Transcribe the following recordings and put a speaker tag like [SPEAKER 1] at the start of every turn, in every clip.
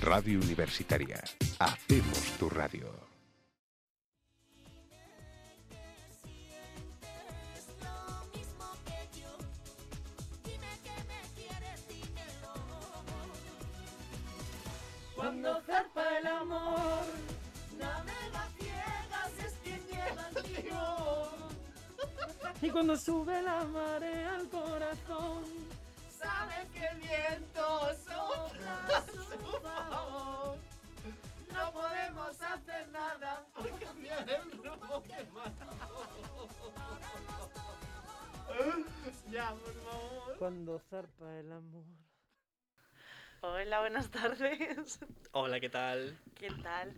[SPEAKER 1] Radio Universitaria. Hacemos tu radio.
[SPEAKER 2] Cuando zarpa el amor, navega ciegas es quien lleva el timón. Y cuando sube la marea al corazón, sabe que el viento sopla a su favor. No podemos hacer nada por cambiar el rumbo que marcó. Ya, por favor.
[SPEAKER 3] Cuando zarpa el amor.
[SPEAKER 4] Hola, buenas tardes.
[SPEAKER 5] Hola, ¿qué tal?
[SPEAKER 4] ¿Qué tal?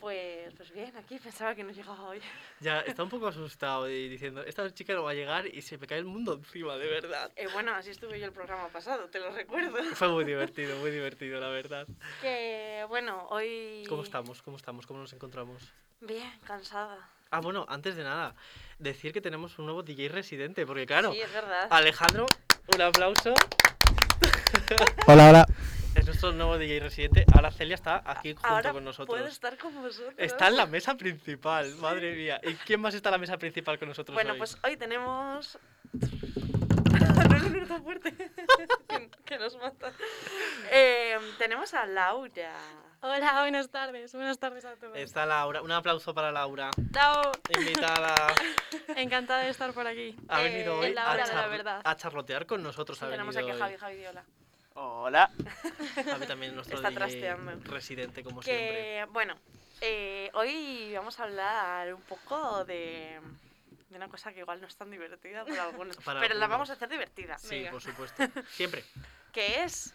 [SPEAKER 4] Pues, pues bien, aquí pensaba que no llegaba hoy.
[SPEAKER 5] Ya, está un poco asustado y diciendo, esta chica no va a llegar y se me cae el mundo encima, de verdad.
[SPEAKER 4] Eh, bueno, así estuve yo el programa pasado, te lo recuerdo.
[SPEAKER 5] Fue muy divertido, muy divertido, la verdad.
[SPEAKER 4] Que bueno, hoy...
[SPEAKER 5] ¿Cómo estamos? ¿Cómo estamos? ¿Cómo nos encontramos?
[SPEAKER 4] Bien, cansada.
[SPEAKER 5] Ah, bueno, antes de nada, decir que tenemos un nuevo DJ residente, porque claro,
[SPEAKER 4] Sí, es verdad.
[SPEAKER 5] Alejandro, un aplauso,
[SPEAKER 3] Hola, hola.
[SPEAKER 5] es nuestro nuevo DJ residente. Ahora Celia está aquí junto
[SPEAKER 4] Ahora
[SPEAKER 5] con nosotros.
[SPEAKER 4] puedo estar con vosotros.
[SPEAKER 5] Está en la mesa principal, madre mía. ¿Y quién más está en la mesa principal con nosotros
[SPEAKER 4] Bueno,
[SPEAKER 5] hoy?
[SPEAKER 4] pues hoy tenemos... no lo grito tan fuerte, que, que nos mata. Eh, tenemos a Laura.
[SPEAKER 6] Hola, Ah, buenas tardes. Buenas tardes a todos.
[SPEAKER 5] Está Laura, un aplauso para Laura,
[SPEAKER 6] Chao.
[SPEAKER 5] invitada.
[SPEAKER 6] Encantada de estar por aquí.
[SPEAKER 5] Ha
[SPEAKER 4] Eh,
[SPEAKER 5] venido hoy
[SPEAKER 6] en la hora
[SPEAKER 5] a,
[SPEAKER 6] de la
[SPEAKER 5] charl-
[SPEAKER 6] verdad.
[SPEAKER 5] a charlotear con nosotros. Ha
[SPEAKER 4] tenemos aquí
[SPEAKER 5] venido
[SPEAKER 4] a Javi,
[SPEAKER 5] hoy.
[SPEAKER 4] Javi, hola.
[SPEAKER 3] Hola.
[SPEAKER 5] Javi también nuestro
[SPEAKER 4] Está
[SPEAKER 5] DJ
[SPEAKER 4] trasteando.
[SPEAKER 5] residente, como siempre.
[SPEAKER 4] Que, bueno, eh, hoy vamos a hablar un poco de, de una cosa que igual no es tan divertida para algunos,
[SPEAKER 5] Para
[SPEAKER 4] pero la
[SPEAKER 5] algunos.
[SPEAKER 4] vamos a hacer divertida,
[SPEAKER 5] Sí,
[SPEAKER 4] venga.
[SPEAKER 5] por supuesto. Siempre.
[SPEAKER 4] que es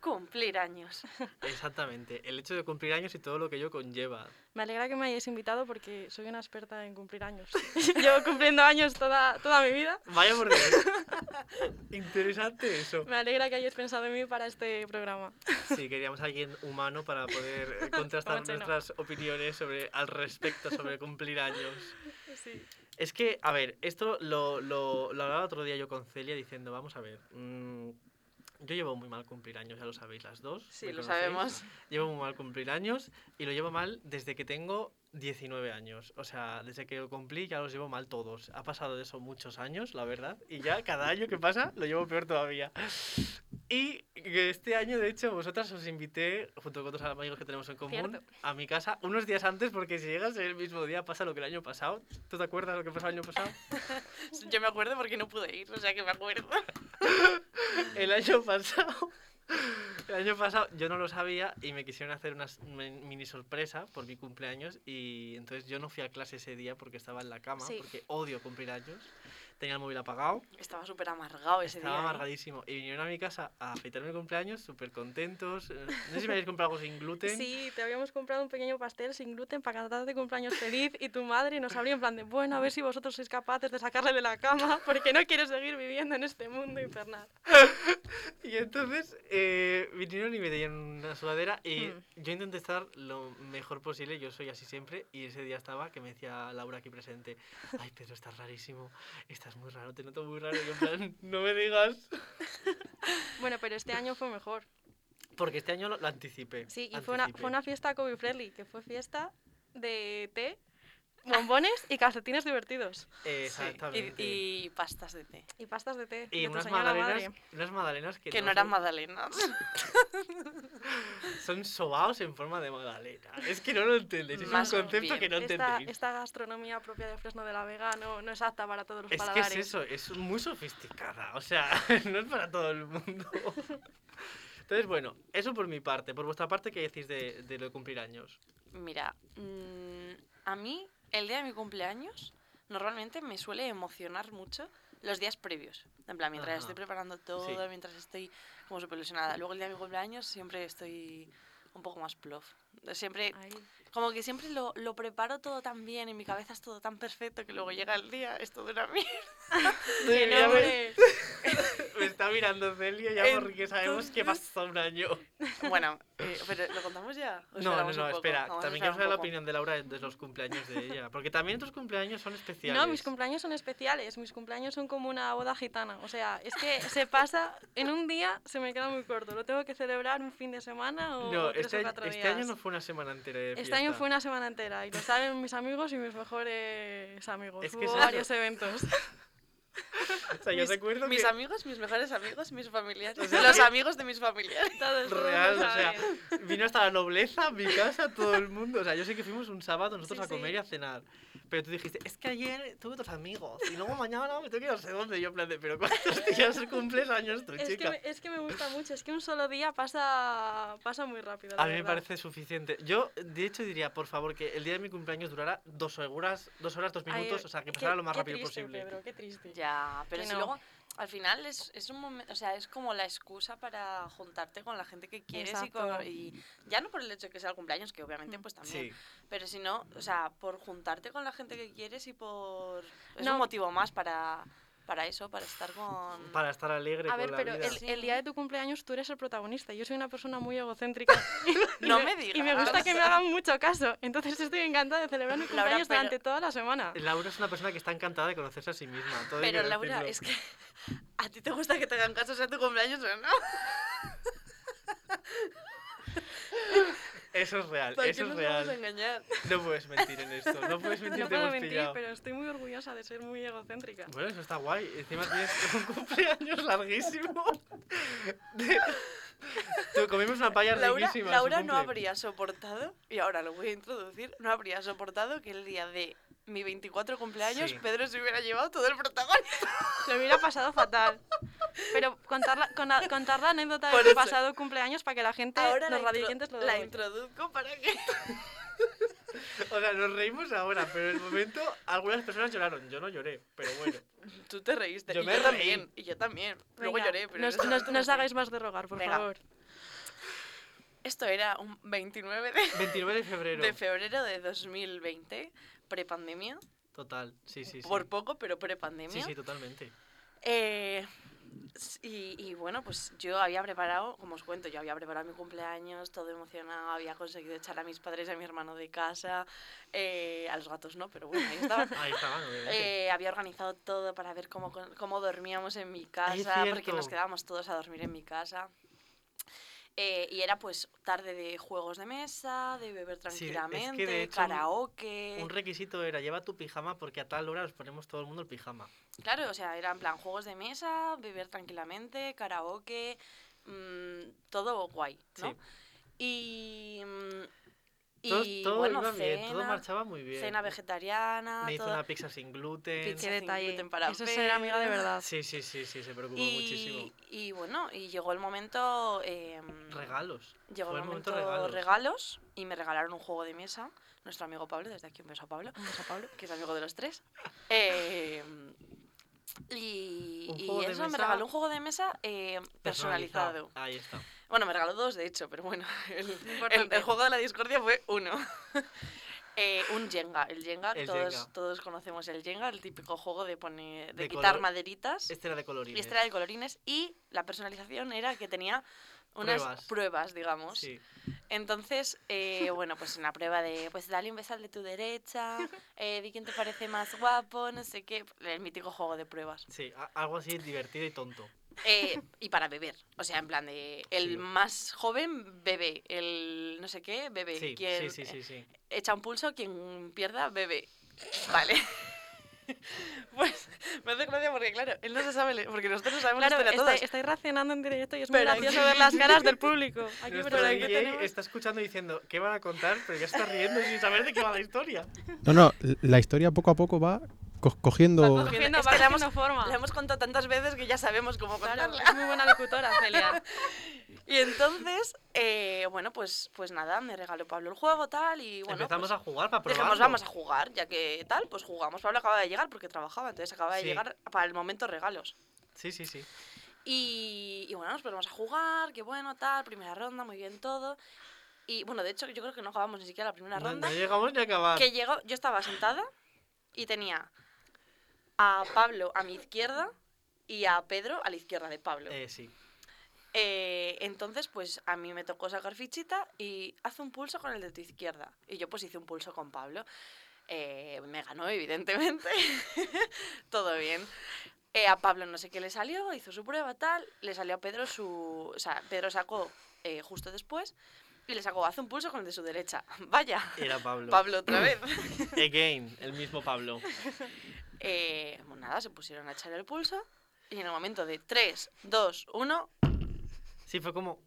[SPEAKER 4] cumplir años.
[SPEAKER 5] Exactamente. El hecho de cumplir años y todo lo que ello conlleva.
[SPEAKER 6] Me alegra que me hayáis invitado porque soy una experta en cumplir años. Llevo cumpliendo años toda, toda mi vida.
[SPEAKER 5] Vaya por Dios. Interesante eso.
[SPEAKER 6] Me alegra que hayáis pensado en mí para este programa.
[SPEAKER 5] Sí, queríamos a alguien humano para poder eh, contrastar
[SPEAKER 6] Hombre, no.
[SPEAKER 5] nuestras opiniones sobre, al respecto sobre cumplir años.
[SPEAKER 6] Sí.
[SPEAKER 5] Es que, a ver, esto lo, lo, lo hablaba otro día yo con Celia diciendo, vamos a ver, mm, yo llevo muy mal cumplir años, ya lo sabéis las dos.
[SPEAKER 4] Sí,
[SPEAKER 5] me
[SPEAKER 4] lo
[SPEAKER 5] conocéis.
[SPEAKER 4] sabemos.
[SPEAKER 5] Llevo muy mal cumplir años y lo llevo mal desde que tengo 19 años. O sea, desde que lo cumplí ya los llevo mal todos. Ha pasado de eso muchos años, la verdad. Y ya cada año que pasa lo llevo peor todavía. Y que este año, de hecho, vosotras os invité, junto con otros amigos que tenemos en común,
[SPEAKER 6] Cierto.
[SPEAKER 5] a mi casa unos días antes, porque si llegas el mismo día pasa lo que el año pasado. ¿Tú te acuerdas lo que pasó el año pasado?
[SPEAKER 4] Yo me acuerdo porque no pude ir, o sea que me acuerdo.
[SPEAKER 5] El año pasado. El año pasado yo no lo sabía y me quisieron hacer una s- men- mini sorpresa por mi cumpleaños y entonces yo no fui a clase ese día porque estaba en la cama,
[SPEAKER 6] Sí.
[SPEAKER 5] porque odio cumplir años. Tenía el móvil apagado,
[SPEAKER 4] Estaba súper amargado ese
[SPEAKER 5] estaba
[SPEAKER 4] día. ¿eh?
[SPEAKER 5] amargadísimo y vinieron a mi casa a afeitarme el cumpleaños súper contentos. eh, No sé si me habéis comprado algo sin gluten.
[SPEAKER 6] Sí, te habíamos comprado un pequeño pastel sin gluten para cantar de cumpleaños feliz y tu madre nos abría en plan de, bueno, a ver si vosotros sois capaces de sacarle de la cama porque no quiero seguir viviendo en este mundo infernal.
[SPEAKER 5] Y entonces eh, vinieron y me dieron una sudadera y
[SPEAKER 6] Mm.
[SPEAKER 5] yo intenté estar lo mejor posible, yo soy así siempre, y ese día estaba que me decía Laura aquí presente, ay Pedro, estás rarísimo, estás muy raro, te noto muy raro, y yo en plan, no me digas.
[SPEAKER 6] Bueno, pero este año fue mejor.
[SPEAKER 5] Porque este año lo, lo anticipé.
[SPEAKER 6] Sí, y fue una,
[SPEAKER 5] anticipé.
[SPEAKER 6] fue una fiesta COVID friendly, que fue fiesta de té, bombones y calcetines divertidos.
[SPEAKER 5] Eh,
[SPEAKER 4] Sí,
[SPEAKER 5] Exactamente. Y,
[SPEAKER 4] Y, y pastas de té.
[SPEAKER 6] Y pastas de té. de tu
[SPEAKER 5] unas
[SPEAKER 6] señora
[SPEAKER 5] magdalenas,
[SPEAKER 6] madre.
[SPEAKER 5] unas magdalenas que,
[SPEAKER 4] Que, no eran
[SPEAKER 5] son-
[SPEAKER 4] magdalenas.
[SPEAKER 5] Son sobaos en forma de magdalena. Es que no lo entendéis, es
[SPEAKER 4] Más
[SPEAKER 5] un concepto
[SPEAKER 4] bien,
[SPEAKER 5] que no
[SPEAKER 6] Esta,
[SPEAKER 5] entendéis.
[SPEAKER 6] esta gastronomía propia de Fresno de la Vega no, no es apta para todos los
[SPEAKER 5] Es que
[SPEAKER 6] paladares.
[SPEAKER 5] es eso, es muy sofisticada, o sea, no es para todo el mundo. Entonces, bueno, eso por mi parte. Por vuestra parte, ¿qué decís de, de lo de cumplir años?
[SPEAKER 4] Mira, mm, a mí el día de mi cumpleaños normalmente me suele emocionar mucho los días previos. En plan, mientras
[SPEAKER 5] Ajá.
[SPEAKER 4] estoy preparando todo,
[SPEAKER 5] Sí.
[SPEAKER 4] mientras estoy como súper ilusionada. Luego el día de mi cumpleaños siempre estoy un poco más plof. Siempre,
[SPEAKER 6] Ay,
[SPEAKER 4] como que siempre lo, lo preparo todo tan bien, en mi cabeza es todo tan perfecto que luego llega el día, es todo una mierda.
[SPEAKER 6] qué
[SPEAKER 5] Ya
[SPEAKER 6] nombre.
[SPEAKER 5] ves, Me está mirando Celia ya porque sabemos que pasa un año.
[SPEAKER 4] Bueno, eh, pero ¿lo contamos ya? ¿O
[SPEAKER 5] No, no,
[SPEAKER 4] esperamos un
[SPEAKER 5] no,
[SPEAKER 4] poco?
[SPEAKER 5] espera.
[SPEAKER 4] Vamos a
[SPEAKER 5] También
[SPEAKER 4] esperar
[SPEAKER 5] quiero
[SPEAKER 4] un
[SPEAKER 5] saber la
[SPEAKER 4] poco.
[SPEAKER 5] opinión de Laura de los cumpleaños de ella. Porque también tus cumpleaños son especiales.
[SPEAKER 6] No, mis cumpleaños son especiales. Mis cumpleaños son como una boda gitana. O sea, es que se pasa en un día, se me queda muy corto. Lo tengo que celebrar un fin de semana o
[SPEAKER 5] No,
[SPEAKER 6] tres
[SPEAKER 5] este,
[SPEAKER 6] o
[SPEAKER 5] año-
[SPEAKER 6] cuatro
[SPEAKER 5] este
[SPEAKER 6] días.
[SPEAKER 5] año no fue una semana entera de
[SPEAKER 6] Este año
[SPEAKER 5] fiesta.
[SPEAKER 6] fue una semana entera y lo saben mis amigos y mis mejores amigos.
[SPEAKER 5] Es que es
[SPEAKER 6] Hubo
[SPEAKER 5] eso.
[SPEAKER 6] varios eventos.
[SPEAKER 5] O sea, yo
[SPEAKER 4] Mis-
[SPEAKER 5] recuerdo
[SPEAKER 4] Mis
[SPEAKER 5] que...
[SPEAKER 4] amigos, mis mejores amigos, mis familiares. los amigos de mis familiares.
[SPEAKER 6] Todos, todos lo
[SPEAKER 5] Real, o sea,
[SPEAKER 6] saben.
[SPEAKER 5] vino hasta la nobleza, a mi casa, todo el mundo. O sea, yo sé que fuimos un sábado nosotros
[SPEAKER 6] Sí,
[SPEAKER 5] a comer
[SPEAKER 6] sí.
[SPEAKER 5] y a cenar. Pero tú dijiste, es que ayer tuve otros amigos y luego mañana me tengo que ir a no sé dónde. Y Yo en plan de, pero ¿cuántos días cumples años tú,
[SPEAKER 6] Es que,
[SPEAKER 5] chica?
[SPEAKER 6] me, es que me gusta mucho, es que un solo día pasa, pasa muy rápido. la
[SPEAKER 5] A mí me
[SPEAKER 6] verdad.
[SPEAKER 5] parece suficiente. Yo, de hecho, diría, por favor, que el día de mi cumpleaños durara dos horas, dos horas, dos
[SPEAKER 6] Ay,
[SPEAKER 5] minutos, o sea,
[SPEAKER 6] qué-
[SPEAKER 5] que pasara lo más
[SPEAKER 6] qué
[SPEAKER 5] rápido
[SPEAKER 6] triste,
[SPEAKER 5] posible.
[SPEAKER 6] Pedro, qué triste.
[SPEAKER 4] Ya, pero
[SPEAKER 6] Que
[SPEAKER 4] si
[SPEAKER 6] no.
[SPEAKER 4] luego, al final es, es un momento, o sea, es como la excusa para juntarte con la gente que quieres y, con-
[SPEAKER 6] Exacto.
[SPEAKER 4] y ya no por el hecho de que sea el cumpleaños, que obviamente
[SPEAKER 6] Mm.
[SPEAKER 4] pues también,
[SPEAKER 5] Sí,
[SPEAKER 4] pero si no, o sea, por juntarte con la gente que quieres y por... Es
[SPEAKER 6] No.
[SPEAKER 4] un motivo más para, para eso, para estar con...
[SPEAKER 5] para estar alegre
[SPEAKER 6] A
[SPEAKER 5] con
[SPEAKER 6] ver,
[SPEAKER 5] la
[SPEAKER 6] pero
[SPEAKER 5] vida.
[SPEAKER 6] el, el día de tu cumpleaños tú eres el protagonista. Yo soy una persona muy egocéntrica. y
[SPEAKER 4] No me
[SPEAKER 6] Y me
[SPEAKER 4] digas.
[SPEAKER 6] gusta que me hagan mucho caso. Entonces estoy encantada de celebrar mi
[SPEAKER 4] Laura,
[SPEAKER 6] cumpleaños
[SPEAKER 4] pero-
[SPEAKER 6] durante toda la semana.
[SPEAKER 5] Laura es una persona que está encantada de conocerse a sí misma. todo hay que
[SPEAKER 4] Pero Laura,
[SPEAKER 5] decirlo.
[SPEAKER 4] es que a ti te gusta que te hagan caso sea tu cumpleaños o no.
[SPEAKER 5] Eso es real,
[SPEAKER 4] ¿Para qué
[SPEAKER 5] eso es
[SPEAKER 4] nos
[SPEAKER 5] real.
[SPEAKER 4] vamos a engañar?
[SPEAKER 5] No puedes mentir en esto, no puedes mentir,
[SPEAKER 6] No
[SPEAKER 5] te
[SPEAKER 6] puedo
[SPEAKER 5] hemos
[SPEAKER 6] mentir,
[SPEAKER 5] pillado.
[SPEAKER 6] pero estoy muy orgullosa de ser muy egocéntrica.
[SPEAKER 5] Bueno, eso está guay. Encima tienes un cumpleaños larguísimo. Tú, comimos una paella
[SPEAKER 4] Laura,
[SPEAKER 5] riquísima. en su
[SPEAKER 4] Laura no
[SPEAKER 5] cumple.
[SPEAKER 4] habría soportado, y ahora lo voy a introducir, no habría soportado que el día de mi 24 cumpleaños
[SPEAKER 5] Sí.
[SPEAKER 4] Pedro se hubiera llevado todo el protagonismo.
[SPEAKER 6] Lo hubiera pasado fatal. Pero contar la, con la- contar la anécdota
[SPEAKER 4] Por
[SPEAKER 6] de tu
[SPEAKER 4] eso.
[SPEAKER 6] pasado cumpleaños para que la gente,
[SPEAKER 4] Ahora
[SPEAKER 6] los
[SPEAKER 4] la, intro-
[SPEAKER 6] radioyentes, lo
[SPEAKER 4] la
[SPEAKER 6] devuelvan.
[SPEAKER 4] introduzco para que...
[SPEAKER 5] O sea, nos reímos ahora, pero en el momento algunas personas lloraron. Yo no lloré, pero bueno.
[SPEAKER 4] Tú te reíste,
[SPEAKER 5] Yo
[SPEAKER 4] y
[SPEAKER 5] me
[SPEAKER 4] yo
[SPEAKER 5] reí.
[SPEAKER 4] también, y yo también. Luego
[SPEAKER 6] Venga,
[SPEAKER 4] lloré, pero...
[SPEAKER 6] Nos,
[SPEAKER 4] eso-
[SPEAKER 6] nos- nos hagáis más de rogar, por
[SPEAKER 4] Venga.
[SPEAKER 6] favor.
[SPEAKER 4] Esto era un 29 de,
[SPEAKER 5] 29 de febrero.
[SPEAKER 4] de febrero de 2020, prepandemia,
[SPEAKER 5] Total, sí, sí, sí.
[SPEAKER 4] por poco, pero
[SPEAKER 5] Sí,
[SPEAKER 4] prepandemia.
[SPEAKER 5] sí, totalmente.
[SPEAKER 4] Eh, s- y, y bueno, pues yo había preparado, como os cuento, yo había preparado mi cumpleaños, todo emocionado, había conseguido echar a mis padres y a mi hermano de casa, eh, a los gatos no, pero bueno, ahí estaban.
[SPEAKER 5] Ahí estaban, obviamente.
[SPEAKER 4] Eh, había organizado todo para ver cómo, con- cómo dormíamos en mi
[SPEAKER 5] Es
[SPEAKER 4] casa, porque
[SPEAKER 5] cierto.
[SPEAKER 4] nos quedábamos todos a dormir en mi casa. Eh, y era pues tarde de juegos de mesa, de beber
[SPEAKER 5] Sí, es que de
[SPEAKER 4] tranquilamente,
[SPEAKER 5] hecho un-
[SPEAKER 4] karaoke.
[SPEAKER 5] Un requisito era lleva tu pijama porque a tal hora nos ponemos todo el mundo el pijama.
[SPEAKER 4] Claro, o sea, eran plan juegos de mesa, beber tranquilamente, karaoke, mm, todo guay, ¿no?
[SPEAKER 5] Sí.
[SPEAKER 4] Y, mm,
[SPEAKER 5] todo
[SPEAKER 4] y,
[SPEAKER 5] todo
[SPEAKER 4] bueno,
[SPEAKER 5] iba bien, todo
[SPEAKER 4] cena,
[SPEAKER 5] marchaba muy bien.
[SPEAKER 4] cena vegetariana,
[SPEAKER 5] Me hizo
[SPEAKER 4] todo-
[SPEAKER 5] una pizza sin gluten.
[SPEAKER 4] Pizza
[SPEAKER 6] Qué
[SPEAKER 4] sin
[SPEAKER 6] detalle.
[SPEAKER 4] gluten para
[SPEAKER 6] Eso es ser amiga de
[SPEAKER 4] ver.
[SPEAKER 6] verdad.
[SPEAKER 5] Sí, sí, sí, sí, se preocupó
[SPEAKER 4] y,
[SPEAKER 5] muchísimo.
[SPEAKER 4] y bueno, y llegó el momento... em,
[SPEAKER 5] Regalos.
[SPEAKER 4] Llegó
[SPEAKER 5] Fue
[SPEAKER 4] el momento regalos. y me regalaron un juego de mesa. Nuestro amigo Pablo, desde aquí un beso a Pablo, que es amigo de los tres. Eh, y
[SPEAKER 5] Un
[SPEAKER 4] y
[SPEAKER 5] juego de
[SPEAKER 4] eso, me
[SPEAKER 5] mesa
[SPEAKER 4] regaló un juego de mesa eh, personalizado.
[SPEAKER 5] Ahí está.
[SPEAKER 4] Bueno, me regaló dos, de hecho, pero bueno, el, el,
[SPEAKER 6] Importante.
[SPEAKER 4] el juego de la discordia fue uno. Eh, un Jenga, el Jenga,
[SPEAKER 5] El
[SPEAKER 4] todos,
[SPEAKER 5] Jenga.
[SPEAKER 4] todos conocemos el Jenga, el típico juego de, poner, de,
[SPEAKER 5] De
[SPEAKER 4] quitar
[SPEAKER 5] color-
[SPEAKER 4] maderitas.
[SPEAKER 5] Este era de colorines.
[SPEAKER 4] Y este era de colorines y la personalización era que tenía unas
[SPEAKER 5] Pruebas.
[SPEAKER 4] pruebas, digamos.
[SPEAKER 5] Sí.
[SPEAKER 4] Entonces, eh, bueno, pues una prueba de, pues dale un beso al de tu derecha, eh, di quién te parece más guapo, no sé qué, el mítico juego de pruebas.
[SPEAKER 5] Sí, a- algo así divertido y tonto.
[SPEAKER 4] Eh, y para beber, o sea, en plan de, el
[SPEAKER 5] Sí.
[SPEAKER 4] más joven bebe, el no sé qué bebe,
[SPEAKER 5] Sí,
[SPEAKER 4] quien
[SPEAKER 5] sí, sí, sí, sí.
[SPEAKER 4] echa un pulso, quien pierda bebe. Vale. pues me hace gracia porque, claro, él no se sabe, le- porque nosotros no sabemos la
[SPEAKER 6] Claro,
[SPEAKER 4] historia
[SPEAKER 6] está-
[SPEAKER 4] todos.
[SPEAKER 6] estáis racionando en directo y es muy
[SPEAKER 4] Pero
[SPEAKER 6] gracioso
[SPEAKER 4] aquí-
[SPEAKER 6] ver las caras del público. Aquí,
[SPEAKER 5] Nuestro
[SPEAKER 6] pero aquí
[SPEAKER 5] DJ
[SPEAKER 6] tenemos-
[SPEAKER 5] está escuchando y diciendo, ¿qué van a contar? Pero ya está riendo sin saber de qué va la historia.
[SPEAKER 7] No, no, la historia poco a poco va co- cogiendo...
[SPEAKER 6] cogiendo,
[SPEAKER 4] Es
[SPEAKER 6] va
[SPEAKER 4] que la hemos-
[SPEAKER 6] cogiendo forma.
[SPEAKER 4] La hemos contado tantas veces que ya sabemos cómo
[SPEAKER 6] Claro,
[SPEAKER 4] contarla.
[SPEAKER 6] es muy buena locutora, Celia.
[SPEAKER 4] Y entonces, eh, bueno, pues, pues nada, me regaló Pablo el juego, tal, y bueno.
[SPEAKER 5] Empezamos
[SPEAKER 4] pues,
[SPEAKER 5] a jugar para probarlo.
[SPEAKER 4] Dijimos, vamos a jugar, ya que tal, pues jugamos. Pablo acaba de llegar porque trabajaba, entonces acaba de
[SPEAKER 5] Sí.
[SPEAKER 4] llegar para el momento regalos.
[SPEAKER 5] Sí, sí, sí.
[SPEAKER 4] Y, y bueno, nos ponemos a jugar, que bueno, tal, primera ronda, muy bien todo. Y bueno, de hecho, yo creo que no acabamos ni siquiera la primera
[SPEAKER 5] No,
[SPEAKER 4] ronda.
[SPEAKER 5] no llegamos ni a acabar.
[SPEAKER 4] que llegó, yo estaba sentada y tenía a Pablo a mi izquierda y a Pedro a la izquierda de Pablo.
[SPEAKER 5] Eh, sí.
[SPEAKER 4] Eh, entonces, pues a mí me tocó sacar fichita y haz un pulso con el de tu izquierda. Y yo pues hice un pulso con Pablo. Eh, me ganó, evidentemente. Todo bien. Eh, a Pablo no sé qué le salió, hizo su prueba, tal. Le salió a Pedro su... O sea, Pedro sacó eh, justo después y le sacó, haz un pulso con el de su derecha. Vaya.
[SPEAKER 5] Era Pablo.
[SPEAKER 4] Pablo otra vez.
[SPEAKER 5] Again, el mismo Pablo.
[SPEAKER 4] Eh, pues nada, se pusieron a echar el pulso y en el momento de 3, 2, 1,
[SPEAKER 5] Sí, fue como...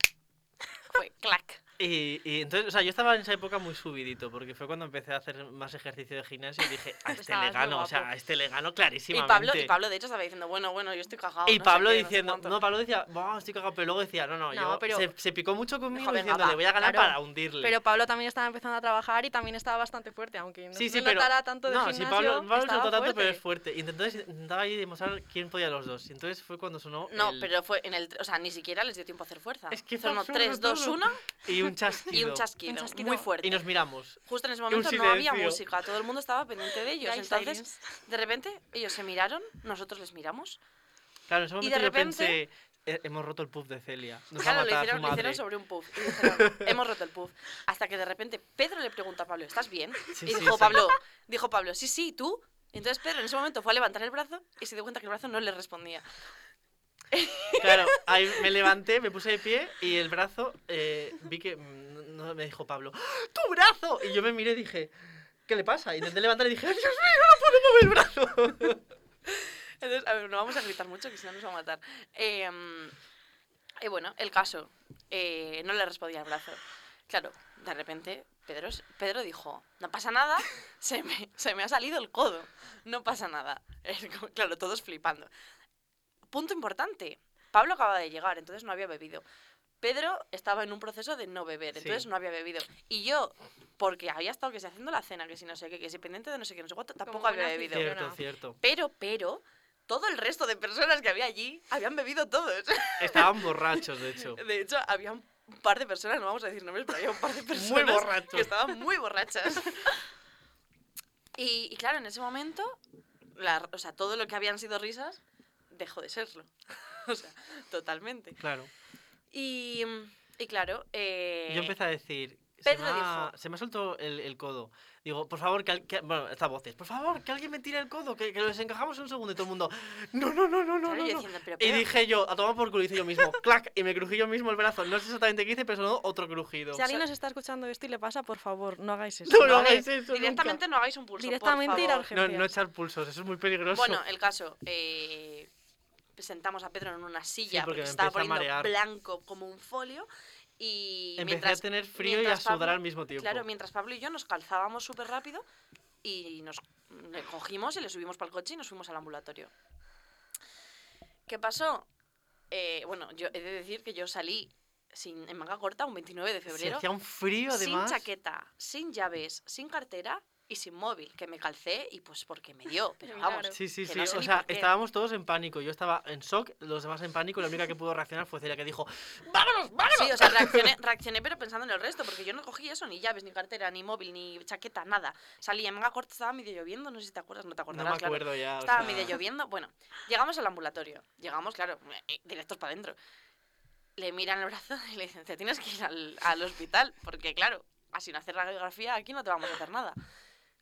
[SPEAKER 4] fue clac.
[SPEAKER 5] Y, y entonces, o sea, yo estaba en esa época muy subidito, porque fue cuando empecé a hacer más ejercicio de gimnasio y dije, a este
[SPEAKER 4] Pues Estabas
[SPEAKER 5] le
[SPEAKER 4] muy
[SPEAKER 5] gano, o sea,
[SPEAKER 4] guapo.
[SPEAKER 5] a este le gano
[SPEAKER 4] Y
[SPEAKER 5] clarísimamente.
[SPEAKER 4] Pablo, y Pablo, de hecho, estaba diciendo, bueno, bueno, yo estoy cagado.
[SPEAKER 5] Y
[SPEAKER 4] no sé
[SPEAKER 5] Pablo
[SPEAKER 4] qué, no sé
[SPEAKER 5] diciendo, no,
[SPEAKER 4] cuánto".
[SPEAKER 5] Pablo decía, "Buah, estoy cagado, pero luego decía, no, no,
[SPEAKER 6] No,
[SPEAKER 5] yo
[SPEAKER 6] pero-
[SPEAKER 5] se, se picó mucho conmigo
[SPEAKER 4] venga,
[SPEAKER 5] diciendo,
[SPEAKER 4] va,
[SPEAKER 5] le voy a ganar
[SPEAKER 6] claro.
[SPEAKER 5] para hundirle.
[SPEAKER 6] Pero Pablo también estaba empezando a trabajar y también estaba bastante fuerte, aunque no
[SPEAKER 5] sí, sí,
[SPEAKER 6] se le
[SPEAKER 5] pero
[SPEAKER 6] notara tanto de
[SPEAKER 5] no,
[SPEAKER 6] gimnasio,
[SPEAKER 5] sí, Pablo, Pablo se
[SPEAKER 6] estaba
[SPEAKER 5] notó tanto, pero
[SPEAKER 6] fuerte.
[SPEAKER 5] es fuerte. Y entonces intentaba ahí demostrar quién podía los dos. Y entonces fue cuando sonó
[SPEAKER 4] No,
[SPEAKER 5] el-
[SPEAKER 4] pero fue en el... O sea, ni siquiera les dio tiempo a hacer fuerza.
[SPEAKER 5] Es que fue
[SPEAKER 4] Sonó
[SPEAKER 5] absurdo
[SPEAKER 4] 3, 2,
[SPEAKER 5] todo.
[SPEAKER 4] 1
[SPEAKER 5] y un chasquido.
[SPEAKER 4] y un chasquido,
[SPEAKER 6] Un chasquido.
[SPEAKER 4] muy fuerte.
[SPEAKER 5] Y nos miramos.
[SPEAKER 4] Justo en ese
[SPEAKER 5] un
[SPEAKER 4] momento no había
[SPEAKER 5] silencio.
[SPEAKER 4] música, todo el mundo estaba pendiente de
[SPEAKER 6] Y
[SPEAKER 4] ellos.
[SPEAKER 6] hay
[SPEAKER 4] Entonces,
[SPEAKER 6] silence.
[SPEAKER 4] de repente, ellos se miraron, nosotros les miramos.
[SPEAKER 5] Claro, en ese
[SPEAKER 4] de
[SPEAKER 5] momento
[SPEAKER 4] repente-
[SPEAKER 5] yo pensé, "Eh, hemos roto el pub de Celia. Nos va
[SPEAKER 4] claro,
[SPEAKER 5] a
[SPEAKER 4] lo
[SPEAKER 5] matar
[SPEAKER 4] hicieron,
[SPEAKER 5] su
[SPEAKER 4] lo hicieron
[SPEAKER 5] madre".
[SPEAKER 4] sobre un puff. Y dijeron, hemos roto el puff. Hasta que de repente Pedro le pregunta a Pablo, ¿estás bien?
[SPEAKER 5] Sí,
[SPEAKER 4] y
[SPEAKER 5] sí,
[SPEAKER 4] dijo,
[SPEAKER 5] sí.
[SPEAKER 4] Pablo, dijo Pablo, sí, sí, ¿y ¿tú? Y entonces Pedro en ese momento fue a levantar el brazo y se dio cuenta que el brazo no le respondía.
[SPEAKER 5] Claro, ahí me levanté, me puse de pie y el brazo, eh, vi que mm, no, me dijo Pablo, "¡Ah, ¡tu brazo! Y yo me miré y dije, ¿qué le pasa? Y intenté levantar y dije, ¡Dios mío, no puedo mover el brazo!
[SPEAKER 4] Entonces, a ver, no vamos a gritar mucho, que si no nos va a matar. Eh, y bueno, el caso. eh, no le respondía el brazo. Claro, de repente Pedro, s- Pedro dijo, no pasa nada, se me, se me ha salido el codo. No pasa nada. Es como- claro, todos flipando. Punto importante. Pablo acaba de llegar, entonces no había bebido. Pedro estaba en un proceso de no beber,
[SPEAKER 5] Sí.
[SPEAKER 4] entonces no había bebido. Y yo, porque había estado que se haciendo la cena, que si no sé qué, que si pendiente de no sé qué, no sé cuánto, tampoco
[SPEAKER 6] buena
[SPEAKER 4] había bebido.
[SPEAKER 5] Cierto,
[SPEAKER 6] aficionada.
[SPEAKER 5] cierto.
[SPEAKER 4] Pero, pero, todo el resto de personas que había allí habían bebido todos.
[SPEAKER 5] Estaban borrachos, de hecho.
[SPEAKER 4] De hecho, había un par de personas, no vamos a decir nombres, pero había un par de personas
[SPEAKER 5] borrachos.
[SPEAKER 4] que estaban muy borrachas. Y, y claro, en ese momento, la- o sea, todo lo que habían sido risas dejó de serlo. O sea, totalmente.
[SPEAKER 5] Claro.
[SPEAKER 4] Y, y claro, eh,
[SPEAKER 5] Yo empecé a decir.
[SPEAKER 4] Pedro
[SPEAKER 5] se, me ha,
[SPEAKER 4] dijo-
[SPEAKER 5] se me ha soltado el, el codo. Digo, por favor, que, al- que- Bueno, estas voces. Por favor, que alguien me tire el codo, que, que lo desencajamos un segundo. Y todo el mundo. No, no, no, no, no.
[SPEAKER 4] claro,
[SPEAKER 5] no,
[SPEAKER 4] yo
[SPEAKER 5] no".
[SPEAKER 4] diciendo, pero
[SPEAKER 5] Y
[SPEAKER 4] Pedro,
[SPEAKER 5] dije yo, a tomar por culo, hice yo mismo, clac, y me crují yo mismo el brazo. No sé exactamente qué hice, pero sonó otro crujido.
[SPEAKER 6] Si alguien nos está escuchando esto y le pasa, por favor, no hagáis eso.
[SPEAKER 5] No, no
[SPEAKER 4] no
[SPEAKER 5] hagáis
[SPEAKER 4] hagáis
[SPEAKER 5] eso.
[SPEAKER 4] directamente no hagáis un pulso, por
[SPEAKER 6] Directamente ir a
[SPEAKER 4] favor".
[SPEAKER 5] No,
[SPEAKER 6] urgencias.
[SPEAKER 5] no echar pulsos, eso es muy peligroso.
[SPEAKER 4] Bueno, el caso. eh, sentamos a Pedro en una silla
[SPEAKER 5] Sí, porque
[SPEAKER 4] porque,
[SPEAKER 5] me
[SPEAKER 4] se estaba
[SPEAKER 5] empecé a
[SPEAKER 4] poniendo
[SPEAKER 5] marear.
[SPEAKER 4] blanco como un folio. Y
[SPEAKER 5] Empecé
[SPEAKER 4] mientras,
[SPEAKER 5] a tener frío y a
[SPEAKER 4] mientras
[SPEAKER 5] sudar
[SPEAKER 4] Pablo-
[SPEAKER 5] al mismo tiempo.
[SPEAKER 4] Claro, mientras Pablo y yo nos calzábamos súper rápido y nos le cogimos y le subimos para el coche y nos fuimos al ambulatorio. ¿Qué pasó? Eh, bueno, yo he de decir que yo salí sin, en manga corta un 29 de
[SPEAKER 5] Se
[SPEAKER 4] febrero
[SPEAKER 5] hacía un frío, además.
[SPEAKER 4] sin chaqueta, sin llaves, sin cartera y sin móvil, que me calcé y pues porque me dio, pero vamos.
[SPEAKER 6] Milagro.
[SPEAKER 5] Sí, sí,
[SPEAKER 4] que
[SPEAKER 5] sí.
[SPEAKER 4] no sé
[SPEAKER 5] o
[SPEAKER 4] ni
[SPEAKER 5] sea,
[SPEAKER 4] por qué.
[SPEAKER 5] estábamos todos en pánico. Yo estaba en shock, los demás en pánico. y La única que pudo reaccionar fue Celia, que dijo: ¡Vámonos, vámonos!
[SPEAKER 4] Sí, o sea, reaccioné, reaccioné, pero pensando en el resto, porque yo no cogí eso, ni llaves, ni cartera, ni móvil, ni chaqueta, nada. Salí en manga corta, estaba medio lloviendo, no sé si te acuerdas, no te
[SPEAKER 5] no
[SPEAKER 4] acordarás,
[SPEAKER 5] me
[SPEAKER 4] claro.
[SPEAKER 5] acuerdo ya. o
[SPEAKER 4] Estaba
[SPEAKER 5] sea,
[SPEAKER 4] medio lloviendo. Bueno, llegamos al ambulatorio. Llegamos, claro, eh, directos para adentro. Le miran el brazo y le dicen, te tienes que ir al, al hospital, porque claro, así una radiografía aquí no te vamos a hacer nada.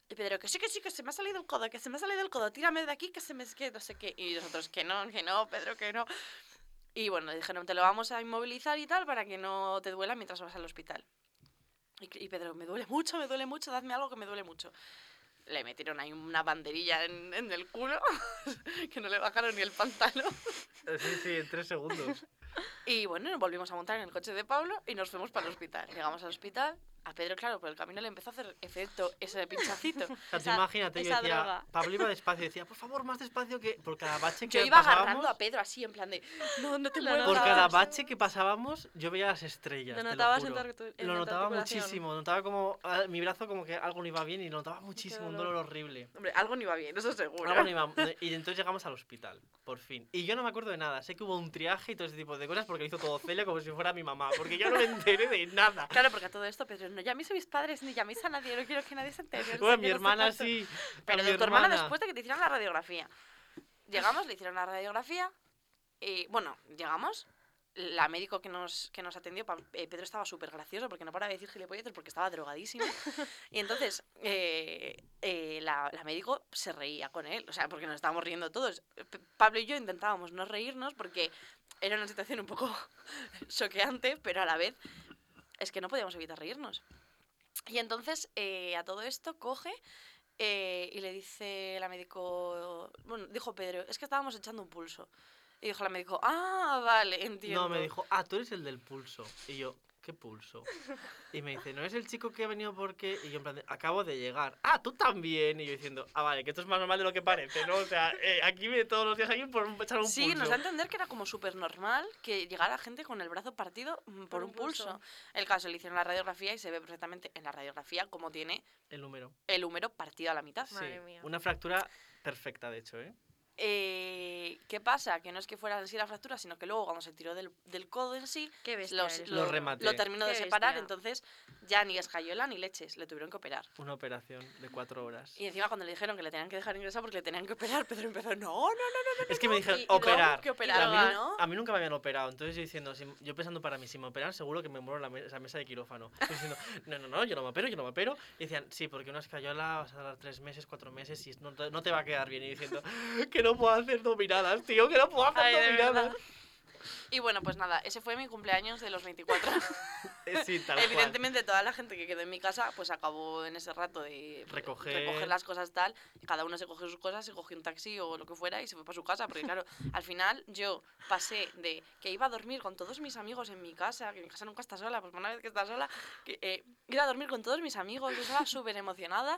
[SPEAKER 4] Y Pedro, que sí, que sí, que se me ha salido el codo, que se me ha salido el codo, tírame de aquí, que se me... que no sé qué. Y nosotros, que no, que no, Pedro, que no. Y bueno, le dijeron, te lo vamos a inmovilizar y tal para que no te duela mientras vas al hospital. Y, que- y Pedro, me duele mucho, me duele mucho, dadme algo que me duele mucho. Le metieron ahí una banderilla en, en el culo, que no le bajaron ni el pantano.
[SPEAKER 5] Sí, sí, en tres segundos.
[SPEAKER 4] Y bueno, nos volvimos a montar en el coche de Pablo y nos fuimos para el hospital. Llegamos al hospital, a Pedro, claro, por el camino le empezó a hacer efecto ese pinchacito.
[SPEAKER 5] O sea, tú
[SPEAKER 6] Esa-
[SPEAKER 5] imagínate, yo
[SPEAKER 6] esa
[SPEAKER 5] decía,
[SPEAKER 6] droga.
[SPEAKER 5] Pablo iba despacio, decía, por favor, más despacio que por cada bache que
[SPEAKER 4] Yo iba
[SPEAKER 5] pasábamos,
[SPEAKER 4] agarrando a Pedro así, en plan de, no, no te
[SPEAKER 6] Lo
[SPEAKER 4] muevas.
[SPEAKER 5] por cada
[SPEAKER 6] notabas.
[SPEAKER 5] bache que pasábamos, yo veía las estrellas.
[SPEAKER 6] Lo
[SPEAKER 5] te
[SPEAKER 6] notabas en
[SPEAKER 5] juro.
[SPEAKER 6] tu artu- en
[SPEAKER 5] Lo
[SPEAKER 6] tu
[SPEAKER 5] notaba
[SPEAKER 6] articulación.
[SPEAKER 5] muchísimo, notaba como ah, mi brazo como que algo no iba bien y lo notaba muchísimo, un dolor horrible.
[SPEAKER 4] Hombre, algo no iba bien, eso seguro.
[SPEAKER 5] Algo no iba- Ah, y entonces llegamos al hospital, por fin. Y yo no me acuerdo de nada, sé que hubo un triaje y todo ese tipo de cosas porque lo hizo todo Celia como si fuera mi mamá, porque yo no me enteré de nada.
[SPEAKER 4] Claro, porque a todo esto, Pedro, no llaméis a mis padres ni llaméis a nadie, no quiero que nadie se entere. no sé
[SPEAKER 5] Bueno,
[SPEAKER 4] qué,
[SPEAKER 5] mi
[SPEAKER 4] no sé
[SPEAKER 5] hermana
[SPEAKER 4] cuánto".
[SPEAKER 5] sí. a
[SPEAKER 4] Pero
[SPEAKER 5] mi
[SPEAKER 4] de tu hermana
[SPEAKER 5] hermana.
[SPEAKER 4] después de que te hicieran la radiografía. Llegamos, le hicieron la radiografía eh, bueno, llegamos. La médico que nos, que nos atendió, pa- eh, Pedro estaba súper gracioso porque no paraba de decir gilipolleces porque estaba drogadísimo. Y entonces eh, eh, la, la médico se reía con él, o sea, porque nos estábamos riendo todos. P- Pablo y yo intentábamos no reírnos porque era una situación un poco choqueante, pero a la vez es que no podíamos evitar reírnos. Y entonces eh, a todo esto coge eh, y le dice la médico, bueno, dijo Pedro, es que estábamos echando un pulso. Y dijo la médico, ah, vale, entiendo.
[SPEAKER 5] No, me dijo, ah, tú eres el del pulso. Y yo, ¿qué pulso? Y me dice, ¿no es el chico que ha venido porque...? Y yo en plan, de, acabo de llegar. Ah, tú también. Y yo diciendo, ah, vale, que esto es más normal de lo que parece, ¿no? O sea, eh, aquí viene todos los días alguien por echar un
[SPEAKER 4] Sí,
[SPEAKER 5] pulso.
[SPEAKER 4] nos da a entender que era como súper normal que llegara gente con el brazo partido mm, por, un, pulso. El caso, le hicieron la radiografía y se ve perfectamente en la radiografía cómo tiene
[SPEAKER 5] El número.
[SPEAKER 4] el húmero partido a la mitad.
[SPEAKER 5] Sí,
[SPEAKER 6] Madre mía.
[SPEAKER 5] una fractura perfecta, de hecho, ¿eh?
[SPEAKER 4] Eh, ¿Qué pasa? Que no es que fuera en sí la fractura, sino que luego cuando se tiró del, del codo en sí,
[SPEAKER 6] Qué bestia
[SPEAKER 4] los-
[SPEAKER 6] eres,
[SPEAKER 5] Lo
[SPEAKER 4] lo,
[SPEAKER 6] Pedro.
[SPEAKER 5] rematé.
[SPEAKER 4] lo terminó de
[SPEAKER 6] Qué
[SPEAKER 4] separar,
[SPEAKER 6] bestia.
[SPEAKER 4] entonces ya ni escayola ni leches, le tuvieron que operar.
[SPEAKER 5] Una operación de cuatro horas.
[SPEAKER 4] Y encima cuando le dijeron que le tenían que dejar ingresar porque le tenían que operar, Pedro empezó, no, no, no,
[SPEAKER 5] Es que me dijeron,
[SPEAKER 4] y- y luego
[SPEAKER 5] operar.
[SPEAKER 4] que
[SPEAKER 5] Y a mí
[SPEAKER 4] operaba,
[SPEAKER 5] nu-
[SPEAKER 4] ¿no?
[SPEAKER 5] A mí nunca me habían operado. Entonces yo diciendo, si- yo pensando para mí, si me operan, seguro que me muero en la me- esa mesa de quirófano. Yo diciendo, no, no, no, yo no me opero, yo no me opero. Y decían, sí, porque una escayola vas a dar tres meses, cuatro meses y es- no te, no te va a quedar bien. Y diciendo, que no puedo hacer dominadas, tío, que no puedo hacer
[SPEAKER 4] Ay, de
[SPEAKER 5] dominadas.
[SPEAKER 4] Y bueno, pues nada, ese fue mi cumpleaños de los 24.
[SPEAKER 5] Eh, Sí, tal cual.
[SPEAKER 4] Evidentemente toda la gente que quedó en mi casa pues acabó en ese rato de
[SPEAKER 5] Recoger.
[SPEAKER 4] las cosas tal, y cada uno se cogió sus cosas, se cogió un taxi o lo que fuera y se fue para su casa, porque claro, al final yo pasé de que iba a dormir con todos mis amigos en mi casa, que mi casa nunca está sola, pues una vez que está sola, que, eh, ir a dormir con todos mis amigos, yo estaba súper emocionada.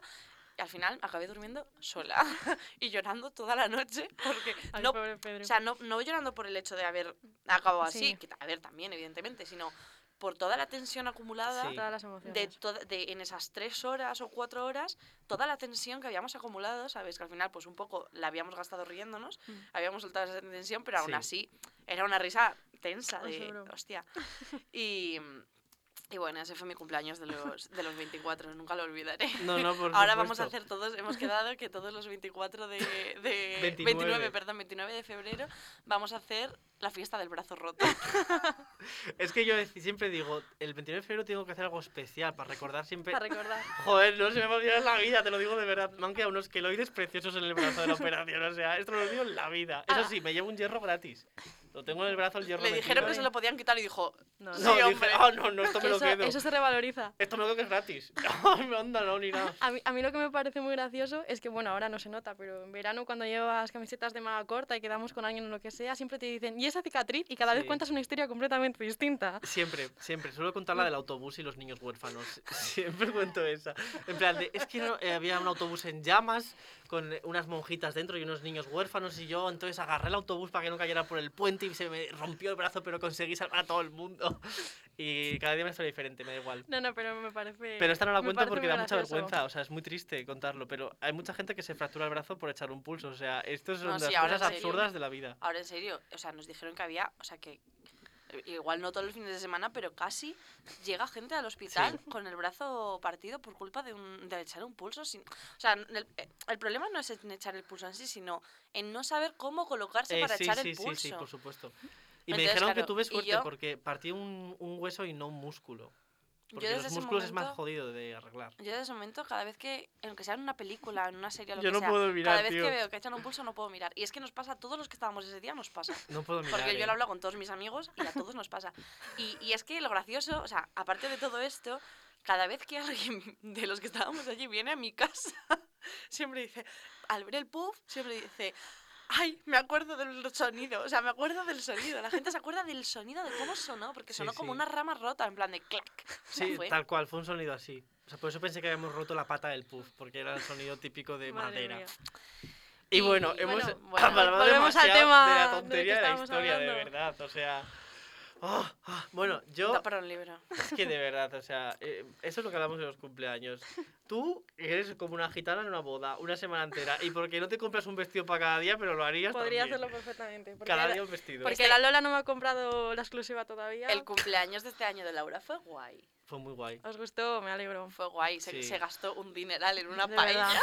[SPEAKER 4] Y al final acabé durmiendo sola y llorando toda la noche porque
[SPEAKER 6] Ay,
[SPEAKER 4] no
[SPEAKER 6] pobre Pedro.
[SPEAKER 4] o sea, no, no llorando por el hecho de haber acabado así,
[SPEAKER 6] Sí.
[SPEAKER 4] que a ver, también, evidentemente, sino por toda la tensión acumulada
[SPEAKER 5] Sí.
[SPEAKER 6] todas las
[SPEAKER 4] de,
[SPEAKER 6] emociones.
[SPEAKER 4] toda- de en esas tres horas o cuatro horas, toda la tensión que habíamos acumulado, ¿sabes? Que al final, pues un poco la habíamos gastado riéndonos,
[SPEAKER 6] Mm.
[SPEAKER 4] habíamos soltado esa tensión, pero aún
[SPEAKER 5] Sí.
[SPEAKER 4] así era una risa tensa
[SPEAKER 6] Ay,
[SPEAKER 4] de,
[SPEAKER 6] seguro.
[SPEAKER 4] hostia. Y, y bueno, ese fue mi cumpleaños de los, de los 24, nunca lo olvidaré.
[SPEAKER 5] No, no, por
[SPEAKER 4] Ahora vamos a
[SPEAKER 5] supuesto.
[SPEAKER 4] hacer todos, hemos quedado que todos los 24 de, de
[SPEAKER 5] 29.
[SPEAKER 4] 29, perdón, 29 de febrero vamos a hacer la fiesta del brazo roto.
[SPEAKER 5] Es que yo dec- siempre digo, el 29 de febrero tengo que hacer algo especial para recordar siempre
[SPEAKER 6] Para recordar.
[SPEAKER 5] Joder, no se me va a olvidar en la vida, te lo digo de verdad. Me han quedado unos queloides preciosos en el brazo de la operación, o sea, esto no lo digo en la vida. Eso sí, me llevo un hierro gratis. Lo tengo en el brazo el hierro
[SPEAKER 4] Le dijeron
[SPEAKER 5] metido.
[SPEAKER 4] que se lo podían quitar y dijo,
[SPEAKER 6] No,
[SPEAKER 5] No,
[SPEAKER 4] Sí,
[SPEAKER 5] dije,
[SPEAKER 4] hombre.
[SPEAKER 5] "Ah, no, no, esto me lo
[SPEAKER 6] Eso,
[SPEAKER 5] quedo.
[SPEAKER 6] eso se revaloriza.
[SPEAKER 5] Esto me lo quedo que es gratis. No, me onda, no, ni nada.
[SPEAKER 6] A mí, a mí lo que me parece muy gracioso es que, bueno, ahora no se nota, pero en verano cuando llevas camisetas de manga corta y quedamos con alguien o lo que sea, siempre te dicen, ¿y esa cicatriz? Y cada
[SPEAKER 5] Sí.
[SPEAKER 6] vez cuentas una historia completamente distinta.
[SPEAKER 5] Siempre, siempre. Suelo contar la del autobús y los niños huérfanos. Siempre cuento esa. En plan, de, es que no- eh, había un autobús en llamas con eh, unas monjitas dentro y unos niños huérfanos y yo entonces agarré el autobús para que no cayera por el puente y se me rompió el brazo, pero conseguí salvar a todo el mundo. Y cada día me historia diferente, me da igual.
[SPEAKER 6] No, no, pero me parece...
[SPEAKER 5] Pero esta no la
[SPEAKER 6] me
[SPEAKER 5] cuento
[SPEAKER 6] parece
[SPEAKER 5] porque
[SPEAKER 6] muy
[SPEAKER 5] da mucha
[SPEAKER 6] gracioso.
[SPEAKER 5] vergüenza, o sea, es muy triste contarlo, pero hay mucha gente que se fractura el brazo por echar un pulso, o sea, esto son
[SPEAKER 4] No,
[SPEAKER 5] las
[SPEAKER 4] sí, ahora
[SPEAKER 5] cosas
[SPEAKER 4] en serio.
[SPEAKER 5] absurdas de la vida.
[SPEAKER 4] ahora en serio, o sea, nos dijeron que había, o sea, que eh, igual no todos los fines de semana, pero casi llega gente al hospital con el brazo partido por culpa de, un, de echar un pulso. Sin, o sea, el, eh, el problema no es en echar el pulso en sí, sino en no saber cómo colocarse
[SPEAKER 5] Eh,
[SPEAKER 4] para
[SPEAKER 5] sí,
[SPEAKER 4] echar
[SPEAKER 5] sí,
[SPEAKER 4] el
[SPEAKER 5] sí, pues,
[SPEAKER 4] pulso.
[SPEAKER 5] sí, por supuesto. Y me
[SPEAKER 4] Entonces,
[SPEAKER 5] dijeron que
[SPEAKER 4] claro,
[SPEAKER 5] tuve
[SPEAKER 4] y
[SPEAKER 5] suerte
[SPEAKER 4] yo-
[SPEAKER 5] porque partí un, un hueso y no un músculo.
[SPEAKER 4] Yo
[SPEAKER 5] Porque
[SPEAKER 4] desde
[SPEAKER 5] los
[SPEAKER 4] ese
[SPEAKER 5] músculos es más
[SPEAKER 4] momento-
[SPEAKER 5] jodido de arreglar.
[SPEAKER 4] Yo de ese momento, cada vez que, aunque sea en una película, en una serie, o lo
[SPEAKER 5] Yo
[SPEAKER 4] que
[SPEAKER 5] no
[SPEAKER 4] sea,
[SPEAKER 5] puedo mirar,
[SPEAKER 4] cada vez
[SPEAKER 5] tío.
[SPEAKER 4] que veo que echan un pulso no puedo mirar. Y es que nos pasa, a todos los que estábamos ese día nos pasa.
[SPEAKER 5] No puedo mirar.
[SPEAKER 4] Porque yo
[SPEAKER 5] eh.
[SPEAKER 4] lo he hablado con todos mis amigos y a todos nos pasa. Y, y es que lo gracioso, o sea, aparte de todo esto, cada vez que alguien de los que estábamos allí viene a mi casa, siempre dice, al ver el puff, siempre dice, ay, me acuerdo del sonido, o sea, me acuerdo del sonido. La gente se acuerda del sonido, de cómo sonó, porque
[SPEAKER 5] Sí,
[SPEAKER 4] sonó como
[SPEAKER 5] sí.
[SPEAKER 4] una rama rota, en plan de clac. O sea,
[SPEAKER 5] Sí,
[SPEAKER 4] fue-
[SPEAKER 5] tal cual, fue un sonido así. O sea, por eso pensé que habíamos roto la pata del puff, porque era el sonido típico de
[SPEAKER 6] Madre
[SPEAKER 5] madera.
[SPEAKER 6] mía.
[SPEAKER 5] Y,
[SPEAKER 4] Y
[SPEAKER 5] bueno,
[SPEAKER 4] bueno,
[SPEAKER 5] hemos
[SPEAKER 4] bueno,
[SPEAKER 5] hablado
[SPEAKER 6] volvemos al
[SPEAKER 5] demasiado
[SPEAKER 6] tema
[SPEAKER 5] de
[SPEAKER 6] del
[SPEAKER 5] la
[SPEAKER 6] que
[SPEAKER 5] tontería de la
[SPEAKER 6] estábamos
[SPEAKER 5] historia, de
[SPEAKER 6] hablando.
[SPEAKER 5] verdad. O sea. Ah, ah, bueno, yo
[SPEAKER 4] Da para un libro.
[SPEAKER 5] Es que de verdad, o sea, eh, eso es lo que hablamos en los cumpleaños. Tú eres como una gitana en una boda, una semana entera, y porque no te compras un vestido para cada día, pero lo harías
[SPEAKER 6] Podría
[SPEAKER 5] también.
[SPEAKER 6] hacerlo perfectamente. Porque,
[SPEAKER 5] cada
[SPEAKER 6] la-
[SPEAKER 5] día un vestido.
[SPEAKER 6] porque la Lola no me ha comprado la exclusiva todavía.
[SPEAKER 4] El cumpleaños de este año de Laura fue guay.
[SPEAKER 5] Fue muy guay.
[SPEAKER 6] Os gustó, me alegro.
[SPEAKER 4] Fue guay, se,
[SPEAKER 5] Sí.
[SPEAKER 4] se gastó un dineral en una
[SPEAKER 6] De
[SPEAKER 4] paella.
[SPEAKER 6] verdad.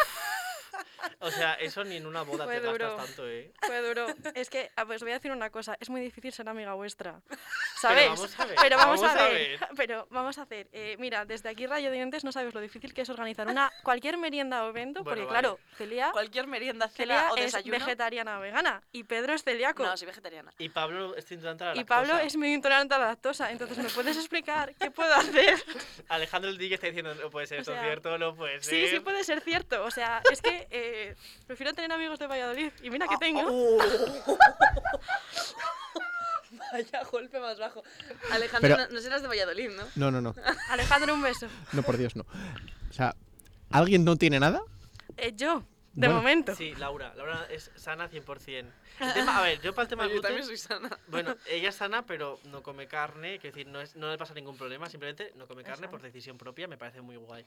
[SPEAKER 5] O sea, eso ni en una boda
[SPEAKER 6] Fue
[SPEAKER 5] te gastas
[SPEAKER 6] duro.
[SPEAKER 5] tanto, ¿eh?
[SPEAKER 6] Fue duro. Es que ah, os voy a decir una cosa, es muy difícil ser amiga vuestra.
[SPEAKER 5] Pero
[SPEAKER 6] ¿Sabéis?
[SPEAKER 5] vamos a ver,
[SPEAKER 6] Pero vamos,
[SPEAKER 5] vamos
[SPEAKER 6] a,
[SPEAKER 5] a
[SPEAKER 6] ver.
[SPEAKER 5] ver.
[SPEAKER 6] Pero vamos a hacer. eh, mira, desde aquí Radio Dientes no sabes lo difícil que es organizar una cualquier merienda o evento,
[SPEAKER 5] Bueno,
[SPEAKER 6] porque
[SPEAKER 5] vale.
[SPEAKER 6] claro, Celia,
[SPEAKER 4] Cualquier merienda,
[SPEAKER 6] Celia
[SPEAKER 4] cena o
[SPEAKER 6] es
[SPEAKER 4] desayuno.
[SPEAKER 6] vegetariana o vegana y Pedro es celíaco.
[SPEAKER 4] No, soy vegetariana.
[SPEAKER 5] Y Pablo está intentando la
[SPEAKER 6] y Pablo
[SPEAKER 5] lactosa.
[SPEAKER 6] es muy intolerante a la lactosa, entonces ¿me puedes explicar qué puedo hacer?
[SPEAKER 5] Alejandro el DJ está diciendo, no puede ser
[SPEAKER 6] O
[SPEAKER 5] esto,
[SPEAKER 6] sea,
[SPEAKER 5] ¿cierto? No puede
[SPEAKER 6] Sí,
[SPEAKER 5] ser.
[SPEAKER 6] sí puede ser cierto. O sea, es que eh, prefiero tener amigos de Valladolid y mira que
[SPEAKER 5] oh.
[SPEAKER 6] tengo.
[SPEAKER 4] Vaya golpe más bajo. Alejandro,
[SPEAKER 7] Pero-
[SPEAKER 4] no, no serás de Valladolid, ¿no?
[SPEAKER 7] No, no, no.
[SPEAKER 6] Alejandro, un beso.
[SPEAKER 7] No, por Dios, no. O sea, ¿alguien no tiene nada?
[SPEAKER 6] Eh, yo, de
[SPEAKER 7] Bueno.
[SPEAKER 6] momento.
[SPEAKER 5] Sí, Laura. Laura es sana 100%. El tema- a ver, yo para el tema del
[SPEAKER 4] Yo
[SPEAKER 5] gluten...
[SPEAKER 4] también soy sana.
[SPEAKER 5] Bueno, ella es sana, pero no come carne, quiero decir, no, es, no le pasa ningún problema, simplemente no come carne por decisión propia, me parece muy guay.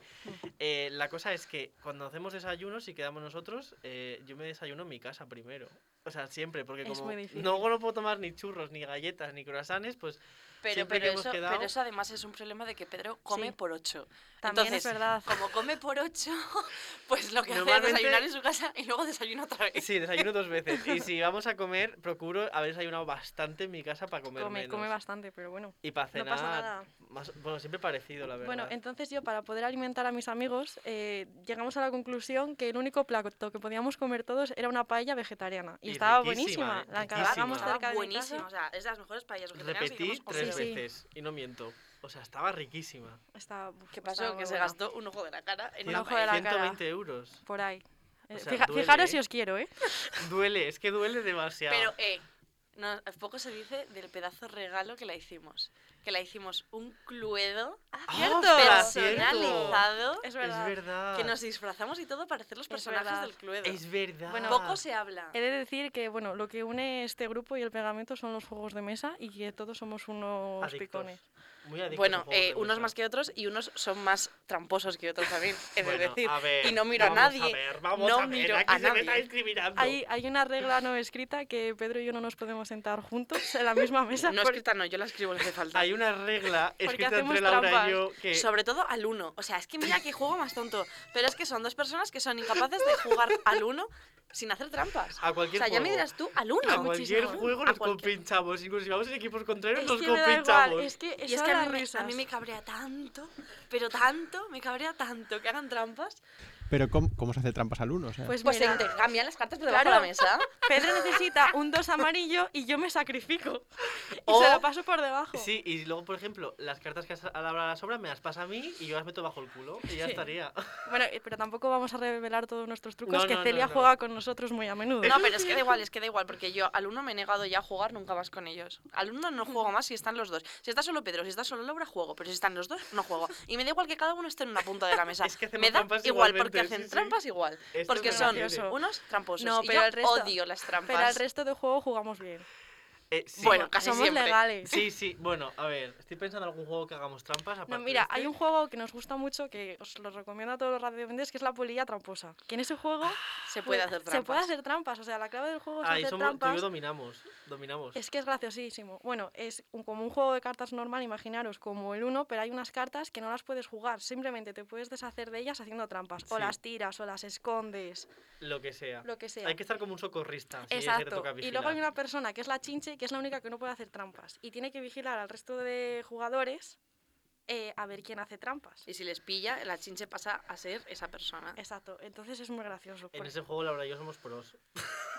[SPEAKER 5] Eh, la cosa es que cuando hacemos desayunos y quedamos nosotros, eh, yo me desayuno en mi casa primero. O sea, siempre, porque
[SPEAKER 6] Es
[SPEAKER 5] como
[SPEAKER 6] muy difícil.
[SPEAKER 5] no, no puedo tomar ni churros, ni galletas, ni croissants, pues
[SPEAKER 4] Pero,
[SPEAKER 5] Siempre que
[SPEAKER 4] pero,
[SPEAKER 5] hemos
[SPEAKER 4] eso, pero
[SPEAKER 5] quedado-
[SPEAKER 4] eso además es un problema de que Pedro come
[SPEAKER 6] Sí.
[SPEAKER 4] por ocho.
[SPEAKER 6] También
[SPEAKER 4] Entonces,
[SPEAKER 6] es verdad.
[SPEAKER 4] Como come por ocho, pues lo que hace
[SPEAKER 5] Normalmente-
[SPEAKER 4] es desayunar en su casa y luego desayuna otra vez.
[SPEAKER 5] sí, desayuno dos veces. Y si vamos a comer, procuro haber desayunado bastante en mi casa para comer
[SPEAKER 6] Come,
[SPEAKER 5] menos.
[SPEAKER 6] come bastante, pero bueno.
[SPEAKER 5] y para
[SPEAKER 6] no
[SPEAKER 5] cenar,
[SPEAKER 6] pasa nada.
[SPEAKER 5] más- bueno, siempre parecido, la verdad.
[SPEAKER 6] Bueno, entonces yo para poder alimentar a mis amigos eh, llegamos a la conclusión que el único plato que podíamos comer todos era una paella vegetariana. Y,
[SPEAKER 5] Y
[SPEAKER 6] estaba
[SPEAKER 5] riquísima,
[SPEAKER 6] buenísima. La
[SPEAKER 5] eh,
[SPEAKER 6] que
[SPEAKER 5] riquísima.
[SPEAKER 6] hagamos
[SPEAKER 5] Estaba
[SPEAKER 6] cerca de mi casa.
[SPEAKER 4] buenísimo, o sea, es de las mejores paellas vegetarianas que
[SPEAKER 5] Repetí
[SPEAKER 4] hemos comido.
[SPEAKER 5] tres
[SPEAKER 6] Sí, sí.
[SPEAKER 5] veces y no miento. O sea, estaba riquísima.
[SPEAKER 6] Estaba, uf,
[SPEAKER 4] ¿Qué
[SPEAKER 6] estaba
[SPEAKER 4] pasó? Que
[SPEAKER 6] muy
[SPEAKER 4] se
[SPEAKER 6] buena.
[SPEAKER 4] gastó un ojo de la cara en
[SPEAKER 6] Un
[SPEAKER 4] la
[SPEAKER 6] ojo de la cara.
[SPEAKER 5] 120 euros.
[SPEAKER 6] Por ahí. Eh,
[SPEAKER 5] sea,
[SPEAKER 6] fija-
[SPEAKER 5] duele,
[SPEAKER 6] fijaros
[SPEAKER 5] ¿eh?
[SPEAKER 6] si os quiero, ¿eh?
[SPEAKER 5] Duele, es que duele demasiado.
[SPEAKER 4] Pero, eh, no, poco se dice del pedazo regalo que la hicimos. Que la hicimos un cluedo
[SPEAKER 5] ¡Cierto!
[SPEAKER 4] personalizado
[SPEAKER 6] Es
[SPEAKER 5] ¡Ah, es
[SPEAKER 6] verdad.
[SPEAKER 5] verdad.
[SPEAKER 4] que nos disfrazamos y todo para hacer los
[SPEAKER 6] Es
[SPEAKER 4] personajes
[SPEAKER 6] verdad.
[SPEAKER 4] del cluedo.
[SPEAKER 5] Es verdad.
[SPEAKER 6] Bueno,
[SPEAKER 4] Poco se habla.
[SPEAKER 6] He de decir que bueno, lo que une este grupo y el pegamento son los juegos de mesa y que todos somos unos
[SPEAKER 5] Adictos.
[SPEAKER 6] picones.
[SPEAKER 5] Muy adictos a
[SPEAKER 4] Bueno,
[SPEAKER 5] juegos
[SPEAKER 4] eh,
[SPEAKER 5] de
[SPEAKER 4] unos
[SPEAKER 5] mesa.
[SPEAKER 4] más que otros y unos son más tramposos que otros también, es
[SPEAKER 5] Bueno,
[SPEAKER 4] decir.
[SPEAKER 5] a ver,
[SPEAKER 4] y no miro a
[SPEAKER 5] vamos
[SPEAKER 4] nadie.
[SPEAKER 5] ver, vamos
[SPEAKER 4] No
[SPEAKER 5] a ver,
[SPEAKER 4] miro
[SPEAKER 5] aquí
[SPEAKER 4] a
[SPEAKER 5] se me
[SPEAKER 4] nadie.
[SPEAKER 5] está discriminando.
[SPEAKER 6] Hay, hay una regla no escrita que Pedro y yo no nos podemos sentar juntos en la misma mesa.
[SPEAKER 4] No
[SPEAKER 6] porque-
[SPEAKER 4] escrita, no, yo la escribo, no hace falta.
[SPEAKER 5] Hay una regla escrita
[SPEAKER 6] hacemos
[SPEAKER 5] entre Laura
[SPEAKER 6] trampas.
[SPEAKER 5] y yo que
[SPEAKER 4] Sobre todo al uno. O sea, es que mira qué juego más tonto. Pero es que son dos personas que son incapaces de jugar al uno sin hacer trampas.
[SPEAKER 5] a cualquier
[SPEAKER 4] o sea, ya
[SPEAKER 5] juego,
[SPEAKER 4] me dirás tú al uno.
[SPEAKER 5] a cualquier
[SPEAKER 6] muchísimo.
[SPEAKER 5] juego
[SPEAKER 4] A
[SPEAKER 5] nos
[SPEAKER 4] cualquier-
[SPEAKER 5] compinchamos. Incluso si vamos en equipos contrarios
[SPEAKER 6] Es
[SPEAKER 5] nos
[SPEAKER 6] que me da igual,
[SPEAKER 5] compinchamos.
[SPEAKER 6] es que
[SPEAKER 4] Y es
[SPEAKER 6] eso
[SPEAKER 4] que
[SPEAKER 6] da
[SPEAKER 4] a mí, me,
[SPEAKER 6] risas.
[SPEAKER 4] a mí me cabrea tanto, pero tanto, me cabrea tanto que hagan trampas.
[SPEAKER 7] Pero ¿cómo, cómo se hace trampas al uno? O sea,
[SPEAKER 6] Pues,
[SPEAKER 4] Pues se
[SPEAKER 6] mira,
[SPEAKER 4] intercambian las cartas por
[SPEAKER 6] Claro.
[SPEAKER 4] debajo de la mesa.
[SPEAKER 6] Pedro necesita un 2 amarillo y yo me sacrifico. Y
[SPEAKER 5] O-
[SPEAKER 6] se lo paso por debajo.
[SPEAKER 5] Sí, y luego, por ejemplo, las cartas que a Laura la sobra me las pasa a mí y yo las meto bajo el culo y ya
[SPEAKER 6] Sí.
[SPEAKER 5] estaría.
[SPEAKER 6] Bueno, eh, pero tampoco vamos a revelar todos nuestros trucos
[SPEAKER 5] No,
[SPEAKER 6] que
[SPEAKER 5] no, no,
[SPEAKER 6] Celia
[SPEAKER 5] no.
[SPEAKER 6] juega con nosotros muy a menudo.
[SPEAKER 4] No, pero es que da igual, es que da igual, porque yo al uno me he negado ya a jugar nunca más con ellos. Al uno no juego más si están los dos. Si está solo Pedro, si está solo Laura, juego, pero si están los dos, no juego. Y me da igual que cada uno esté en una punta de la mesa.
[SPEAKER 5] Es que hacemos
[SPEAKER 4] me da
[SPEAKER 5] trampas
[SPEAKER 4] igual, porque
[SPEAKER 5] igualmente,
[SPEAKER 4] hacen
[SPEAKER 5] sí, sí.
[SPEAKER 4] trampas igual.
[SPEAKER 5] es
[SPEAKER 4] porque son
[SPEAKER 5] gracioso.
[SPEAKER 4] unos tramposos.
[SPEAKER 6] No,
[SPEAKER 4] y
[SPEAKER 6] pero
[SPEAKER 4] yo
[SPEAKER 6] el resto-
[SPEAKER 4] odio las trampas.
[SPEAKER 6] Pero al resto del juego jugamos bien.
[SPEAKER 5] Eh, sí.
[SPEAKER 4] Bueno, casi
[SPEAKER 6] Somos
[SPEAKER 4] siempre.
[SPEAKER 6] legales.
[SPEAKER 5] Sí, sí, bueno, a ver, estoy pensando en algún juego que hagamos trampas.
[SPEAKER 6] No,
[SPEAKER 5] aparte de
[SPEAKER 6] mira,
[SPEAKER 5] este.
[SPEAKER 6] hay un juego que nos gusta mucho, que os lo recomiendo a todos los radiovendes, que es la polilla tramposa. Que en ese juego
[SPEAKER 4] Se Ah, puede hacer trampas.
[SPEAKER 6] se puede hacer trampas. O sea, la clave del juego es
[SPEAKER 5] Ahí
[SPEAKER 6] hacer
[SPEAKER 5] somos, tú y
[SPEAKER 6] trampas.
[SPEAKER 5] yo dominamos, dominamos.
[SPEAKER 6] Es que es graciosísimo. Bueno, es un- como un juego de cartas normal, imaginaros, como el uno, pero hay unas cartas que no las puedes jugar. Simplemente te puedes deshacer de ellas haciendo trampas. O
[SPEAKER 5] Sí.
[SPEAKER 6] las tiras, o las escondes,
[SPEAKER 5] Lo que sea.
[SPEAKER 6] lo que sea.
[SPEAKER 5] Hay que estar como un socorrista. si es que te
[SPEAKER 6] Exacto.
[SPEAKER 5] toca
[SPEAKER 6] y luego
[SPEAKER 5] vigilar.
[SPEAKER 6] hay una persona que es la chinche, que es la única que no puede hacer trampas. Y tiene que vigilar al resto de jugadores eh, a ver quién hace trampas.
[SPEAKER 4] Y si les pilla, la chinche pasa a ser esa persona.
[SPEAKER 6] Exacto. Entonces es muy gracioso.
[SPEAKER 5] En
[SPEAKER 6] porque
[SPEAKER 5] ese juego, Laura y yo somos pros.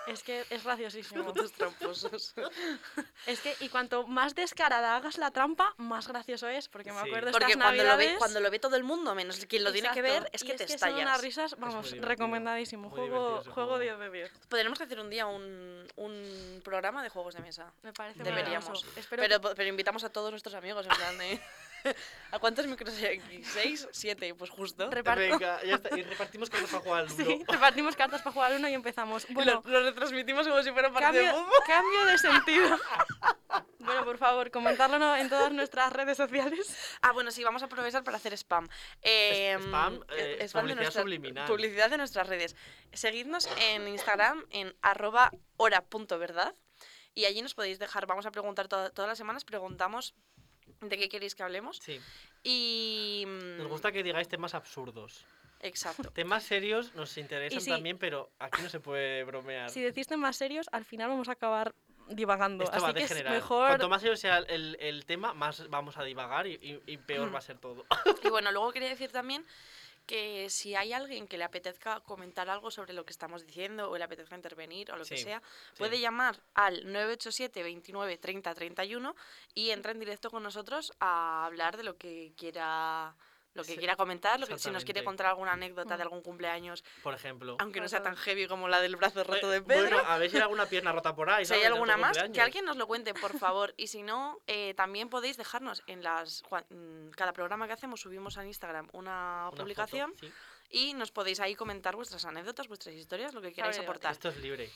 [SPEAKER 6] Es que es graciosísimo.
[SPEAKER 4] Putos tramposos.
[SPEAKER 6] es que, y cuanto más descarada hagas la trampa, más gracioso es. Porque me
[SPEAKER 5] Sí.
[SPEAKER 6] acuerdo estas
[SPEAKER 4] Porque cuando lo, ve,
[SPEAKER 6] navidades-
[SPEAKER 4] cuando lo ve todo el mundo, menos quien lo tiene que
[SPEAKER 6] Exacto,
[SPEAKER 4] ver, es
[SPEAKER 6] y
[SPEAKER 4] que te
[SPEAKER 6] son unas
[SPEAKER 4] estallas.
[SPEAKER 6] risas, vamos,
[SPEAKER 5] divertido,
[SPEAKER 6] recomendadísimo.
[SPEAKER 5] muy
[SPEAKER 6] Juego,
[SPEAKER 5] divertido ese
[SPEAKER 6] juego,
[SPEAKER 5] juego.
[SPEAKER 6] 10 de 10.
[SPEAKER 4] Podríamos hacer un día un, un programa de juegos de mesa.
[SPEAKER 6] Me parece
[SPEAKER 4] Deberíamos.
[SPEAKER 6] maravilloso. Espero
[SPEAKER 4] Pero, po- pero invitamos a todos nuestros amigos, en plan de... ¿A cuántos micros hay aquí? ¿Seis? ¿Siete? Pues justo.
[SPEAKER 6] que repart-
[SPEAKER 5] Venga, ya está. Y repartimos con para jugar al
[SPEAKER 6] Sí,
[SPEAKER 5] uno.
[SPEAKER 6] repartimos cartas para jugar uno y empezamos. Bueno,
[SPEAKER 4] lo, lo retransmitimos como si fuera parte de
[SPEAKER 6] cambio,
[SPEAKER 4] fútbol.
[SPEAKER 6] cambio de sentido. bueno, por favor, comentadlo ¿no? en todas nuestras redes sociales.
[SPEAKER 4] Ah, bueno, sí, vamos a aprovechar para hacer spam. Em,
[SPEAKER 5] spam, eh, publicidad
[SPEAKER 4] nuestra-
[SPEAKER 5] subliminal.
[SPEAKER 4] Publicidad de nuestras redes. Seguidnos en Instagram en arroba hora punto verdad y allí nos podéis dejar, vamos a preguntar to- todas las semanas, preguntamos de qué queréis que hablemos.
[SPEAKER 5] Sí.
[SPEAKER 4] Y. mm,
[SPEAKER 5] Nos gusta que digáis temas absurdos.
[SPEAKER 4] Exacto.
[SPEAKER 5] Temas serios nos interesan
[SPEAKER 6] si-
[SPEAKER 5] también, pero aquí no se puede bromear.
[SPEAKER 6] Si decís temas serios, al final vamos a acabar divagando.
[SPEAKER 5] Esto va
[SPEAKER 6] así
[SPEAKER 5] a
[SPEAKER 6] que es
[SPEAKER 5] degenerar.
[SPEAKER 6] mejor.
[SPEAKER 5] Cuanto más serio sea el, el tema, más vamos a divagar y, y- y peor
[SPEAKER 6] Mm.
[SPEAKER 5] va a ser todo.
[SPEAKER 4] Y bueno, luego quería decir también que si hay alguien que le apetezca comentar algo sobre lo que estamos diciendo o le apetezca intervenir o lo que
[SPEAKER 5] Sí,
[SPEAKER 4] sea,
[SPEAKER 5] sí.
[SPEAKER 4] puede llamar al 987 29 30 31 y entra en directo con nosotros a hablar de lo que quiera lo que
[SPEAKER 5] Sí,
[SPEAKER 4] quiera comentar, lo que, si nos
[SPEAKER 5] exactamente. Mm.
[SPEAKER 4] quiere contar alguna anécdota de algún cumpleaños,
[SPEAKER 5] Por ejemplo.
[SPEAKER 4] aunque no
[SPEAKER 6] Por
[SPEAKER 4] sea
[SPEAKER 6] favor.
[SPEAKER 4] tan heavy como la del brazo roto de
[SPEAKER 5] Eh,
[SPEAKER 4] Pedro.
[SPEAKER 5] Bueno, a ver si hay alguna pierna rota por ahí.
[SPEAKER 4] Si hay
[SPEAKER 5] ¿sabes? De
[SPEAKER 4] alguna
[SPEAKER 5] otro
[SPEAKER 4] más, que
[SPEAKER 5] cumpleaños.
[SPEAKER 4] alguien nos lo cuente, por favor. Y si no, eh, también podéis dejarnos en las. cua- mm, Cada programa que hacemos subimos a Instagram una,
[SPEAKER 5] Una
[SPEAKER 4] publicación
[SPEAKER 5] foto, sí.
[SPEAKER 4] y nos podéis ahí comentar vuestras anécdotas, vuestras historias, lo que queráis
[SPEAKER 6] Sabe,
[SPEAKER 4] aportar.
[SPEAKER 5] Esto es libre.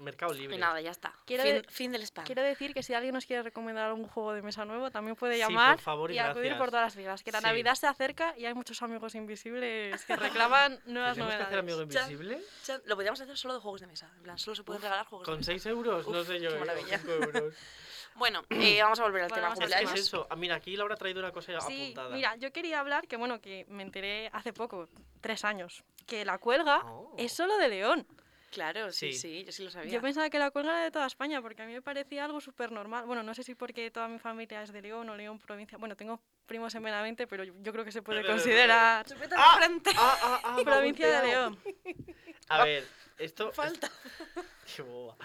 [SPEAKER 5] Mercado libre.
[SPEAKER 4] Y nada, ya está.
[SPEAKER 6] Quiero
[SPEAKER 4] fin,
[SPEAKER 6] de-
[SPEAKER 4] fin del spam.
[SPEAKER 6] Quiero decir que si alguien nos quiere recomendar algún juego de mesa nuevo, también puede
[SPEAKER 5] Sí, por
[SPEAKER 6] llamar
[SPEAKER 5] favor y
[SPEAKER 6] acudir
[SPEAKER 5] gracias.
[SPEAKER 6] por todas las ligas. Que la
[SPEAKER 5] Sí.
[SPEAKER 6] Navidad se acerca y hay muchos amigos invisibles que reclaman nuevas
[SPEAKER 5] ¿Tenemos que hacer
[SPEAKER 6] novedades.
[SPEAKER 5] amigo
[SPEAKER 4] Ya.
[SPEAKER 5] invisible?
[SPEAKER 4] Chan, Lo podríamos hacer solo de juegos de mesa. En plan, solo se pueden regalar juegos
[SPEAKER 5] ¿Con
[SPEAKER 4] de mesa.
[SPEAKER 5] 6 euros? no
[SPEAKER 4] Uf,
[SPEAKER 5] sé yo.
[SPEAKER 4] qué
[SPEAKER 5] eh, o
[SPEAKER 4] maravilla. Pues
[SPEAKER 5] cinco euros.
[SPEAKER 4] Bueno, eh, vamos a volver al
[SPEAKER 6] Bueno,
[SPEAKER 4] tema
[SPEAKER 6] vamos a
[SPEAKER 5] es que es
[SPEAKER 4] cumpleaños.
[SPEAKER 5] eso. Ah, Mira, aquí Laura ha traído una cosa
[SPEAKER 6] Sí,
[SPEAKER 5] apuntada.
[SPEAKER 6] mira, yo quería hablar que, bueno, que me enteré hace poco, tres años, que la cuelga
[SPEAKER 5] Oh.
[SPEAKER 6] es solo de León.
[SPEAKER 4] Claro, sí,
[SPEAKER 5] Sí.
[SPEAKER 4] sí, yo sí lo sabía.
[SPEAKER 6] Yo pensaba que la cuelga era de toda España, porque a mí me parecía algo súper normal. Bueno, no sé si porque toda mi familia es de León o León provincia. Bueno, tengo primos en Benavente, pero yo, yo creo que se puede considerar
[SPEAKER 4] Vete a la frente.
[SPEAKER 5] Ah, ah, ah, me ha
[SPEAKER 6] provincia de
[SPEAKER 5] golpeado.
[SPEAKER 6] León.
[SPEAKER 5] A ver, esto.
[SPEAKER 4] Ah. Falta.
[SPEAKER 5] Qué boba.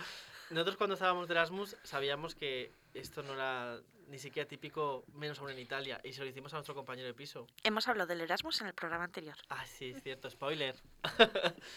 [SPEAKER 5] Nosotros cuando estábamos de Erasmus sabíamos que esto no era ni siquiera típico, menos aún en Italia, y se lo hicimos a nuestro compañero de piso.
[SPEAKER 4] Hemos hablado del Erasmus en el programa anterior.
[SPEAKER 5] Ah, sí, es cierto, spoiler.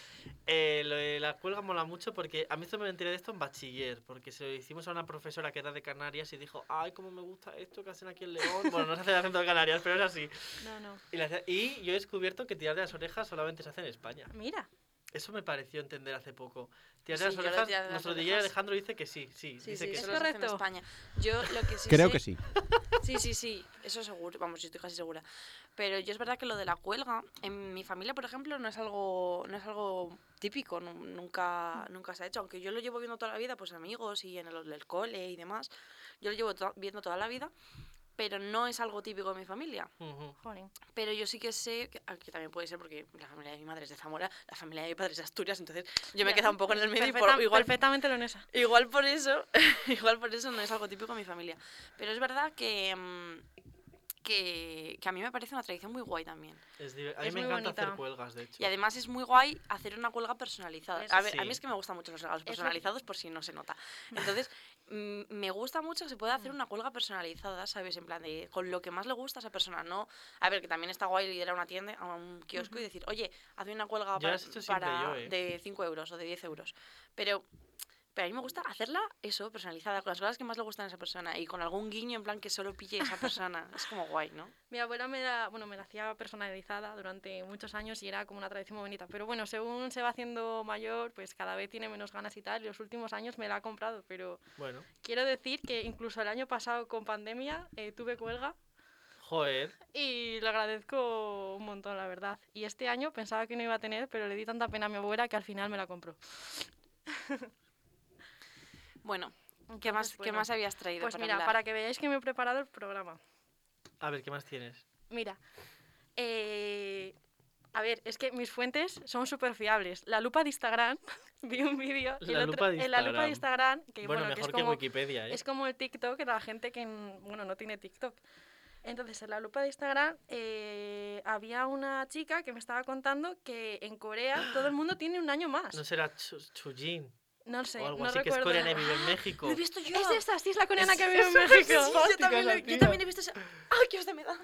[SPEAKER 5] Eh, lo de la cuelga mola mucho porque a mí esto me enteré de esto en bachiller, porque se lo hicimos a una profesora que era de Canarias y dijo, ay, cómo me gusta esto que hacen aquí en León. Bueno, no se hace el acento de Canarias, pero es así.
[SPEAKER 6] No, no.
[SPEAKER 5] Y, la hacía- y yo he descubierto que tirar de las orejas solamente se hace en España.
[SPEAKER 6] Mira,
[SPEAKER 5] Eso me pareció entender hace poco. Tirar
[SPEAKER 4] Sí,
[SPEAKER 5] de las
[SPEAKER 4] yo lo
[SPEAKER 5] orejas,
[SPEAKER 4] tiraba de las
[SPEAKER 5] nuestro DJ
[SPEAKER 4] orejas.
[SPEAKER 5] Alejandro dice que sí, sí,
[SPEAKER 4] Sí,
[SPEAKER 5] dice
[SPEAKER 4] sí,
[SPEAKER 5] que
[SPEAKER 4] eso
[SPEAKER 5] sí.
[SPEAKER 4] lo hacen en
[SPEAKER 6] correcto.
[SPEAKER 4] España. Yo lo que sí
[SPEAKER 7] Creo
[SPEAKER 4] sé-
[SPEAKER 7] que sí.
[SPEAKER 4] Sí, sí, sí, eso seguro, vamos, yo estoy casi segura. Pero yo es verdad que lo de la cuelga, en mi familia, por ejemplo, no es algo, no es algo típico, nu- nunca,
[SPEAKER 6] Mm.
[SPEAKER 4] nunca se ha hecho. Aunque yo lo llevo viendo toda la vida, pues amigos y en el, el cole y demás, yo lo llevo to- viendo toda la vida, pero no es algo típico de mi familia.
[SPEAKER 5] Ujú.
[SPEAKER 6] jolín.
[SPEAKER 4] Pero yo sí que sé, que, aunque también puede ser porque la familia de mi madre es de Zamora, la familia de mi padre es de Asturias, entonces yo me he
[SPEAKER 6] Ya.
[SPEAKER 4] quedado un poco en el medio y
[SPEAKER 6] Perfecta-
[SPEAKER 4] por, igual
[SPEAKER 6] Perfectamente leonesa.
[SPEAKER 4] Igual por eso, igual por eso no es algo típico de mi familia. Pero es verdad que, mm, que, que a mí me parece una tradición muy guay también.
[SPEAKER 5] Es diver- a mí
[SPEAKER 6] Es
[SPEAKER 5] me
[SPEAKER 6] muy
[SPEAKER 5] encanta hacer
[SPEAKER 6] bonita.
[SPEAKER 5] cuelgas, de hecho.
[SPEAKER 4] Y además es muy guay hacer una cuelga personalizada.
[SPEAKER 6] Eso
[SPEAKER 4] A ver, a
[SPEAKER 5] sí.
[SPEAKER 4] mí es que me gustan mucho los regalos
[SPEAKER 6] Eso-
[SPEAKER 4] personalizados por si no se nota. Entonces, mm, me gusta mucho que se pueda
[SPEAKER 5] Mm.
[SPEAKER 4] hacer una cuelga personalizada, ¿sabes? En plan de con lo que más le gusta a esa persona. No, a ver, que también está guay ir a una tienda, a un kiosco y decir, oye, hazme una cuelga
[SPEAKER 5] Yo
[SPEAKER 4] para,
[SPEAKER 5] las he hecho siempre
[SPEAKER 4] para-
[SPEAKER 5] yo, ¿eh?
[SPEAKER 4] de 5 euros o de 10 euros. Pero, pero a mí me gusta hacerla eso, personalizada, con las cosas que más le gustan a esa persona y con algún guiño en plan que solo pille esa persona. es como guay, ¿no?
[SPEAKER 6] Mi abuela me la, bueno, me la hacía personalizada durante muchos años y era como una tradición muy bonita. Pero bueno, según se va haciendo mayor, pues cada vez tiene menos ganas y tal. Y los últimos años me la ha comprado. Pero
[SPEAKER 5] Bueno,
[SPEAKER 6] quiero decir que incluso el año pasado con pandemia eh, tuve cuelga
[SPEAKER 5] joder,
[SPEAKER 6] y lo agradezco un montón, la verdad. Y este año pensaba que no iba a tener, pero le di tanta pena a mi abuela que al final me la compró.
[SPEAKER 4] Bueno, ¿qué
[SPEAKER 5] Pues
[SPEAKER 6] Entonces,
[SPEAKER 4] más, ¿qué
[SPEAKER 6] bueno,
[SPEAKER 4] más habías traído?
[SPEAKER 6] Pues
[SPEAKER 4] para
[SPEAKER 6] mira,
[SPEAKER 4] hablar?
[SPEAKER 6] para que veáis que me he preparado el programa.
[SPEAKER 5] a ver, ¿qué más tienes?
[SPEAKER 6] Mira, eh, a ver, es que mis fuentes son súper fiables. La lupa de Instagram, vi un vídeo el
[SPEAKER 5] La
[SPEAKER 6] otro-
[SPEAKER 5] lupa de
[SPEAKER 6] en la lupa de Instagram, que
[SPEAKER 5] bueno,
[SPEAKER 6] bueno, que
[SPEAKER 5] mejor
[SPEAKER 6] es
[SPEAKER 5] que,
[SPEAKER 6] como,
[SPEAKER 5] Wikipedia, ¿eh?
[SPEAKER 6] es como el TikTok de la gente que n- bueno, no tiene TikTok. Entonces, en la lupa de Instagram eh, había una chica que me estaba contando que en Corea todo el mundo tiene un año más.
[SPEAKER 5] No será Chu- Chujin
[SPEAKER 6] No sé,
[SPEAKER 5] o algo
[SPEAKER 6] no
[SPEAKER 5] así, que es
[SPEAKER 6] recuerdo.
[SPEAKER 5] coreana y vive en México.
[SPEAKER 4] Lo he visto yo.
[SPEAKER 6] Es esta, sí, es la coreana
[SPEAKER 5] Es-
[SPEAKER 6] que vive en
[SPEAKER 5] es
[SPEAKER 6] México.
[SPEAKER 5] súper
[SPEAKER 4] yo, también lo-
[SPEAKER 5] la
[SPEAKER 4] yo
[SPEAKER 5] tía.
[SPEAKER 4] también he visto ese... ¡Ay, qué os da me da!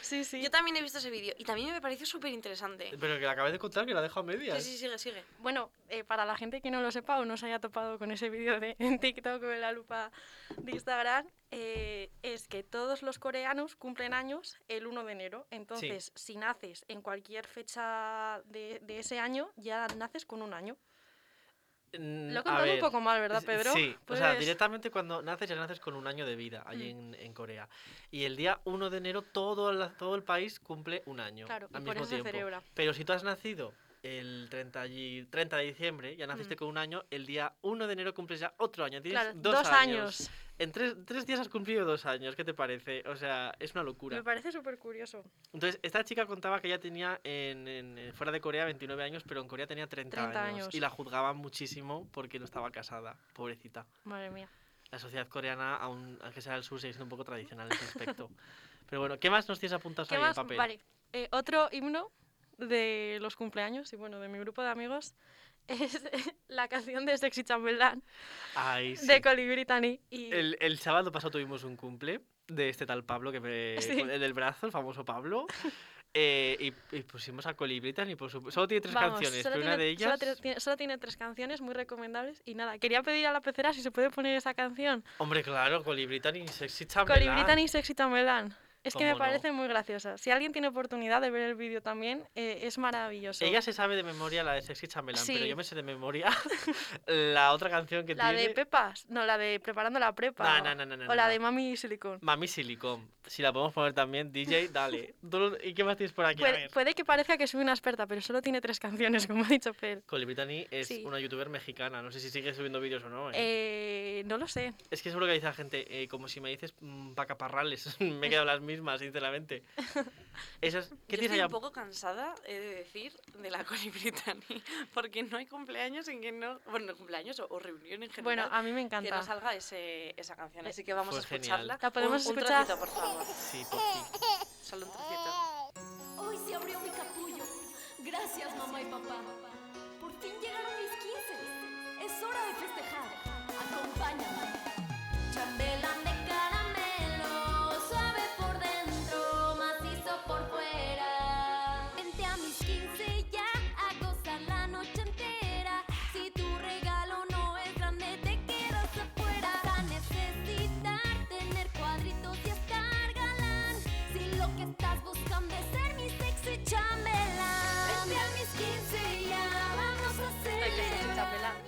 [SPEAKER 6] Sí, sí.
[SPEAKER 4] Yo también he visto ese vídeo y también me pareció súper interesante.
[SPEAKER 5] Eh, Pero que la acabé de contar, que la dejo a medias.
[SPEAKER 4] Sí, sí, sigue, sigue.
[SPEAKER 6] Bueno, eh, para la gente que no lo sepa o no se haya topado con ese vídeo de en TikTok o en la lupa de Instagram, eh, es que todos los coreanos cumplen años el 1 de enero. Entonces, si naces en cualquier fecha de, de ese año, ya naces con un año.
[SPEAKER 5] Mm,
[SPEAKER 6] Lo he
[SPEAKER 5] a
[SPEAKER 6] contado un
[SPEAKER 5] ver,
[SPEAKER 6] poco mal, ¿verdad,
[SPEAKER 5] es-
[SPEAKER 6] Pedro?
[SPEAKER 5] Sí, o sea,
[SPEAKER 6] Pues- Mm.
[SPEAKER 5] directamente cuando naces, ya naces con un año de vida allí en, en Corea. Y el día 1 de enero todo, la- todo el país cumple un año
[SPEAKER 6] Claro, y
[SPEAKER 5] al
[SPEAKER 6] por
[SPEAKER 5] mismo
[SPEAKER 6] eso se
[SPEAKER 5] tiempo.
[SPEAKER 6] celebra.
[SPEAKER 5] Pero si tú has nacido el 30, y- 30 de diciembre, ya naciste con un año, el día 1 de enero cumples ya otro año. Tienes
[SPEAKER 6] Mm. Claro,
[SPEAKER 5] dos,
[SPEAKER 6] dos
[SPEAKER 5] años.
[SPEAKER 6] años.
[SPEAKER 5] En tres, tres días has cumplido dos años, ¿qué te parece? O sea, es una locura.
[SPEAKER 6] Me parece súper curioso.
[SPEAKER 5] Entonces, esta chica contaba que ella tenía en, en- en- fuera de Corea 29 años, pero en Corea tenía 30,
[SPEAKER 6] 30
[SPEAKER 5] años,
[SPEAKER 6] años.
[SPEAKER 5] Y la juzgaban muchísimo porque no estaba casada, pobrecita.
[SPEAKER 6] Madre mía.
[SPEAKER 5] La sociedad coreana, aun- aunque sea del sur, sigue siendo un poco tradicional en ese aspecto. pero bueno, ¿qué más nos tienes apuntados
[SPEAKER 6] ¿Qué
[SPEAKER 5] ahí
[SPEAKER 6] más?
[SPEAKER 5] en papel?
[SPEAKER 6] Vale. Eh, otro himno de los cumpleaños y bueno, de mi grupo de amigos es la canción de Sexy Chamberlain
[SPEAKER 5] Ay, sí.
[SPEAKER 6] de Colibrí Tani. Y
[SPEAKER 5] El, el sábado pasado tuvimos un cumple de este tal Pablo, que me,
[SPEAKER 6] Sí.
[SPEAKER 5] el del brazo, el famoso Pablo. eh, y, y pusimos a Colibritan y por supuesto. Solo tiene tres
[SPEAKER 6] vamos,
[SPEAKER 5] canciones,
[SPEAKER 6] solo
[SPEAKER 5] pero una
[SPEAKER 6] tiene-
[SPEAKER 5] de
[SPEAKER 6] Solo
[SPEAKER 5] ellas.
[SPEAKER 6] tre- tiene, solo tiene tres canciones muy recomendables y nada, quería pedir a la pecera si se puede poner esa canción.
[SPEAKER 5] Hombre, claro, Colibritan y Sexy Chamberlain.
[SPEAKER 6] Colibrí Tani, Sexy Chamberlain. Es que me
[SPEAKER 5] ¿Cómo no?
[SPEAKER 6] parece muy graciosa. Si alguien tiene oportunidad de ver el vídeo también, eh, es maravilloso.
[SPEAKER 5] Ella se sabe de memoria la de Sexy Chamberlain, pero
[SPEAKER 6] Sí.
[SPEAKER 5] yo me sé de memoria la otra canción que
[SPEAKER 6] la
[SPEAKER 5] tiene.
[SPEAKER 6] de Pepas, no, la de Preparando la Prepa.
[SPEAKER 5] No, no, no, no,
[SPEAKER 6] o
[SPEAKER 5] no,
[SPEAKER 6] la
[SPEAKER 5] no.
[SPEAKER 6] de Mami Silicon.
[SPEAKER 5] Mami Silicon. Si la podemos poner también, DJ, dale. Tú- ¿Y qué más tienes por aquí? A
[SPEAKER 6] Puede,
[SPEAKER 5] ver.
[SPEAKER 6] puede que parezca que soy una experta, pero solo tiene tres canciones, como ha dicho Pel.
[SPEAKER 5] Colibritani es
[SPEAKER 6] Sí.
[SPEAKER 5] una youtuber mexicana. No sé si sigue subiendo vídeos o no. ¿eh?
[SPEAKER 6] Eh, no lo sé.
[SPEAKER 5] Es que seguro que dice la gente, eh, como si me dices mm, pacaparrales. me he quedado las mismas, sinceramente. Esas, ¿Qué
[SPEAKER 4] Yo
[SPEAKER 5] tienes
[SPEAKER 4] estoy
[SPEAKER 5] allá?
[SPEAKER 4] un poco cansada, he de decir, de la Coli Brittany, porque no hay cumpleaños en que no... Bueno, cumpleaños o, o reunión en
[SPEAKER 6] Bueno,
[SPEAKER 4] general
[SPEAKER 6] a mí me
[SPEAKER 4] que no
[SPEAKER 6] encanta.
[SPEAKER 4] salga ese- esa canción. Así que vamos
[SPEAKER 5] Fue
[SPEAKER 4] a escucharla.
[SPEAKER 5] genial.
[SPEAKER 6] La podemos
[SPEAKER 4] un, un
[SPEAKER 6] escuchar.
[SPEAKER 4] trocito, por favor.
[SPEAKER 5] Sí, por ti.
[SPEAKER 4] Solo un trocito.
[SPEAKER 8] Hoy se abrió mi capullo. Gracias, mamá y papá. Por fin llegaron mis 15. Es hora de festejar. Acompáñame. Chambelán de caramelo, suave por dentro, macizo por fuera. Vente a mis 15 ya a gozar la noche entera. Si tu regalo no es grande, te quedas afuera. Vas a necesitar tener cuadritos y estar galán. Si lo que estás buscando es ser mi sexy chambelán. Vente a mis 15 ya, vamos a celebrar.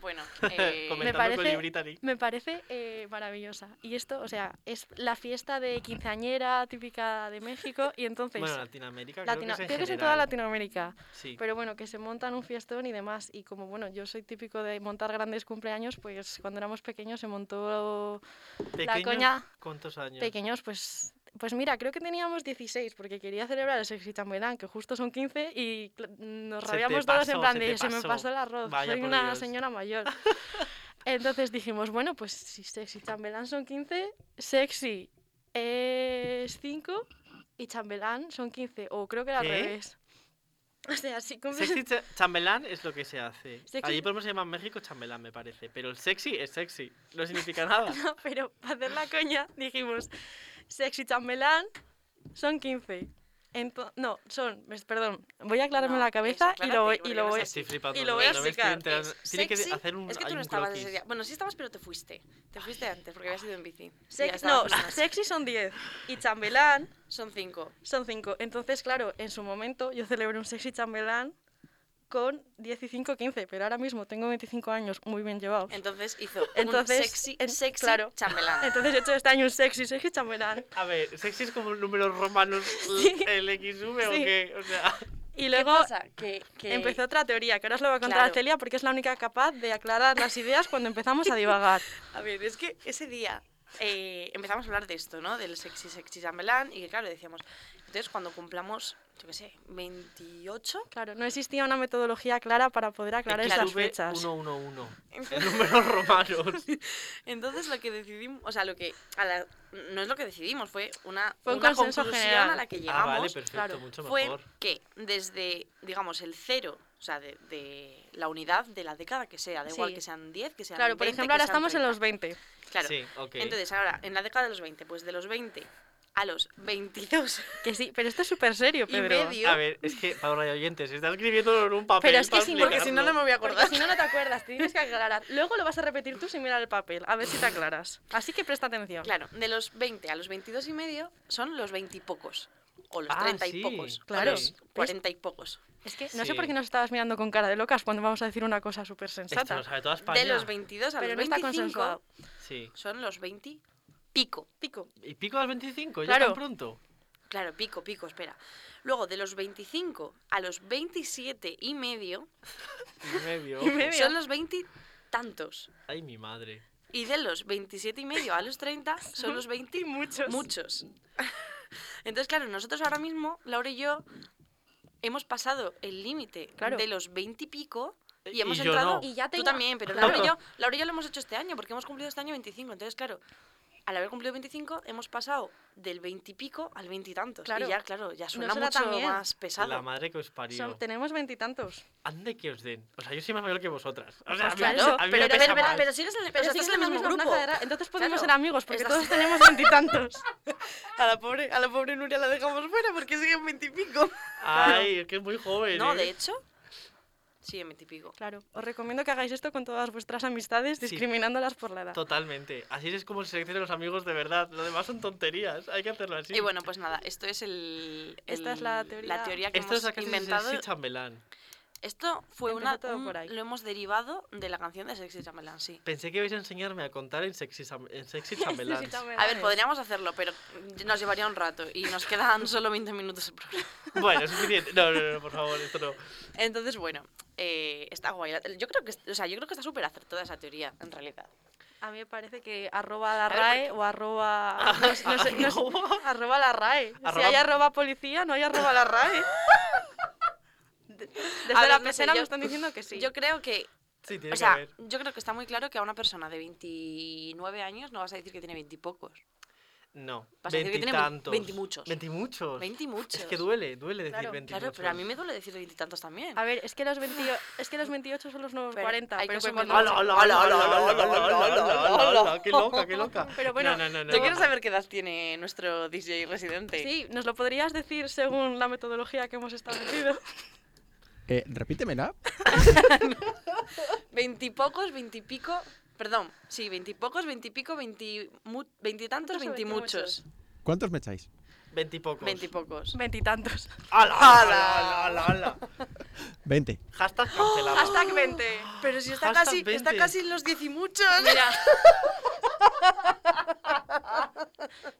[SPEAKER 4] Bueno, eh,
[SPEAKER 6] Me
[SPEAKER 5] Comentando
[SPEAKER 6] parece-
[SPEAKER 5] Colibritani.
[SPEAKER 6] Me parece eh, maravillosa. Y esto, o sea, es la fiesta de quinceañera típica de México y entonces...
[SPEAKER 5] Bueno, Latinoamérica.
[SPEAKER 6] pues, Latino-
[SPEAKER 5] creo que es en,
[SPEAKER 6] creo que es en toda
[SPEAKER 5] general.
[SPEAKER 6] pues, Latinoamérica.
[SPEAKER 5] Sí.
[SPEAKER 6] Pero bueno, que se montan un fiestón y demás. Y como bueno, yo soy típico de montar grandes cumpleaños, pues cuando éramos pequeños se montó la
[SPEAKER 5] Pequeños,
[SPEAKER 6] coña-
[SPEAKER 5] ¿Cuántos años?
[SPEAKER 6] pequeños, pues, pues mira, creo que teníamos 16, porque quería celebrar el sexy chambelán, que justo son 15, y cl- nos
[SPEAKER 5] Se te
[SPEAKER 6] rabiamos todos
[SPEAKER 5] pasó,
[SPEAKER 6] en plan
[SPEAKER 5] se
[SPEAKER 6] de,
[SPEAKER 5] te
[SPEAKER 6] se me
[SPEAKER 5] pasó".
[SPEAKER 6] pasó el arroz,
[SPEAKER 5] Vaya,
[SPEAKER 6] soy
[SPEAKER 5] por
[SPEAKER 6] una
[SPEAKER 5] Dios.
[SPEAKER 6] señora mayor. Entonces dijimos, bueno, pues si sexy chambelán son 15, sexy es 5 y chambelán son 15, o creo que era al
[SPEAKER 5] ¿Qué?
[SPEAKER 6] revés. O sea, si cumples...
[SPEAKER 5] Sexy cha- chambelán es lo que se hace.
[SPEAKER 6] Sexy-
[SPEAKER 5] Allí por ejemplo se llama en México chambelán, me parece. Pero el sexy es sexy. No significa nada.
[SPEAKER 6] No, pero para hacer la coña dijimos, sexy chambelán son 15. Ento- no, son, es- perdón, voy a aclararme
[SPEAKER 4] No,
[SPEAKER 6] la cabeza
[SPEAKER 4] eso,
[SPEAKER 6] y lo voy...
[SPEAKER 4] aclárate, porque
[SPEAKER 6] Y lo
[SPEAKER 4] no
[SPEAKER 6] voy
[SPEAKER 4] sé si-
[SPEAKER 5] Estoy flipando.
[SPEAKER 6] pues y lo
[SPEAKER 5] no-
[SPEAKER 6] voy
[SPEAKER 5] no
[SPEAKER 6] a
[SPEAKER 5] me estoy
[SPEAKER 6] explicar,
[SPEAKER 5] enterando.
[SPEAKER 4] es
[SPEAKER 5] Tiene que
[SPEAKER 4] sexy.
[SPEAKER 5] hacer un.
[SPEAKER 4] Es que
[SPEAKER 5] hay
[SPEAKER 4] tú no
[SPEAKER 5] un
[SPEAKER 4] estabas
[SPEAKER 5] croquis.
[SPEAKER 4] ese día. Bueno, sí estabas, pero te fuiste. Te fuiste antes porque habías ido en bici.
[SPEAKER 6] sex-
[SPEAKER 4] Y ya estabas
[SPEAKER 6] no,
[SPEAKER 4] con las-
[SPEAKER 6] sexy son 10 y chambelán
[SPEAKER 4] Son cinco.
[SPEAKER 6] son 5. Entonces, claro, en su momento yo celebré un sexy chambelán con 10 y 5, 15, pero ahora mismo tengo 25 años muy bien llevados.
[SPEAKER 4] Entonces hizo
[SPEAKER 6] Entonces,
[SPEAKER 4] un sexy,
[SPEAKER 6] en-
[SPEAKER 4] sexy
[SPEAKER 6] claro.
[SPEAKER 4] chambelán.
[SPEAKER 6] Entonces he hecho este año un sexy, sexy chambelán.
[SPEAKER 5] A ver, sexy es como un número romano. El XV o
[SPEAKER 6] Sí.
[SPEAKER 5] qué. O sea.
[SPEAKER 6] Y luego...
[SPEAKER 4] ¿Qué pasa? Que, que
[SPEAKER 6] Empezó otra teoría, que ahora os lo va a contar
[SPEAKER 4] Claro.
[SPEAKER 6] Celia porque es la única capaz de aclarar las ideas cuando empezamos a divagar.
[SPEAKER 4] A ver, es que ese día eh, empezamos a hablar de esto, ¿no? Del sexy, sexy chambelán. Y claro, decíamos, entonces cuando cumplamos, yo qué sé, 28,
[SPEAKER 6] Claro, no existía una metodología clara para poder aclarar esas
[SPEAKER 5] XV,
[SPEAKER 6] fechas.
[SPEAKER 5] 111.
[SPEAKER 4] entonces,
[SPEAKER 5] El número romano.
[SPEAKER 4] entonces lo que decidimos, o sea, lo que. a la- no es lo que decidimos, fue una,
[SPEAKER 6] Fue un
[SPEAKER 4] una
[SPEAKER 6] consenso
[SPEAKER 4] conclusión
[SPEAKER 6] general.
[SPEAKER 4] a la que
[SPEAKER 5] Ah,
[SPEAKER 4] llegamos.
[SPEAKER 5] vale, perfecto,
[SPEAKER 6] claro,
[SPEAKER 5] mucho
[SPEAKER 4] fue
[SPEAKER 5] mejor.
[SPEAKER 4] que desde, digamos, el cero, o sea, de, de la unidad de la década que sea, da
[SPEAKER 6] Sí.
[SPEAKER 4] igual que sean 10, que sean
[SPEAKER 6] Claro, por
[SPEAKER 4] 20,
[SPEAKER 6] ejemplo,
[SPEAKER 4] que
[SPEAKER 6] ahora
[SPEAKER 4] sean
[SPEAKER 6] estamos en
[SPEAKER 4] 30.
[SPEAKER 6] los 20.
[SPEAKER 4] Claro,
[SPEAKER 5] Sí, ok.
[SPEAKER 4] entonces ahora, en la década de los 20, pues de los 20 a los 22
[SPEAKER 6] Que sí, pero esto es súper serio,
[SPEAKER 4] y
[SPEAKER 6] Pedro.
[SPEAKER 4] medio...
[SPEAKER 5] A ver, es que, para los oyentes, está escribiéndolo en un papel.
[SPEAKER 6] Pero es que
[SPEAKER 5] para
[SPEAKER 6] si no- porque si no,
[SPEAKER 5] explicarlo.
[SPEAKER 6] no me voy a acordar. si no, no te acuerdas, tienes que aclarar. Luego lo vas a repetir tú sin mirar el papel, a ver si te aclaras. Así que presta atención.
[SPEAKER 4] Claro, de los 20 a los 22 y medio son los 20 y pocos. O los
[SPEAKER 5] Ah,
[SPEAKER 4] 30
[SPEAKER 5] sí,
[SPEAKER 4] y pocos. o
[SPEAKER 6] claro.
[SPEAKER 4] los 40 y pocos.
[SPEAKER 6] Es que no
[SPEAKER 5] Sí.
[SPEAKER 6] sé por qué nos estabas mirando con cara de locas cuando vamos a decir una cosa súper
[SPEAKER 5] Esto
[SPEAKER 6] sensata.
[SPEAKER 5] lo sabe toda España.
[SPEAKER 4] De los 22 a
[SPEAKER 6] Pero no
[SPEAKER 4] los
[SPEAKER 6] está
[SPEAKER 4] 25
[SPEAKER 6] consensuado.
[SPEAKER 5] Sí.
[SPEAKER 4] son los 20 pico.
[SPEAKER 6] Pico.
[SPEAKER 5] ¿Y pico a los 25? ¿Ya
[SPEAKER 6] Claro.
[SPEAKER 5] tan pronto?
[SPEAKER 4] Claro, pico, pico, espera. Luego, de los 25 a los 27 y medio,
[SPEAKER 5] Y medio.
[SPEAKER 6] Y medio.
[SPEAKER 4] son los 20 tantos.
[SPEAKER 5] Ay, mi madre.
[SPEAKER 4] Y de los 27 y medio a los 30 son los 20
[SPEAKER 6] Y muchos.
[SPEAKER 4] muchos. Entonces, claro, nosotros ahora mismo, Laura y yo, hemos pasado el límite
[SPEAKER 6] Claro.
[SPEAKER 4] de los 20 y pico
[SPEAKER 5] Y
[SPEAKER 4] y hemos
[SPEAKER 5] yo
[SPEAKER 4] entrado...
[SPEAKER 5] no.
[SPEAKER 6] Y ya tengo-
[SPEAKER 4] Tú también, pero
[SPEAKER 6] Claro.
[SPEAKER 4] Laura, y yo, Laura y yo lo hemos hecho este año, porque hemos cumplido este año 25. Entonces, claro, al haber cumplido 25, hemos pasado del 20 y pico al 20 y tantos.
[SPEAKER 6] Claro.
[SPEAKER 4] Y ya, claro, ya suena
[SPEAKER 6] será
[SPEAKER 4] mucho
[SPEAKER 6] tan bien.
[SPEAKER 4] más pesado.
[SPEAKER 5] La madre que os parió.
[SPEAKER 6] Son- tenemos veintitantos.
[SPEAKER 5] Ande que os den. O sea, yo soy más mayor que vosotras. O sea, a mí-
[SPEAKER 4] Pues Claro,
[SPEAKER 5] a mí me
[SPEAKER 4] pero,
[SPEAKER 5] pesa
[SPEAKER 4] pero, pero,
[SPEAKER 5] más.
[SPEAKER 4] pero si eres el, pero si
[SPEAKER 6] sigues
[SPEAKER 4] estás en el
[SPEAKER 6] la
[SPEAKER 4] mismo
[SPEAKER 6] misma
[SPEAKER 4] grupo.
[SPEAKER 6] franja de edad, Entonces podemos
[SPEAKER 4] Claro.
[SPEAKER 6] ser amigos, porque
[SPEAKER 4] Estás-
[SPEAKER 6] todos tenemos veintitantos.
[SPEAKER 4] A la pobre, a la pobre Nuria la dejamos fuera porque sigue en 20 y pico.
[SPEAKER 5] Ay, es que es muy joven.
[SPEAKER 4] No,
[SPEAKER 5] ¿eh?
[SPEAKER 4] de hecho, sí, en 20 y pico.
[SPEAKER 6] Claro, os recomiendo que hagáis esto con todas vuestras amistades,
[SPEAKER 5] Sí.
[SPEAKER 6] discriminándolas por la edad.
[SPEAKER 5] Totalmente. Así es como se seleccionan los amigos de verdad. Lo demás son tonterías. Hay que hacerlo así.
[SPEAKER 4] Y bueno, pues nada, esto es el.
[SPEAKER 6] Esta es
[SPEAKER 4] el-
[SPEAKER 6] la teoría-
[SPEAKER 4] que
[SPEAKER 5] Esto es
[SPEAKER 4] hemos
[SPEAKER 5] la clase
[SPEAKER 4] inventado.
[SPEAKER 5] de Chambelán.
[SPEAKER 4] Esto fue
[SPEAKER 6] Empezó
[SPEAKER 4] una.
[SPEAKER 6] todo
[SPEAKER 4] un-
[SPEAKER 6] por ahí.
[SPEAKER 4] Lo hemos derivado de la canción de Sexy Chamelán, sí.
[SPEAKER 5] Pensé que ibais a enseñarme a contar en Sexy, Cham- en sexy Chambelán.
[SPEAKER 6] Pues
[SPEAKER 4] A ver, podríamos hacerlo, pero nos llevaría un rato y nos quedan solo 20 minutos de programa.
[SPEAKER 5] bueno, suficiente. No, no, no, por favor, esto no.
[SPEAKER 4] Entonces, bueno, eh, está guay. Yo creo que, o sea, yo creo que está súper acertada esa teoría, en realidad.
[SPEAKER 6] A mí me parece que arroba la RAE o arroba... No, sé- no sé- no sé- arroba la RAE. Si
[SPEAKER 5] Arroba-
[SPEAKER 6] hay arroba policía, no hay arroba la RAE. De- Desde
[SPEAKER 4] ver,
[SPEAKER 6] la
[SPEAKER 4] no sé,
[SPEAKER 6] pecera
[SPEAKER 4] yo-
[SPEAKER 6] me están diciendo que sí.
[SPEAKER 4] Yo creo que.
[SPEAKER 5] Sí, tiene
[SPEAKER 4] O sea,
[SPEAKER 5] que ver.
[SPEAKER 4] yo creo que está muy claro que a una persona de 29 años no vas a decir que tiene 20 y pocos.
[SPEAKER 5] No.
[SPEAKER 4] vas a decir que tiene ve-
[SPEAKER 5] Veintitantos.
[SPEAKER 4] veintimuchos.
[SPEAKER 5] Veintimuchos.
[SPEAKER 4] 20 y muchos.
[SPEAKER 5] Pues, Es que duele, duele decir
[SPEAKER 6] Claro,
[SPEAKER 5] veintimuchos.
[SPEAKER 4] Claro, pero a mí me duele decir veintitantos también.
[SPEAKER 6] A ver, es que los, 20 es que los 28 son los nuevos
[SPEAKER 4] Pero
[SPEAKER 6] 40,
[SPEAKER 4] hay que
[SPEAKER 6] pero que
[SPEAKER 4] sumarlo.
[SPEAKER 5] ¡Hala, hala, hala, hala, hala, hala, hala, hala, hala! ¡Qué loca, qué loca!
[SPEAKER 6] Pero bueno,
[SPEAKER 5] No, no, no, no.
[SPEAKER 4] Yo quiero saber qué edad tiene nuestro DJ residente.
[SPEAKER 6] Sí, ¿nos lo podrías decir según la metodología que hemos establecido?
[SPEAKER 7] Eh, repítemela.
[SPEAKER 4] Veintipocos, veintipico. Perdón, sí, veintipocos, veintipico, veinti- mu- veintitantos,
[SPEAKER 6] ¿Cuántos son
[SPEAKER 4] veintimuchos.
[SPEAKER 7] ¿Cuántos me echáis?
[SPEAKER 5] Veintipocos.
[SPEAKER 4] Veintipocos.
[SPEAKER 6] Veintitantos.
[SPEAKER 5] ¡Hala, hala, hala, hala!
[SPEAKER 7] Veinte.
[SPEAKER 5] Hashtag cancelado.
[SPEAKER 6] Hashtag 20.
[SPEAKER 4] Pero si está
[SPEAKER 5] Hashtag
[SPEAKER 4] casi, está
[SPEAKER 5] 20.
[SPEAKER 4] casi en los diecimuchos.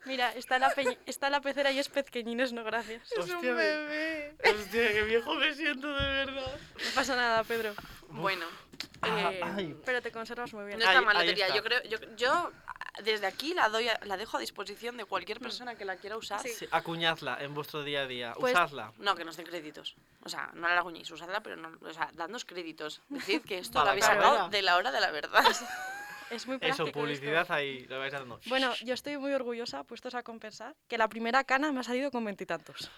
[SPEAKER 6] Mira, está la, peñ- está la pecera y es pezqueñines, no gracias.
[SPEAKER 5] Hostia, me- Hostia, qué viejo me siento de verdad.
[SPEAKER 6] No pasa nada, Pedro.
[SPEAKER 4] Bueno,
[SPEAKER 5] Ah,
[SPEAKER 4] eh,
[SPEAKER 5] ay.
[SPEAKER 6] Pero te conservas muy bien.
[SPEAKER 4] no está
[SPEAKER 5] Ahí-
[SPEAKER 4] mal la
[SPEAKER 5] ahí
[SPEAKER 4] teoría.
[SPEAKER 5] está.
[SPEAKER 4] Yo creo, yo, yo, desde aquí la doy, a- la dejo a disposición de cualquier persona que la quiera usar.
[SPEAKER 5] Sí, acuñadla en vuestro día a día.
[SPEAKER 6] Pues-
[SPEAKER 5] Usadla.
[SPEAKER 4] No, que nos den créditos. O sea, no la aguñéis, usadla, pero no, o sea, dadnos créditos. Decid que esto
[SPEAKER 5] Para
[SPEAKER 4] lo habéis
[SPEAKER 5] la
[SPEAKER 4] sacado
[SPEAKER 5] carrera.
[SPEAKER 4] de la hora de la verdad.
[SPEAKER 6] Es muy práctico
[SPEAKER 5] Eso,
[SPEAKER 6] esto.
[SPEAKER 5] publicidad ahí, lo vais dando.
[SPEAKER 6] Bueno, yo estoy muy orgullosa, puestos a compensar, que la primera cana me ha salido con veintitantos.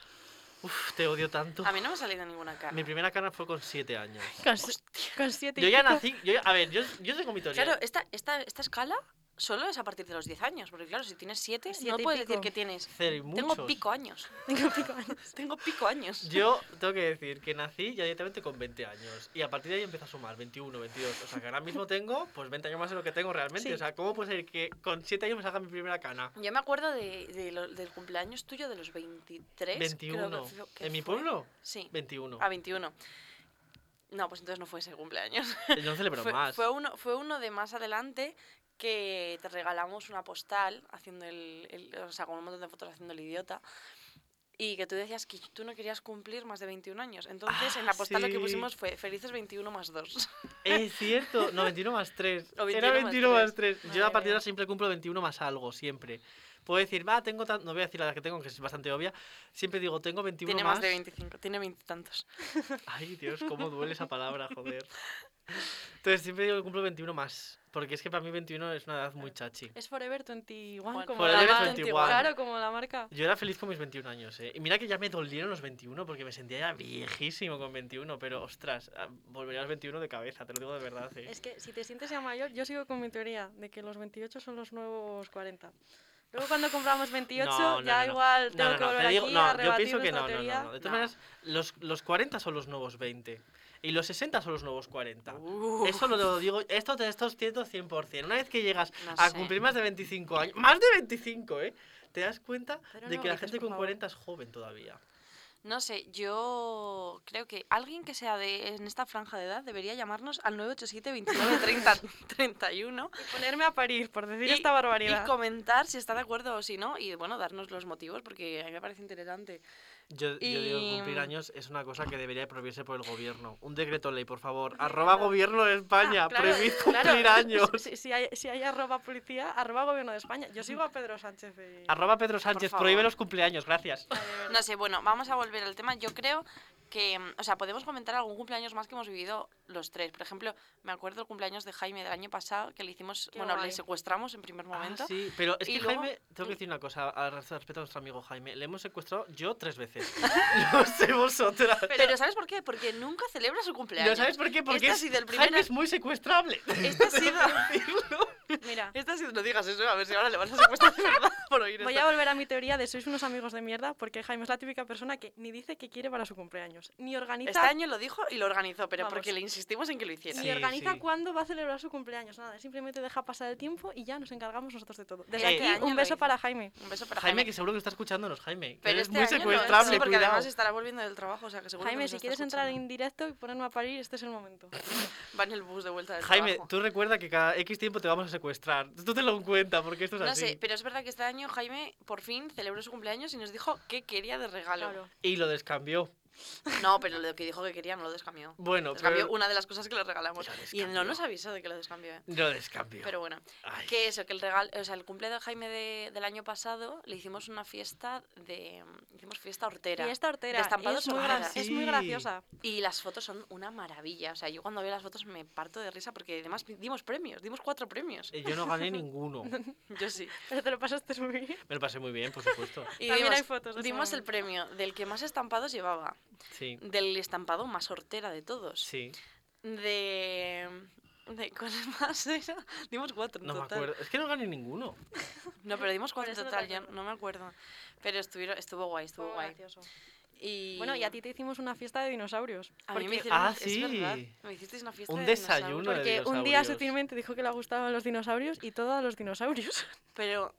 [SPEAKER 5] Uf, te odio tanto.
[SPEAKER 4] A mí no me ha salido ninguna cara.
[SPEAKER 5] Mi primera cana fue con siete años.
[SPEAKER 6] Con, si- con siete y
[SPEAKER 5] Yo ya
[SPEAKER 6] pico.
[SPEAKER 5] nací. Yo ya- a ver, yo, yo tengo mi teoría.
[SPEAKER 4] Claro, esta, esta, esta escala solo es a partir de los 10 años, porque claro, si tienes 7,
[SPEAKER 6] Siete
[SPEAKER 4] no
[SPEAKER 6] y
[SPEAKER 4] puedes
[SPEAKER 6] pico.
[SPEAKER 4] decir que tienes...
[SPEAKER 5] Cero y muchos.
[SPEAKER 4] Tengo pico años.
[SPEAKER 6] Tengo pico años.
[SPEAKER 4] Tengo pico años.
[SPEAKER 5] Yo tengo que decir que nací ya directamente con 20 años y a partir de ahí empieza a sumar 21, 22. O sea que ahora mismo tengo pues 20 años más de lo que tengo realmente.
[SPEAKER 6] Sí.
[SPEAKER 5] O sea, ¿cómo puede ser que con 7 años me salga mi primera cana?
[SPEAKER 4] Yo me acuerdo de, de lo- del cumpleaños tuyo de los 23. creo
[SPEAKER 5] 21.
[SPEAKER 4] que- que
[SPEAKER 5] ¿En mi
[SPEAKER 4] fue. Ah,
[SPEAKER 5] pueblo?
[SPEAKER 4] Sí,
[SPEAKER 5] 21.
[SPEAKER 4] a 21. No, pues entonces no fue ese cumpleaños.
[SPEAKER 5] Yo Eh, no celebro
[SPEAKER 4] fue,
[SPEAKER 5] más.
[SPEAKER 4] fue uno, fue uno de más adelante que te regalamos una postal haciendo el, el- o sea, con un montón de fotos haciendo el idiota. Y que tú decías que tú no querías cumplir más de 21 años. Entonces,
[SPEAKER 5] Ah,
[SPEAKER 4] en la postal lo
[SPEAKER 5] sí.
[SPEAKER 4] que pusimos fue felices 21 más 2.
[SPEAKER 5] Es cierto. No, 21 más 3.
[SPEAKER 4] O
[SPEAKER 5] Era
[SPEAKER 4] 21 más
[SPEAKER 5] 21 más 3.
[SPEAKER 6] Madre
[SPEAKER 5] Yo a partir de
[SPEAKER 6] mía.
[SPEAKER 5] ahora siempre cumplo 21 más algo, siempre. Puedo decir, va, tengo tan... No voy a decir la edad que tengo, que es bastante obvia. Siempre digo, tengo 21
[SPEAKER 4] Tiene más de 25, tiene 20 tantos.
[SPEAKER 5] Ay, Dios, cómo duele esa palabra, joder. Entonces siempre digo que cumplo 21 más, porque es que para mí 21 es una edad muy chachi.
[SPEAKER 6] Es Forever 21,
[SPEAKER 4] Bueno,
[SPEAKER 6] como
[SPEAKER 5] Forever
[SPEAKER 6] la marca.
[SPEAKER 5] 21.
[SPEAKER 6] Claro, como la marca.
[SPEAKER 5] Yo era feliz con mis 21 años, ¿eh? Y mira que ya me dolieron los 21 porque me sentía ya viejísimo con 21, pero ostras, ah, volvería a los 21 de cabeza, te lo digo de verdad, ¿eh?
[SPEAKER 6] Es que si te sientes ya mayor, yo sigo con mi teoría de que los 28 son los nuevos 40. Luego cuando compramos 28,
[SPEAKER 5] No, no, no,
[SPEAKER 6] ya
[SPEAKER 5] no.
[SPEAKER 6] igual
[SPEAKER 5] No,
[SPEAKER 6] tengo
[SPEAKER 5] no,
[SPEAKER 6] que
[SPEAKER 5] no,
[SPEAKER 6] volver
[SPEAKER 5] te digo-
[SPEAKER 6] aquí
[SPEAKER 5] no,
[SPEAKER 6] a
[SPEAKER 5] yo
[SPEAKER 6] rebatir
[SPEAKER 5] pienso que
[SPEAKER 6] nuestra
[SPEAKER 5] no, no,
[SPEAKER 6] teoría.
[SPEAKER 5] no, no. De todas maneras, los, los 40 son los nuevos 20 y los 60 son los nuevos 40.
[SPEAKER 4] Uh.
[SPEAKER 5] Eso lo- lo digo, esto te esto es cierto 100%. Una vez que llegas
[SPEAKER 4] No
[SPEAKER 5] a
[SPEAKER 4] sé.
[SPEAKER 5] cumplir más de 25 años, más de 25, ¿eh? Te das cuenta
[SPEAKER 6] Pero
[SPEAKER 5] de
[SPEAKER 6] no
[SPEAKER 5] que la
[SPEAKER 6] grites,
[SPEAKER 5] gente
[SPEAKER 6] por
[SPEAKER 5] con
[SPEAKER 6] favor.
[SPEAKER 5] 40 es joven todavía.
[SPEAKER 4] No sé, yo creo que alguien que sea de en esta franja de edad debería llamarnos al 987 29 30 31
[SPEAKER 6] y ponerme a parir por decir esta barbaridad.
[SPEAKER 4] Y comentar si está de acuerdo o si no y bueno, darnos los motivos porque a mí me parece interesante.
[SPEAKER 5] Yo, yo
[SPEAKER 4] Y-
[SPEAKER 5] digo que cumplir años es una cosa que debería prohibirse por el gobierno. Un decreto ley, por favor. Arroba gobierno de España.
[SPEAKER 6] Ah, claro,
[SPEAKER 5] prohibid
[SPEAKER 6] claro.
[SPEAKER 5] cumplir años.
[SPEAKER 6] Si, si hay, si hay arroba policía, arroba gobierno de España. Yo sigo a Pedro Sánchez. y-
[SPEAKER 5] Arroba Pedro Sánchez.
[SPEAKER 4] favor.
[SPEAKER 5] Prohíbe los cumpleaños. Gracias.
[SPEAKER 4] No sé, bueno, vamos a volver al tema. Yo creo que, mm, o sea, podemos comentar algún cumpleaños más que hemos vivido los tres. Por ejemplo, me acuerdo el cumpleaños de Jaime del año pasado que le hicimos,
[SPEAKER 6] Qué
[SPEAKER 4] bueno,
[SPEAKER 6] guay.
[SPEAKER 4] le secuestramos en primer
[SPEAKER 5] Ah,
[SPEAKER 4] momento.
[SPEAKER 5] sí, pero es
[SPEAKER 4] Y
[SPEAKER 5] que
[SPEAKER 4] luego-
[SPEAKER 5] Jaime, tengo que decir una cosa al respecto a nuestro amigo Jaime. Le hemos secuestrado yo tres veces. no sé vosotras.
[SPEAKER 4] Pero, ¿sabes por qué? Porque nunca celebra su cumpleaños.
[SPEAKER 5] ¿No sabes por qué? Porque
[SPEAKER 4] Este ha
[SPEAKER 5] es,
[SPEAKER 4] sido el
[SPEAKER 5] Jaime
[SPEAKER 4] primer-
[SPEAKER 5] es muy secuestrable.
[SPEAKER 4] Este ha sido...
[SPEAKER 6] Mira,
[SPEAKER 4] Esta si no digas eso, a ver si ahora le vas a secuestrar de verdad por oír
[SPEAKER 6] voy
[SPEAKER 4] esto.
[SPEAKER 6] a volver a mi teoría de sois unos amigos de mierda porque Jaime es la típica persona que ni dice que quiere para su cumpleaños, ni organiza,
[SPEAKER 4] Este año lo dijo y lo organizó, pero
[SPEAKER 6] Vamos.
[SPEAKER 4] porque le insistimos en que lo hiciera.
[SPEAKER 6] ni
[SPEAKER 5] Sí,
[SPEAKER 6] organiza
[SPEAKER 5] sí.
[SPEAKER 6] cuándo va a celebrar su cumpleaños, nada, simplemente deja pasar el tiempo y ya nos encargamos nosotros de todo. Desde
[SPEAKER 5] Eh,
[SPEAKER 6] aquí,
[SPEAKER 5] este
[SPEAKER 4] año
[SPEAKER 6] un
[SPEAKER 4] lo
[SPEAKER 6] beso
[SPEAKER 4] hizo.
[SPEAKER 6] para Jaime.
[SPEAKER 4] Un beso para Jaime.
[SPEAKER 5] Jaime, que seguro que está escuchándonos, Jaime. que
[SPEAKER 4] pero
[SPEAKER 5] eres
[SPEAKER 4] este
[SPEAKER 5] muy
[SPEAKER 4] año no,
[SPEAKER 5] secuestrable,
[SPEAKER 4] sí, porque
[SPEAKER 5] cuidado.
[SPEAKER 4] además estará volviendo del trabajo, o sea que seguro que
[SPEAKER 6] Jaime,
[SPEAKER 4] nos
[SPEAKER 6] si
[SPEAKER 4] está
[SPEAKER 6] quieres entrar
[SPEAKER 4] escuchando.
[SPEAKER 6] en directo y ponerme a parir, este es el momento.
[SPEAKER 4] Va en el bus de vuelta del
[SPEAKER 5] Jaime,
[SPEAKER 4] trabajo.
[SPEAKER 5] tú recuerda que cada X tiempo te vamos a secuestrar. Tú te lo cuenta, porque esto es
[SPEAKER 4] No
[SPEAKER 5] así.
[SPEAKER 4] sé, pero es verdad que este año Jaime por fin celebró su cumpleaños y nos dijo qué quería de regalo.
[SPEAKER 6] Claro.
[SPEAKER 5] Y lo descambió.
[SPEAKER 4] No, pero lo que dijo que quería no lo descambió.
[SPEAKER 5] Bueno,
[SPEAKER 4] Descambió
[SPEAKER 5] pero...
[SPEAKER 4] una de las cosas que le regalamos.
[SPEAKER 5] Lo
[SPEAKER 4] Y
[SPEAKER 5] descambió.
[SPEAKER 4] no nos avisó de que lo descambió. ¿eh?
[SPEAKER 5] Lo descambió.
[SPEAKER 4] Pero bueno,
[SPEAKER 5] Ay.
[SPEAKER 4] que eso, que el regalo, o sea, el cumple de Jaime de- del año pasado le hicimos una fiesta de. Hicimos fiesta
[SPEAKER 6] Y
[SPEAKER 4] hortera.
[SPEAKER 6] esta hortera
[SPEAKER 4] De estampados
[SPEAKER 6] es muy,
[SPEAKER 4] hortera.
[SPEAKER 6] gra-
[SPEAKER 5] Ah,
[SPEAKER 6] es muy
[SPEAKER 5] sí.
[SPEAKER 6] graciosa.
[SPEAKER 4] Y las fotos son una maravilla. O sea, yo cuando veo las fotos me parto de risa porque además dimos premios, dimos cuatro premios.
[SPEAKER 5] Eh, Yo no gané ninguno.
[SPEAKER 4] Yo sí.
[SPEAKER 6] Pero te lo pasaste muy bien.
[SPEAKER 5] Me lo pasé muy bien, por supuesto.
[SPEAKER 4] Y
[SPEAKER 6] También
[SPEAKER 4] dimos,
[SPEAKER 6] hay fotos de ese
[SPEAKER 4] dimos el
[SPEAKER 6] momento.
[SPEAKER 4] premio del que más estampados llevaba,
[SPEAKER 5] Sí,
[SPEAKER 4] del estampado más hortera de todos,
[SPEAKER 5] sí.
[SPEAKER 4] de... de cosas más... era- dimos cuatro en
[SPEAKER 5] No me
[SPEAKER 4] total.
[SPEAKER 5] acuerdo. Es que no gané ninguno.
[SPEAKER 4] No, pero dimos cuatro en
[SPEAKER 6] eso no te
[SPEAKER 4] total, ya
[SPEAKER 6] acuerdas.
[SPEAKER 4] no me acuerdo. Pero estuvieron, estuvo guay, estuvo
[SPEAKER 6] Fue
[SPEAKER 4] guay.
[SPEAKER 6] gracioso.
[SPEAKER 4] Y...
[SPEAKER 6] Bueno, y a ti te hicimos una fiesta de dinosaurios.
[SPEAKER 4] A mí me
[SPEAKER 6] porque-
[SPEAKER 4] hicieron...
[SPEAKER 5] Ah,
[SPEAKER 4] es verdad,
[SPEAKER 5] sí.
[SPEAKER 4] me hicisteis una fiesta
[SPEAKER 5] Un
[SPEAKER 4] de
[SPEAKER 5] desayuno
[SPEAKER 4] dinosaurios.
[SPEAKER 5] de-
[SPEAKER 6] Porque un día
[SPEAKER 5] dinosaurios.
[SPEAKER 6] sutilmente dijo que le gustaban los dinosaurios y todo a los dinosaurios.
[SPEAKER 4] Pero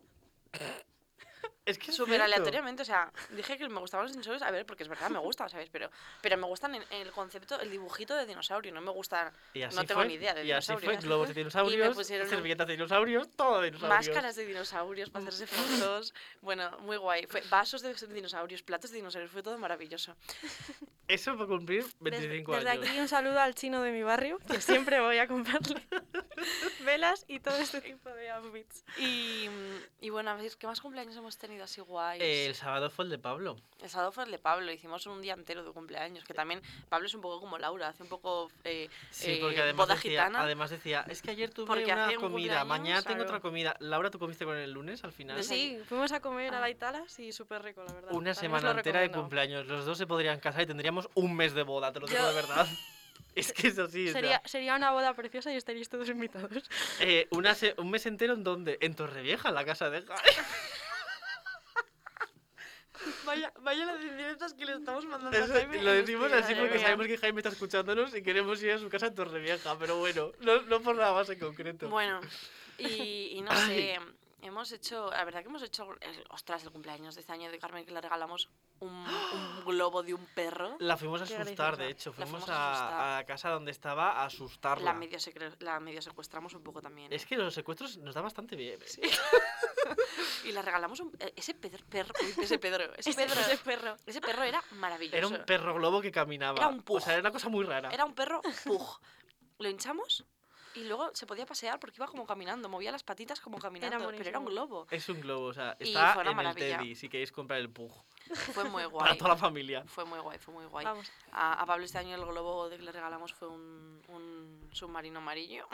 [SPEAKER 5] Es que es
[SPEAKER 4] súper
[SPEAKER 5] cierto.
[SPEAKER 4] aleatoriamente, o sea, dije que me gustaban los dinosaurios, a ver, porque es verdad, me gusta, ¿sabes? Pero, pero me gustan en, en el concepto, el dibujito de dinosaurio, no me gusta
[SPEAKER 5] Y así
[SPEAKER 4] no tengo
[SPEAKER 5] fue,
[SPEAKER 4] ni idea de
[SPEAKER 5] Y así fue.
[SPEAKER 4] dinosaurios.
[SPEAKER 5] Globos de dinosaurios,
[SPEAKER 4] pusieron un-
[SPEAKER 5] servilletas de dinosaurios, todo de dinosaurios.
[SPEAKER 4] Máscaras de dinosaurios para hacerse fotos. Bueno, muy guay. Fue vasos de dinosaurios, platos de dinosaurios, fue todo maravilloso.
[SPEAKER 5] Eso va a cumplir
[SPEAKER 6] Desde-
[SPEAKER 5] 25
[SPEAKER 6] desde,
[SPEAKER 5] años.
[SPEAKER 6] aquí un saludo al chino de mi barrio, que siempre voy a comprarle velas y todo este tipo de outfits.
[SPEAKER 4] Y, y bueno, a ver, ¿qué más cumpleaños hemos tenido así guays?
[SPEAKER 5] Eh, el sábado fue el de Pablo.
[SPEAKER 4] El sábado fue el de Pablo, hicimos un día entero de cumpleaños, que también Pablo es un poco como Laura, hace un poco... eh,
[SPEAKER 5] Sí,
[SPEAKER 4] eh,
[SPEAKER 5] porque además
[SPEAKER 4] boda
[SPEAKER 5] decía,
[SPEAKER 4] gitana.
[SPEAKER 5] además decía, es que ayer tuve
[SPEAKER 4] Porque
[SPEAKER 5] una
[SPEAKER 4] hace un
[SPEAKER 5] comida,
[SPEAKER 4] cumpleaños,
[SPEAKER 5] mañana tengo
[SPEAKER 4] claro.
[SPEAKER 5] otra comida. Laura, ¿tú comiste con él el lunes al final?
[SPEAKER 6] Sí, fuimos a comer a la Italas y súper rico, la verdad.
[SPEAKER 5] Una
[SPEAKER 6] También os
[SPEAKER 5] semana
[SPEAKER 6] lo
[SPEAKER 5] entera de
[SPEAKER 6] recomiendo.
[SPEAKER 5] cumpleaños. Los dos se podrían casar y tendríamos un mes de boda, te lo digo
[SPEAKER 4] Yo-
[SPEAKER 5] de verdad. Es que es así. o sea,
[SPEAKER 6] Sería, sería una boda preciosa y estaríais todos invitados.
[SPEAKER 5] eh, una se- un mes entero en donde? En Torrevieja, en la casa de Jaime.
[SPEAKER 4] Vaya, vaya las indirectas que le estamos mandando
[SPEAKER 5] Eso, lo decimos así porque
[SPEAKER 6] mía.
[SPEAKER 5] sabemos que Jaime está escuchándonos y queremos ir a su casa en Torrevieja, pero bueno, no, no por nada más en concreto.
[SPEAKER 4] Bueno, y, y no sé, hemos hecho, la verdad que hemos hecho, el- ostras, el cumpleaños de este año de Carmen que le regalamos un, un globo de un perro.
[SPEAKER 5] La fuimos a
[SPEAKER 6] Qué
[SPEAKER 5] asustar,
[SPEAKER 6] graciosa.
[SPEAKER 5] de hecho.
[SPEAKER 4] La
[SPEAKER 5] Fuimos,
[SPEAKER 4] fuimos a asustar.
[SPEAKER 5] a, a la casa donde estaba a asustarla.
[SPEAKER 4] La medio, secre- la medio secuestramos un poco también.
[SPEAKER 5] Es que los secuestros nos da bastante bien. ¿eh?
[SPEAKER 4] Y le regalamos un, eh, ese pedro, perro, uy, ese pedro, ese
[SPEAKER 6] Ese-
[SPEAKER 4] pedro,
[SPEAKER 6] ese perro.
[SPEAKER 4] ese perro era maravilloso.
[SPEAKER 5] Era un perro globo que caminaba.
[SPEAKER 4] Era un pug.
[SPEAKER 5] O sea, era una cosa muy rara.
[SPEAKER 4] Era un perro pug. Lo hinchamos y luego se podía pasear porque iba como caminando, movía las patitas como caminando, pero era un
[SPEAKER 6] buenísimo.
[SPEAKER 4] globo.
[SPEAKER 5] Es un globo, o sea,
[SPEAKER 4] Y
[SPEAKER 5] está
[SPEAKER 4] fue una
[SPEAKER 5] en el
[SPEAKER 4] maravilla.
[SPEAKER 5] Teddy si queréis comprar el pug.
[SPEAKER 4] Fue muy
[SPEAKER 5] Para
[SPEAKER 4] guay.
[SPEAKER 5] toda la familia.
[SPEAKER 4] Fue muy guay, fue muy guay.
[SPEAKER 6] Vamos,
[SPEAKER 4] A, a Pablo este año el globo de que le regalamos fue un, un submarino amarillo.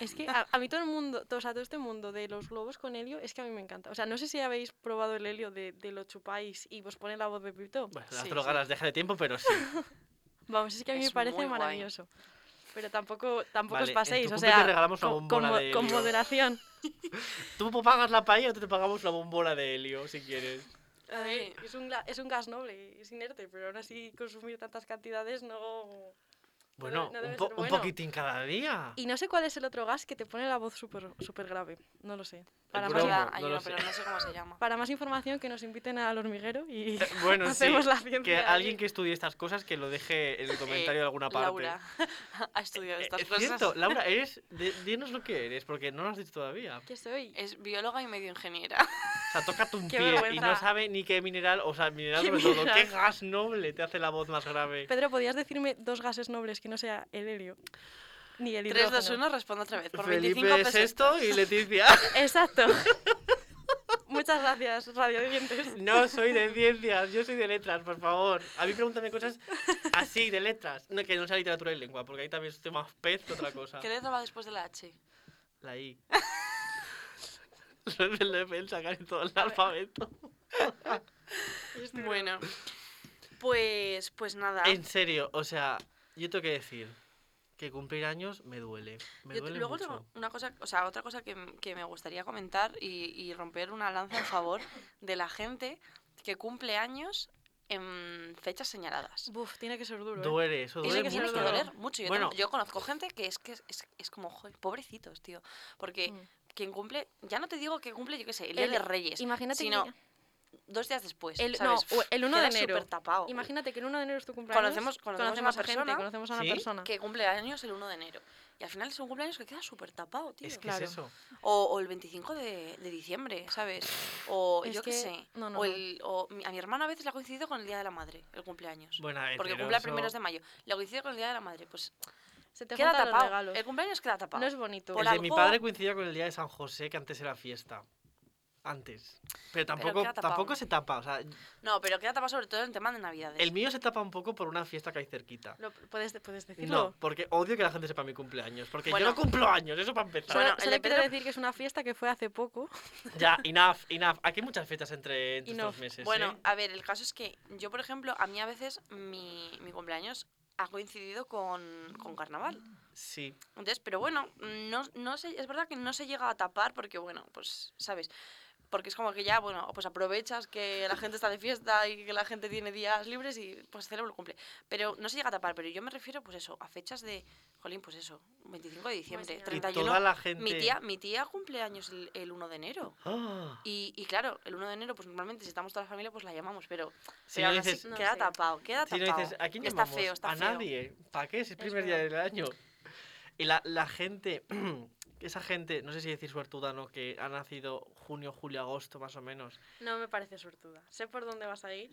[SPEAKER 6] es que a, a mí todo el mundo, todo, o sea, todo este mundo de los globos con helio es que a mí me encanta. O sea, no sé si habéis probado el helio de, de lo chupáis y os pone la voz de Pepito.
[SPEAKER 5] Bueno, las
[SPEAKER 4] Sí,
[SPEAKER 5] drogas
[SPEAKER 4] sí.
[SPEAKER 5] las deja de tiempo, pero sí.
[SPEAKER 6] Vamos, es que a mí
[SPEAKER 4] Es
[SPEAKER 6] me parece
[SPEAKER 4] muy guay.
[SPEAKER 6] maravilloso. Pero tampoco, tampoco
[SPEAKER 5] Vale,
[SPEAKER 6] os
[SPEAKER 5] en
[SPEAKER 6] paséis,
[SPEAKER 5] tu
[SPEAKER 6] o
[SPEAKER 5] cumple te
[SPEAKER 6] sea,
[SPEAKER 5] regalamos una
[SPEAKER 6] con,
[SPEAKER 5] bombona
[SPEAKER 6] con mo-
[SPEAKER 5] de
[SPEAKER 6] con
[SPEAKER 5] helio.
[SPEAKER 6] moderación.
[SPEAKER 5] Tú pagas la paella o tú te pagamos la bombola de helio, si quieres.
[SPEAKER 6] A ver, es un, gla- es un gas noble, es inerte, pero aún así consumir tantas cantidades no...
[SPEAKER 5] Bueno,
[SPEAKER 6] no debe
[SPEAKER 5] un, po-
[SPEAKER 6] ser
[SPEAKER 5] un
[SPEAKER 6] bueno.
[SPEAKER 5] poquitín cada día.
[SPEAKER 6] Y no sé cuál es el otro gas que te pone la voz súper super grave. No lo sé. Para
[SPEAKER 5] bromo,
[SPEAKER 6] más,
[SPEAKER 5] no lo sé.
[SPEAKER 4] pero no sé cómo se llama.
[SPEAKER 6] para más información, que nos inviten al hormiguero y
[SPEAKER 5] Eh, Bueno, sí,
[SPEAKER 6] hacemos la ciencia.
[SPEAKER 5] que
[SPEAKER 6] allí.
[SPEAKER 5] alguien que estudie estas cosas que lo deje en el comentario de alguna parte.
[SPEAKER 4] Eh, Laura ha estudiado estas
[SPEAKER 5] Eh, Es
[SPEAKER 4] cosas.
[SPEAKER 5] cierto, Laura, eres, di- dinos lo que eres, porque no lo has dicho todavía.
[SPEAKER 6] ¿Qué
[SPEAKER 5] Eh,
[SPEAKER 6] soy?
[SPEAKER 4] Es bióloga y medio ingeniera.
[SPEAKER 5] O sea, tócate un
[SPEAKER 6] Qué
[SPEAKER 5] pie y
[SPEAKER 6] vergüenza.
[SPEAKER 5] no sabe ni qué mineral, o sea, mineral
[SPEAKER 6] ¿Qué
[SPEAKER 5] sobre todo,
[SPEAKER 6] mineral?
[SPEAKER 5] qué gas noble te hace la voz más grave.
[SPEAKER 6] Pedro, ¿podías decirme dos gases nobles que no sea el helio? Ni el
[SPEAKER 4] 3,
[SPEAKER 6] hidrógeno.
[SPEAKER 4] 2, 1, respondo otra vez. Por
[SPEAKER 5] Felipe
[SPEAKER 4] 25
[SPEAKER 5] es
[SPEAKER 4] pesos.
[SPEAKER 5] esto y Leticia.
[SPEAKER 6] Exacto. Muchas gracias, Radio Oyentes.
[SPEAKER 5] No soy de ciencias, yo soy de letras, por favor. A mí pregúntame cosas así, de letras. No, que no sea literatura y lengua, porque ahí también estoy más pez que otra cosa.
[SPEAKER 4] ¿Qué letra va después de la H?
[SPEAKER 5] La I. Lo de- lo de sacar en todo el alfabeto.
[SPEAKER 4] Bueno, pues, pues nada.
[SPEAKER 5] En serio, o sea, yo tengo que decir que cumplir años me duele. Me
[SPEAKER 4] Yo
[SPEAKER 5] duele
[SPEAKER 4] luego
[SPEAKER 5] mucho.
[SPEAKER 4] tengo una cosa, o sea, otra cosa que, m- que me gustaría comentar y, y romper una lanza en favor de la gente que cumple años en fechas señaladas.
[SPEAKER 6] Buf, tiene que ser duro. ¿eh?
[SPEAKER 5] Duele, eso
[SPEAKER 4] Tiene
[SPEAKER 5] duele
[SPEAKER 4] que,
[SPEAKER 5] mucho.
[SPEAKER 4] tiene que doler mucho. Yo,
[SPEAKER 5] Bueno.
[SPEAKER 4] tam- yo conozco gente que es que es, es- es como "Joder, pobrecitos, tío. Porque
[SPEAKER 6] Mm.
[SPEAKER 4] quien cumple, ya no te digo que cumple, yo qué sé, el día
[SPEAKER 6] El-
[SPEAKER 4] de
[SPEAKER 5] Eh,
[SPEAKER 4] Reyes,
[SPEAKER 6] Imagínate
[SPEAKER 4] sino
[SPEAKER 6] que...
[SPEAKER 4] dos días después.
[SPEAKER 6] El-
[SPEAKER 4] ¿sabes?
[SPEAKER 6] no, o el 1 de
[SPEAKER 4] Quedas
[SPEAKER 6] enero.
[SPEAKER 4] súper tapado.
[SPEAKER 6] Imagínate que el 1 de enero es tu cumpleaños.
[SPEAKER 4] Oh, Conocemos- conocemos a una
[SPEAKER 6] a gente,
[SPEAKER 4] persona
[SPEAKER 6] conocemos a una
[SPEAKER 5] ¿Sí?
[SPEAKER 6] persona.
[SPEAKER 4] Que cumple años el 1 de enero. Y al final es un cumpleaños que queda súper tapado, tío.
[SPEAKER 5] Es que
[SPEAKER 6] Claro.
[SPEAKER 5] es eso.
[SPEAKER 4] O, o el 25 de, de diciembre, ¿sabes? O
[SPEAKER 6] Es
[SPEAKER 4] yo qué
[SPEAKER 6] que-
[SPEAKER 4] sé.
[SPEAKER 6] no, no,
[SPEAKER 4] o
[SPEAKER 6] no.
[SPEAKER 4] el- o mi- a mi hermana a veces la coincido con el Día de la Madre, el cumpleaños.
[SPEAKER 5] Bueno, a ver,
[SPEAKER 4] porque
[SPEAKER 5] pero
[SPEAKER 4] cumple a
[SPEAKER 5] eso-
[SPEAKER 4] primeros de mayo. La coincido con el Día de la Madre, pues
[SPEAKER 6] Se te
[SPEAKER 4] queda
[SPEAKER 6] juntan los
[SPEAKER 4] tapado.
[SPEAKER 6] regalos.
[SPEAKER 4] El cumpleaños queda tapado.
[SPEAKER 6] No es bonito.
[SPEAKER 4] Por
[SPEAKER 5] El de mi
[SPEAKER 4] algo-
[SPEAKER 5] padre coincidía con el día de San José, que antes era fiesta. Antes. Pero tampoco,
[SPEAKER 4] queda tapado.
[SPEAKER 5] tampoco se tapa. O sea,
[SPEAKER 4] No, pero queda tapado sobre todo en el tema de Navidades.
[SPEAKER 5] el mío se tapa un poco por una fiesta que hay cerquita.
[SPEAKER 6] Lo- ¿puedes, puedes decirlo?
[SPEAKER 5] No, porque odio que la gente sepa mi cumpleaños. Porque
[SPEAKER 4] Bueno.
[SPEAKER 5] yo no cumplo años, eso para empezar.
[SPEAKER 6] Solo,
[SPEAKER 4] Bueno, el
[SPEAKER 6] solo
[SPEAKER 4] de
[SPEAKER 6] quiero
[SPEAKER 4] Pedro-
[SPEAKER 6] decir que es una fiesta que fue hace poco.
[SPEAKER 5] Ya, enough, enough. Aquí hay muchas fiestas entre, entre
[SPEAKER 6] Enough.
[SPEAKER 5] estos meses.
[SPEAKER 4] Bueno,
[SPEAKER 5] ¿eh?
[SPEAKER 4] a ver, el caso es que yo, por ejemplo, a mí a veces mi, mi cumpleaños ha coincidido con, con carnaval.
[SPEAKER 5] Sí.
[SPEAKER 4] Entonces, pero bueno, no, no se- es verdad que no se llega a tapar porque, bueno, pues, ¿sabes? Porque es como que ya, bueno, pues aprovechas que la gente está de fiesta y que la gente tiene días libres y pues celebra el cumple. Pero no se llega a tapar, pero yo me refiero, pues eso, a fechas de, jolín, pues eso, 25 de diciembre,
[SPEAKER 6] señora.
[SPEAKER 5] Y
[SPEAKER 4] 31.
[SPEAKER 5] toda la gente.
[SPEAKER 4] Mi tía, mi tía cumple años el, el 1 de enero.
[SPEAKER 5] Ah.
[SPEAKER 4] Y, y claro, el 1 de enero, pues normalmente si estamos toda la familia, pues la llamamos, pero,
[SPEAKER 5] Si
[SPEAKER 4] pero
[SPEAKER 5] no
[SPEAKER 4] aún así
[SPEAKER 5] dices-
[SPEAKER 6] No
[SPEAKER 4] queda
[SPEAKER 6] sé.
[SPEAKER 4] tapado, queda
[SPEAKER 5] Si no
[SPEAKER 4] tapado.
[SPEAKER 5] dices, ¿a quién
[SPEAKER 4] está
[SPEAKER 5] llamamos?
[SPEAKER 4] feo, está
[SPEAKER 5] a
[SPEAKER 4] feo.
[SPEAKER 5] nadie. ¿Para qué? Si es el
[SPEAKER 6] Es
[SPEAKER 5] primer día
[SPEAKER 6] verdad.
[SPEAKER 5] del año. Y la, la gente, esa gente, no sé si decir suertuda no, que ha nacido junio, julio, agosto más o menos.
[SPEAKER 6] No me parece sortuda. Sé por dónde vas a ir.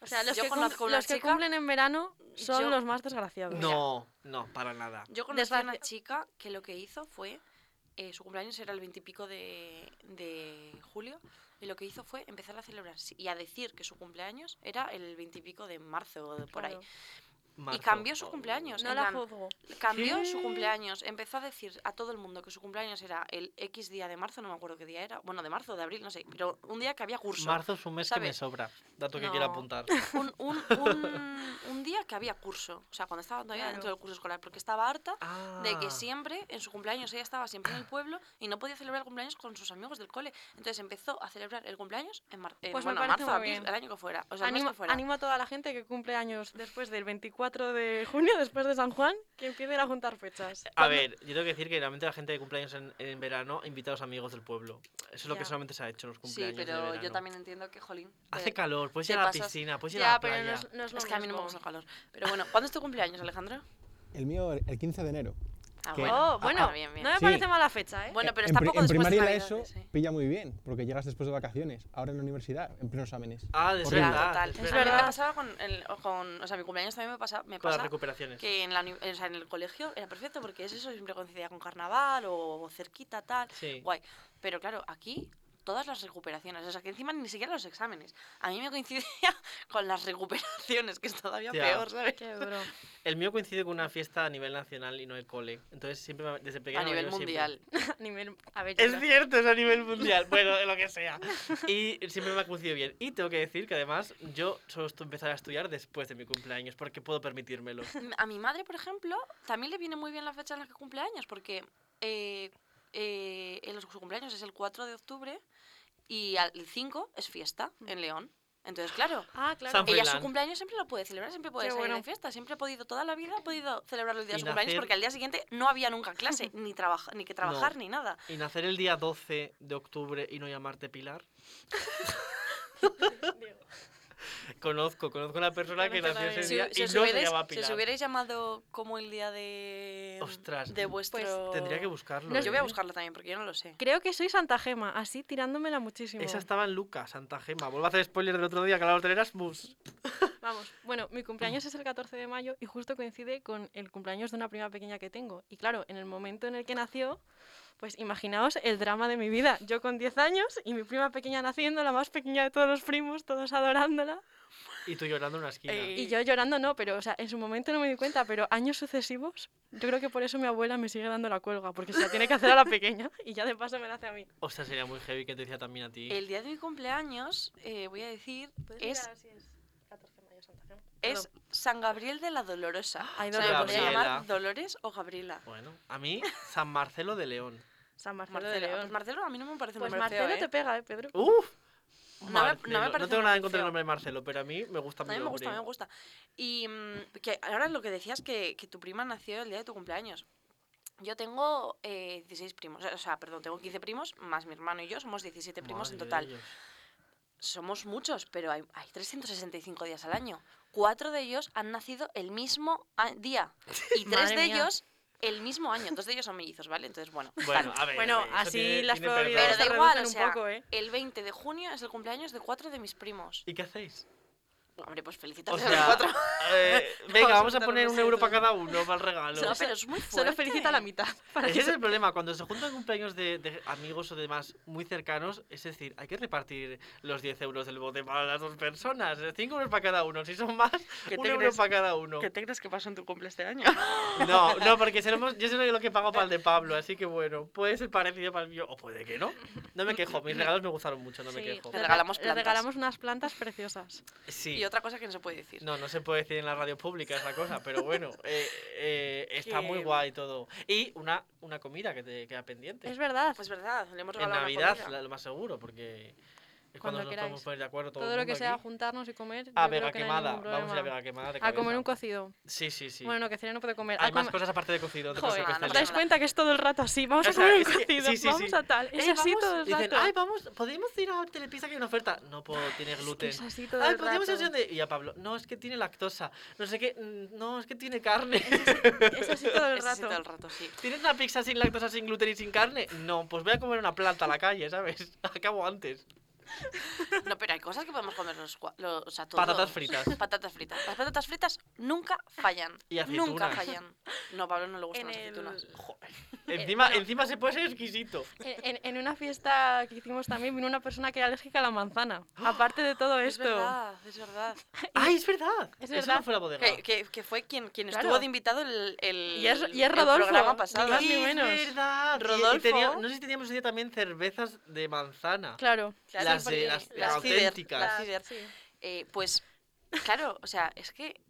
[SPEAKER 6] O sea, los,
[SPEAKER 4] Yo
[SPEAKER 6] que, cum-
[SPEAKER 4] conozco una
[SPEAKER 6] los que
[SPEAKER 4] chica-
[SPEAKER 6] cumplen en verano son
[SPEAKER 4] Yo-
[SPEAKER 6] los más desgraciados.
[SPEAKER 5] No, no, para nada.
[SPEAKER 4] Yo conocí a una
[SPEAKER 6] Desgracia-
[SPEAKER 4] chica que lo que hizo fue, eh, su cumpleaños era el 20 y pico de, de julio, y lo que hizo fue empezar a celebrar sí, y a decir que su cumpleaños era el 20 y pico de marzo o de por ahí.
[SPEAKER 6] Claro.
[SPEAKER 5] Marzo.
[SPEAKER 4] Y cambió su
[SPEAKER 5] Oh.
[SPEAKER 4] cumpleaños.
[SPEAKER 6] No
[SPEAKER 4] en
[SPEAKER 6] la
[SPEAKER 4] plan,
[SPEAKER 6] juzgo.
[SPEAKER 4] cambió su
[SPEAKER 5] ¿Qué?
[SPEAKER 4] cumpleaños. Empezó a decir a todo el mundo que su cumpleaños era el X día de marzo, no me acuerdo qué día era. Bueno, de marzo, de abril, no sé. Pero un día que había curso.
[SPEAKER 5] Marzo es un mes que me
[SPEAKER 4] ¿sabes?
[SPEAKER 5] sobra. Dato que quiero
[SPEAKER 4] No.
[SPEAKER 5] apuntar.
[SPEAKER 4] Un, un, un- un día que había curso. O sea, cuando estaba todavía
[SPEAKER 6] Claro.
[SPEAKER 4] dentro del curso escolar, porque estaba harta de
[SPEAKER 5] Ah.
[SPEAKER 4] que siempre, en su cumpleaños, ella estaba siempre en el pueblo y no podía celebrar el cumpleaños con sus amigos del cole. Entonces empezó a celebrar el cumpleaños en, mar- en,
[SPEAKER 6] Pues me
[SPEAKER 4] bueno,
[SPEAKER 6] parece
[SPEAKER 4] marzo,
[SPEAKER 6] muy
[SPEAKER 4] abril,
[SPEAKER 6] bien.
[SPEAKER 4] el año que fuera. O sea, el mes
[SPEAKER 6] Animo,
[SPEAKER 4] que fuera.
[SPEAKER 6] animo a toda la gente que cumple años después del 24 de junio, después de San Juan, que empiecen a juntar fechas.
[SPEAKER 5] A ver, yo tengo que decir que realmente la gente de cumpleaños en, en verano invita a los amigos del pueblo. Eso es lo que
[SPEAKER 6] Ya.
[SPEAKER 5] solamente se ha hecho en los
[SPEAKER 4] Sí,
[SPEAKER 5] cumpleaños. de
[SPEAKER 4] pero yo
[SPEAKER 5] verano.
[SPEAKER 4] también entiendo que, jolín.
[SPEAKER 5] Hace
[SPEAKER 4] te-
[SPEAKER 5] calor, puedes
[SPEAKER 4] te
[SPEAKER 5] ir a la
[SPEAKER 4] pasas-
[SPEAKER 5] piscina, puedes ir a
[SPEAKER 6] Ya,
[SPEAKER 5] la
[SPEAKER 6] pero
[SPEAKER 5] playa.
[SPEAKER 6] no es, no es lo
[SPEAKER 4] Es que a mí no me gusta
[SPEAKER 6] mismo.
[SPEAKER 4] el calor. Pero bueno, ¿cuándo es tu cumpleaños, Alejandro?
[SPEAKER 7] El mío, el 15 de enero.
[SPEAKER 4] Ah,
[SPEAKER 7] ¿Qué?
[SPEAKER 4] bueno.
[SPEAKER 6] Oh, bueno,
[SPEAKER 7] Ah,
[SPEAKER 4] bien, bien.
[SPEAKER 6] no me
[SPEAKER 7] Sí.
[SPEAKER 6] parece mala fecha, ¿eh?
[SPEAKER 4] Bueno, pero
[SPEAKER 7] en,
[SPEAKER 4] está
[SPEAKER 7] pri-
[SPEAKER 4] poco
[SPEAKER 7] en
[SPEAKER 4] después de
[SPEAKER 7] primaria y la ESO
[SPEAKER 4] Navidades, ¿eh?
[SPEAKER 7] pilla muy bien, porque llegas después de vacaciones. Ahora en la universidad, en pleno exámenes.
[SPEAKER 5] Ah, es
[SPEAKER 7] Horrible.
[SPEAKER 5] verdad.
[SPEAKER 4] Total.
[SPEAKER 5] es
[SPEAKER 6] Es
[SPEAKER 5] verdad.
[SPEAKER 4] A mí me
[SPEAKER 6] verdad.
[SPEAKER 4] pasaba con, el- con- O sea, mi cumpleaños también me pasa, me
[SPEAKER 5] Con las
[SPEAKER 4] pasa
[SPEAKER 5] recuperaciones.
[SPEAKER 4] que en, la uni- o sea, en el colegio era perfecto porque es eso, siempre coincidía con carnaval o cerquita, tal.
[SPEAKER 5] Sí.
[SPEAKER 4] Guay. Pero claro, aquí todas las recuperaciones. O sea, que encima ni siquiera los exámenes. A mí me coincidía con las recuperaciones, que es todavía
[SPEAKER 5] Ya.
[SPEAKER 4] peor, ¿sabes?
[SPEAKER 6] Qué duro.
[SPEAKER 5] El mío coincide con una fiesta a nivel nacional y no el cole. Entonces siempre me- desde pequeño
[SPEAKER 4] A nivel
[SPEAKER 5] yo siempre-
[SPEAKER 4] mundial.
[SPEAKER 6] A nivel- a ver, yo
[SPEAKER 5] Es
[SPEAKER 6] creo-
[SPEAKER 5] cierto, es a nivel mundial. Bueno, lo que sea. Y siempre me ha coincidido bien. Y tengo que decir que además yo solo estu- empezaré a estudiar después de mi cumpleaños porque puedo permitírmelo.
[SPEAKER 4] M- A mi madre, por ejemplo, también le viene muy bien la fecha en la que cumple años, porque eh,
[SPEAKER 6] Mm.
[SPEAKER 4] eh, en los- su cumpleaños es el 4 de octubre y al- el 5 es fiesta en León. Entonces, claro,
[SPEAKER 6] Ah, claro.
[SPEAKER 5] San
[SPEAKER 4] ella su
[SPEAKER 5] Froilán.
[SPEAKER 4] cumpleaños siempre lo puede celebrar, siempre puede
[SPEAKER 6] Qué
[SPEAKER 4] salir
[SPEAKER 6] bueno.
[SPEAKER 4] de fiesta, siempre ha podido, toda la vida ha podido celebrar el día de
[SPEAKER 5] Y
[SPEAKER 4] su cumpleaños
[SPEAKER 5] nacer-
[SPEAKER 4] porque al día siguiente no había nunca clase, ni, trabaja- ni que trabajar,
[SPEAKER 5] No.
[SPEAKER 4] ni nada.
[SPEAKER 5] Y nacer el día 12 de octubre y no llamarte Pilar. Conozco, conozco una persona que
[SPEAKER 6] Conozco
[SPEAKER 5] nació ese
[SPEAKER 6] también.
[SPEAKER 4] Si,
[SPEAKER 5] día
[SPEAKER 4] si
[SPEAKER 5] y
[SPEAKER 4] os
[SPEAKER 5] no se
[SPEAKER 4] hubierais-
[SPEAKER 5] llama
[SPEAKER 4] si os
[SPEAKER 5] Pilar.
[SPEAKER 4] hubierais llamado como el día de,
[SPEAKER 5] Ostras,
[SPEAKER 4] de
[SPEAKER 5] pues
[SPEAKER 4] vuestro...
[SPEAKER 5] Tendría que buscarlo.
[SPEAKER 4] Yo voy
[SPEAKER 5] ¿eh?
[SPEAKER 4] a buscarlo también porque yo no lo sé.
[SPEAKER 6] Creo que soy Santa Gema, así tirándomela muchísimo.
[SPEAKER 5] Esa estaba en Lucas, Santa Gema. Vuelvo a hacer spoiler del otro día, que hablamos del Erasmus.
[SPEAKER 6] Vamos, bueno, mi cumpleaños es el 14 de mayo y justo coincide con el cumpleaños de una prima pequeña que tengo. Y claro, en el momento en el que nació, pues imaginaos el drama de mi vida. Yo con 10 años y mi prima pequeña naciendo, la más pequeña de todos los primos, todos adorándola.
[SPEAKER 5] Y tú llorando en una esquina.
[SPEAKER 4] Eh,
[SPEAKER 6] Y yo llorando no, pero o sea, en su momento no me di cuenta, pero años sucesivos, yo creo que por eso mi abuela me sigue dando la cuelga, porque se la tiene que hacer a la pequeña y ya de paso me la hace a mí.
[SPEAKER 5] Ostras, sería muy heavy que te decía también a ti.
[SPEAKER 4] El día de mi cumpleaños, eh, voy a decir,
[SPEAKER 6] Pues
[SPEAKER 4] es,
[SPEAKER 6] es 14 de mayo Santa Gema?
[SPEAKER 4] es San Gabriel de la Dolorosa.
[SPEAKER 6] Ay,
[SPEAKER 4] o sea, me podría
[SPEAKER 5] Dolores.
[SPEAKER 4] llamar
[SPEAKER 5] Ah, Gabriela.
[SPEAKER 4] Dolores o Gabriela.
[SPEAKER 5] Bueno, a mí, San Marcelo de León.
[SPEAKER 6] San Marcelo,
[SPEAKER 4] Marcelo,
[SPEAKER 6] de
[SPEAKER 4] Ah,
[SPEAKER 6] León.
[SPEAKER 4] pues Marcelo a mí no me parece un
[SPEAKER 6] Pues
[SPEAKER 4] nombre feo,
[SPEAKER 6] Marcelo
[SPEAKER 4] ¿eh?
[SPEAKER 6] te pega, ¿eh, Pedro?
[SPEAKER 5] uf
[SPEAKER 4] No me- no me
[SPEAKER 5] Marcelo. No,
[SPEAKER 4] parece
[SPEAKER 5] tengo nada
[SPEAKER 4] muy
[SPEAKER 5] en contra del
[SPEAKER 4] feo.
[SPEAKER 5] nombre de Marcelo, pero a mí me gusta
[SPEAKER 4] A mí
[SPEAKER 5] mi
[SPEAKER 4] me
[SPEAKER 5] nombre.
[SPEAKER 4] gusta, me gusta. Y mm, que ahora lo que decías que, que tu prima nació el día de tu cumpleaños. Yo tengo eh, 16 primos, o sea, perdón, tengo 15 primos, más mi hermano y yo, somos 17 primos en
[SPEAKER 5] Madre de
[SPEAKER 4] total.
[SPEAKER 5] Dios.
[SPEAKER 4] Somos muchos, pero hay, hay 365 días al año. Cuatro de ellos han nacido el mismo a- día y tres
[SPEAKER 6] Madre
[SPEAKER 4] de
[SPEAKER 6] mía.
[SPEAKER 4] ellos el mismo año. Dos de ellos son mellizos, ¿vale? Entonces, bueno.
[SPEAKER 5] Bueno, a ver.
[SPEAKER 6] Bueno,
[SPEAKER 5] a ver, eso
[SPEAKER 6] así
[SPEAKER 5] tiene-
[SPEAKER 6] las
[SPEAKER 5] tiene
[SPEAKER 6] probabilidades
[SPEAKER 5] perdón.
[SPEAKER 4] Pero
[SPEAKER 6] se
[SPEAKER 4] da igual,
[SPEAKER 6] reducen
[SPEAKER 4] o
[SPEAKER 6] un
[SPEAKER 4] sea,
[SPEAKER 6] poco, ¿eh?
[SPEAKER 4] El 20 de junio es el cumpleaños de cuatro de mis primos.
[SPEAKER 5] ¿Y qué hacéis?
[SPEAKER 4] Hombre, pues felicitaciones
[SPEAKER 5] O
[SPEAKER 4] a los
[SPEAKER 5] sea,
[SPEAKER 4] cuatro.
[SPEAKER 5] eh, venga, vamos a
[SPEAKER 6] juntar
[SPEAKER 5] poner
[SPEAKER 6] unos
[SPEAKER 5] un euro
[SPEAKER 6] euros.
[SPEAKER 5] para cada uno para el regalo.
[SPEAKER 4] No, pero es muy fuerte.
[SPEAKER 6] Solo felicita a la mitad. Para
[SPEAKER 5] Ese
[SPEAKER 6] que
[SPEAKER 5] es
[SPEAKER 6] se-
[SPEAKER 5] el problema, cuando se juntan cumpleaños de, de amigos o demás muy cercanos, es decir, hay que repartir los 10 euros del bote para las dos personas, 5 euros para cada uno, si son más,
[SPEAKER 4] ¿Qué
[SPEAKER 5] un
[SPEAKER 4] te
[SPEAKER 5] euro
[SPEAKER 4] crees?
[SPEAKER 5] para cada uno.
[SPEAKER 4] te crees que pasó en tu cumple este año?
[SPEAKER 5] No, no, porque seremos, yo sé lo que pago para el de Pablo, así que bueno, puede ser parecido para el mío, o puede que no. No me quejo, mis regalos me gustaron mucho, no me
[SPEAKER 6] Sí,
[SPEAKER 5] quejo.
[SPEAKER 4] Le regalamos
[SPEAKER 6] le
[SPEAKER 4] plantas.
[SPEAKER 6] regalamos unas plantas preciosas.
[SPEAKER 5] Sí.
[SPEAKER 4] Y otra cosa que no se puede decir.
[SPEAKER 5] No, no se puede decir en la radio pública esa cosa, pero bueno, eh, eh, está muy
[SPEAKER 4] Que-
[SPEAKER 5] guay todo. Y una, una comida que te queda pendiente.
[SPEAKER 6] Es verdad.
[SPEAKER 4] Pues verdad, le hemos
[SPEAKER 5] en
[SPEAKER 4] regalado una
[SPEAKER 5] Navidad,
[SPEAKER 4] comida.
[SPEAKER 5] la- lo más seguro, porque es cuando,
[SPEAKER 6] Cuando
[SPEAKER 5] nos
[SPEAKER 6] queráis.
[SPEAKER 5] podemos poner de acuerdo todo,
[SPEAKER 6] todo
[SPEAKER 5] el
[SPEAKER 6] lo que
[SPEAKER 5] mundo
[SPEAKER 6] sea
[SPEAKER 5] aquí.
[SPEAKER 6] juntarnos y comer.
[SPEAKER 5] Ah,
[SPEAKER 6] yo creo
[SPEAKER 5] vega
[SPEAKER 6] que no hay
[SPEAKER 5] quemada.
[SPEAKER 6] ningún
[SPEAKER 5] Vamos a ir a
[SPEAKER 6] problema.
[SPEAKER 5] vega quemada. de
[SPEAKER 6] A comer
[SPEAKER 5] cabeza.
[SPEAKER 6] un cocido.
[SPEAKER 5] Sí, sí, sí.
[SPEAKER 6] Bueno, no, que cereal no puede comer.
[SPEAKER 5] Hay
[SPEAKER 6] a
[SPEAKER 5] más
[SPEAKER 6] comer-
[SPEAKER 5] cosas aparte de cocido. de
[SPEAKER 6] Joder,
[SPEAKER 5] cosas que
[SPEAKER 4] no,
[SPEAKER 5] estén
[SPEAKER 4] no,
[SPEAKER 6] ¿os
[SPEAKER 5] ahí.
[SPEAKER 6] dais cuenta que es todo el rato así? Vamos
[SPEAKER 5] O
[SPEAKER 6] a
[SPEAKER 5] sea,
[SPEAKER 6] comer un
[SPEAKER 5] es que-
[SPEAKER 6] cocido,
[SPEAKER 5] sí, sí, sí.
[SPEAKER 6] vamos a tal. Es
[SPEAKER 5] Ey,
[SPEAKER 6] así
[SPEAKER 5] vamos,
[SPEAKER 6] todo el
[SPEAKER 5] dicen,
[SPEAKER 6] rato.
[SPEAKER 5] ay, vamos, podemos ir a Telepizza que hay una oferta. No puedo, tiene gluten.
[SPEAKER 6] es así todo
[SPEAKER 5] Ay,
[SPEAKER 6] el rato.
[SPEAKER 5] podríamos ir a donde- Y a Pablo, no, es que tiene lactosa. No sé qué, mm, no, es que tiene carne.
[SPEAKER 6] Es así todo el
[SPEAKER 4] Ese sí,
[SPEAKER 6] rato.
[SPEAKER 4] todo el rato, sí.
[SPEAKER 5] ¿Tienes una pizza sin lactosa, sin gluten y sin carne? No, pues voy a comer una planta a la calle, ¿sabes? Acabo antes.
[SPEAKER 4] No, pero hay cosas que podemos comer los, cua- los- o sea, todos.
[SPEAKER 5] Patatas fritas.
[SPEAKER 4] Patatas fritas. Las patatas fritas nunca fallan.
[SPEAKER 5] Y aceitunas.
[SPEAKER 4] Nunca fallan. No, a Pablo no le gustan
[SPEAKER 6] En
[SPEAKER 4] las
[SPEAKER 6] el-
[SPEAKER 4] aceitunas.
[SPEAKER 5] Joder.
[SPEAKER 6] Eh,
[SPEAKER 5] Encima, encima se puede ser exquisito.
[SPEAKER 6] En, en- en una fiesta que hicimos también vino una persona que era alérgica a la manzana. Aparte de todo
[SPEAKER 4] Es
[SPEAKER 6] esto.
[SPEAKER 4] verdad, es verdad.
[SPEAKER 5] ¡Ay, es verdad!
[SPEAKER 6] Es
[SPEAKER 5] Eso
[SPEAKER 6] verdad.
[SPEAKER 5] no fue la bodega.
[SPEAKER 4] Que, que- que fue quien, quien
[SPEAKER 6] Claro.
[SPEAKER 4] estuvo de invitado el, el,
[SPEAKER 6] Y es- y es
[SPEAKER 4] el
[SPEAKER 6] Rodolfo,
[SPEAKER 4] programa pasado.
[SPEAKER 6] ni más ni
[SPEAKER 5] ¡Es
[SPEAKER 6] menos.
[SPEAKER 5] verdad! Y- y
[SPEAKER 4] Rodolfo.
[SPEAKER 5] tenía- no sé si teníamos ese día también cervezas de manzana.
[SPEAKER 6] Claro.
[SPEAKER 4] Claro,
[SPEAKER 5] las,
[SPEAKER 4] porque
[SPEAKER 5] de, las,
[SPEAKER 4] las cider-
[SPEAKER 5] auténticas.
[SPEAKER 4] las cider. Eh, pues, claro, o sea, es que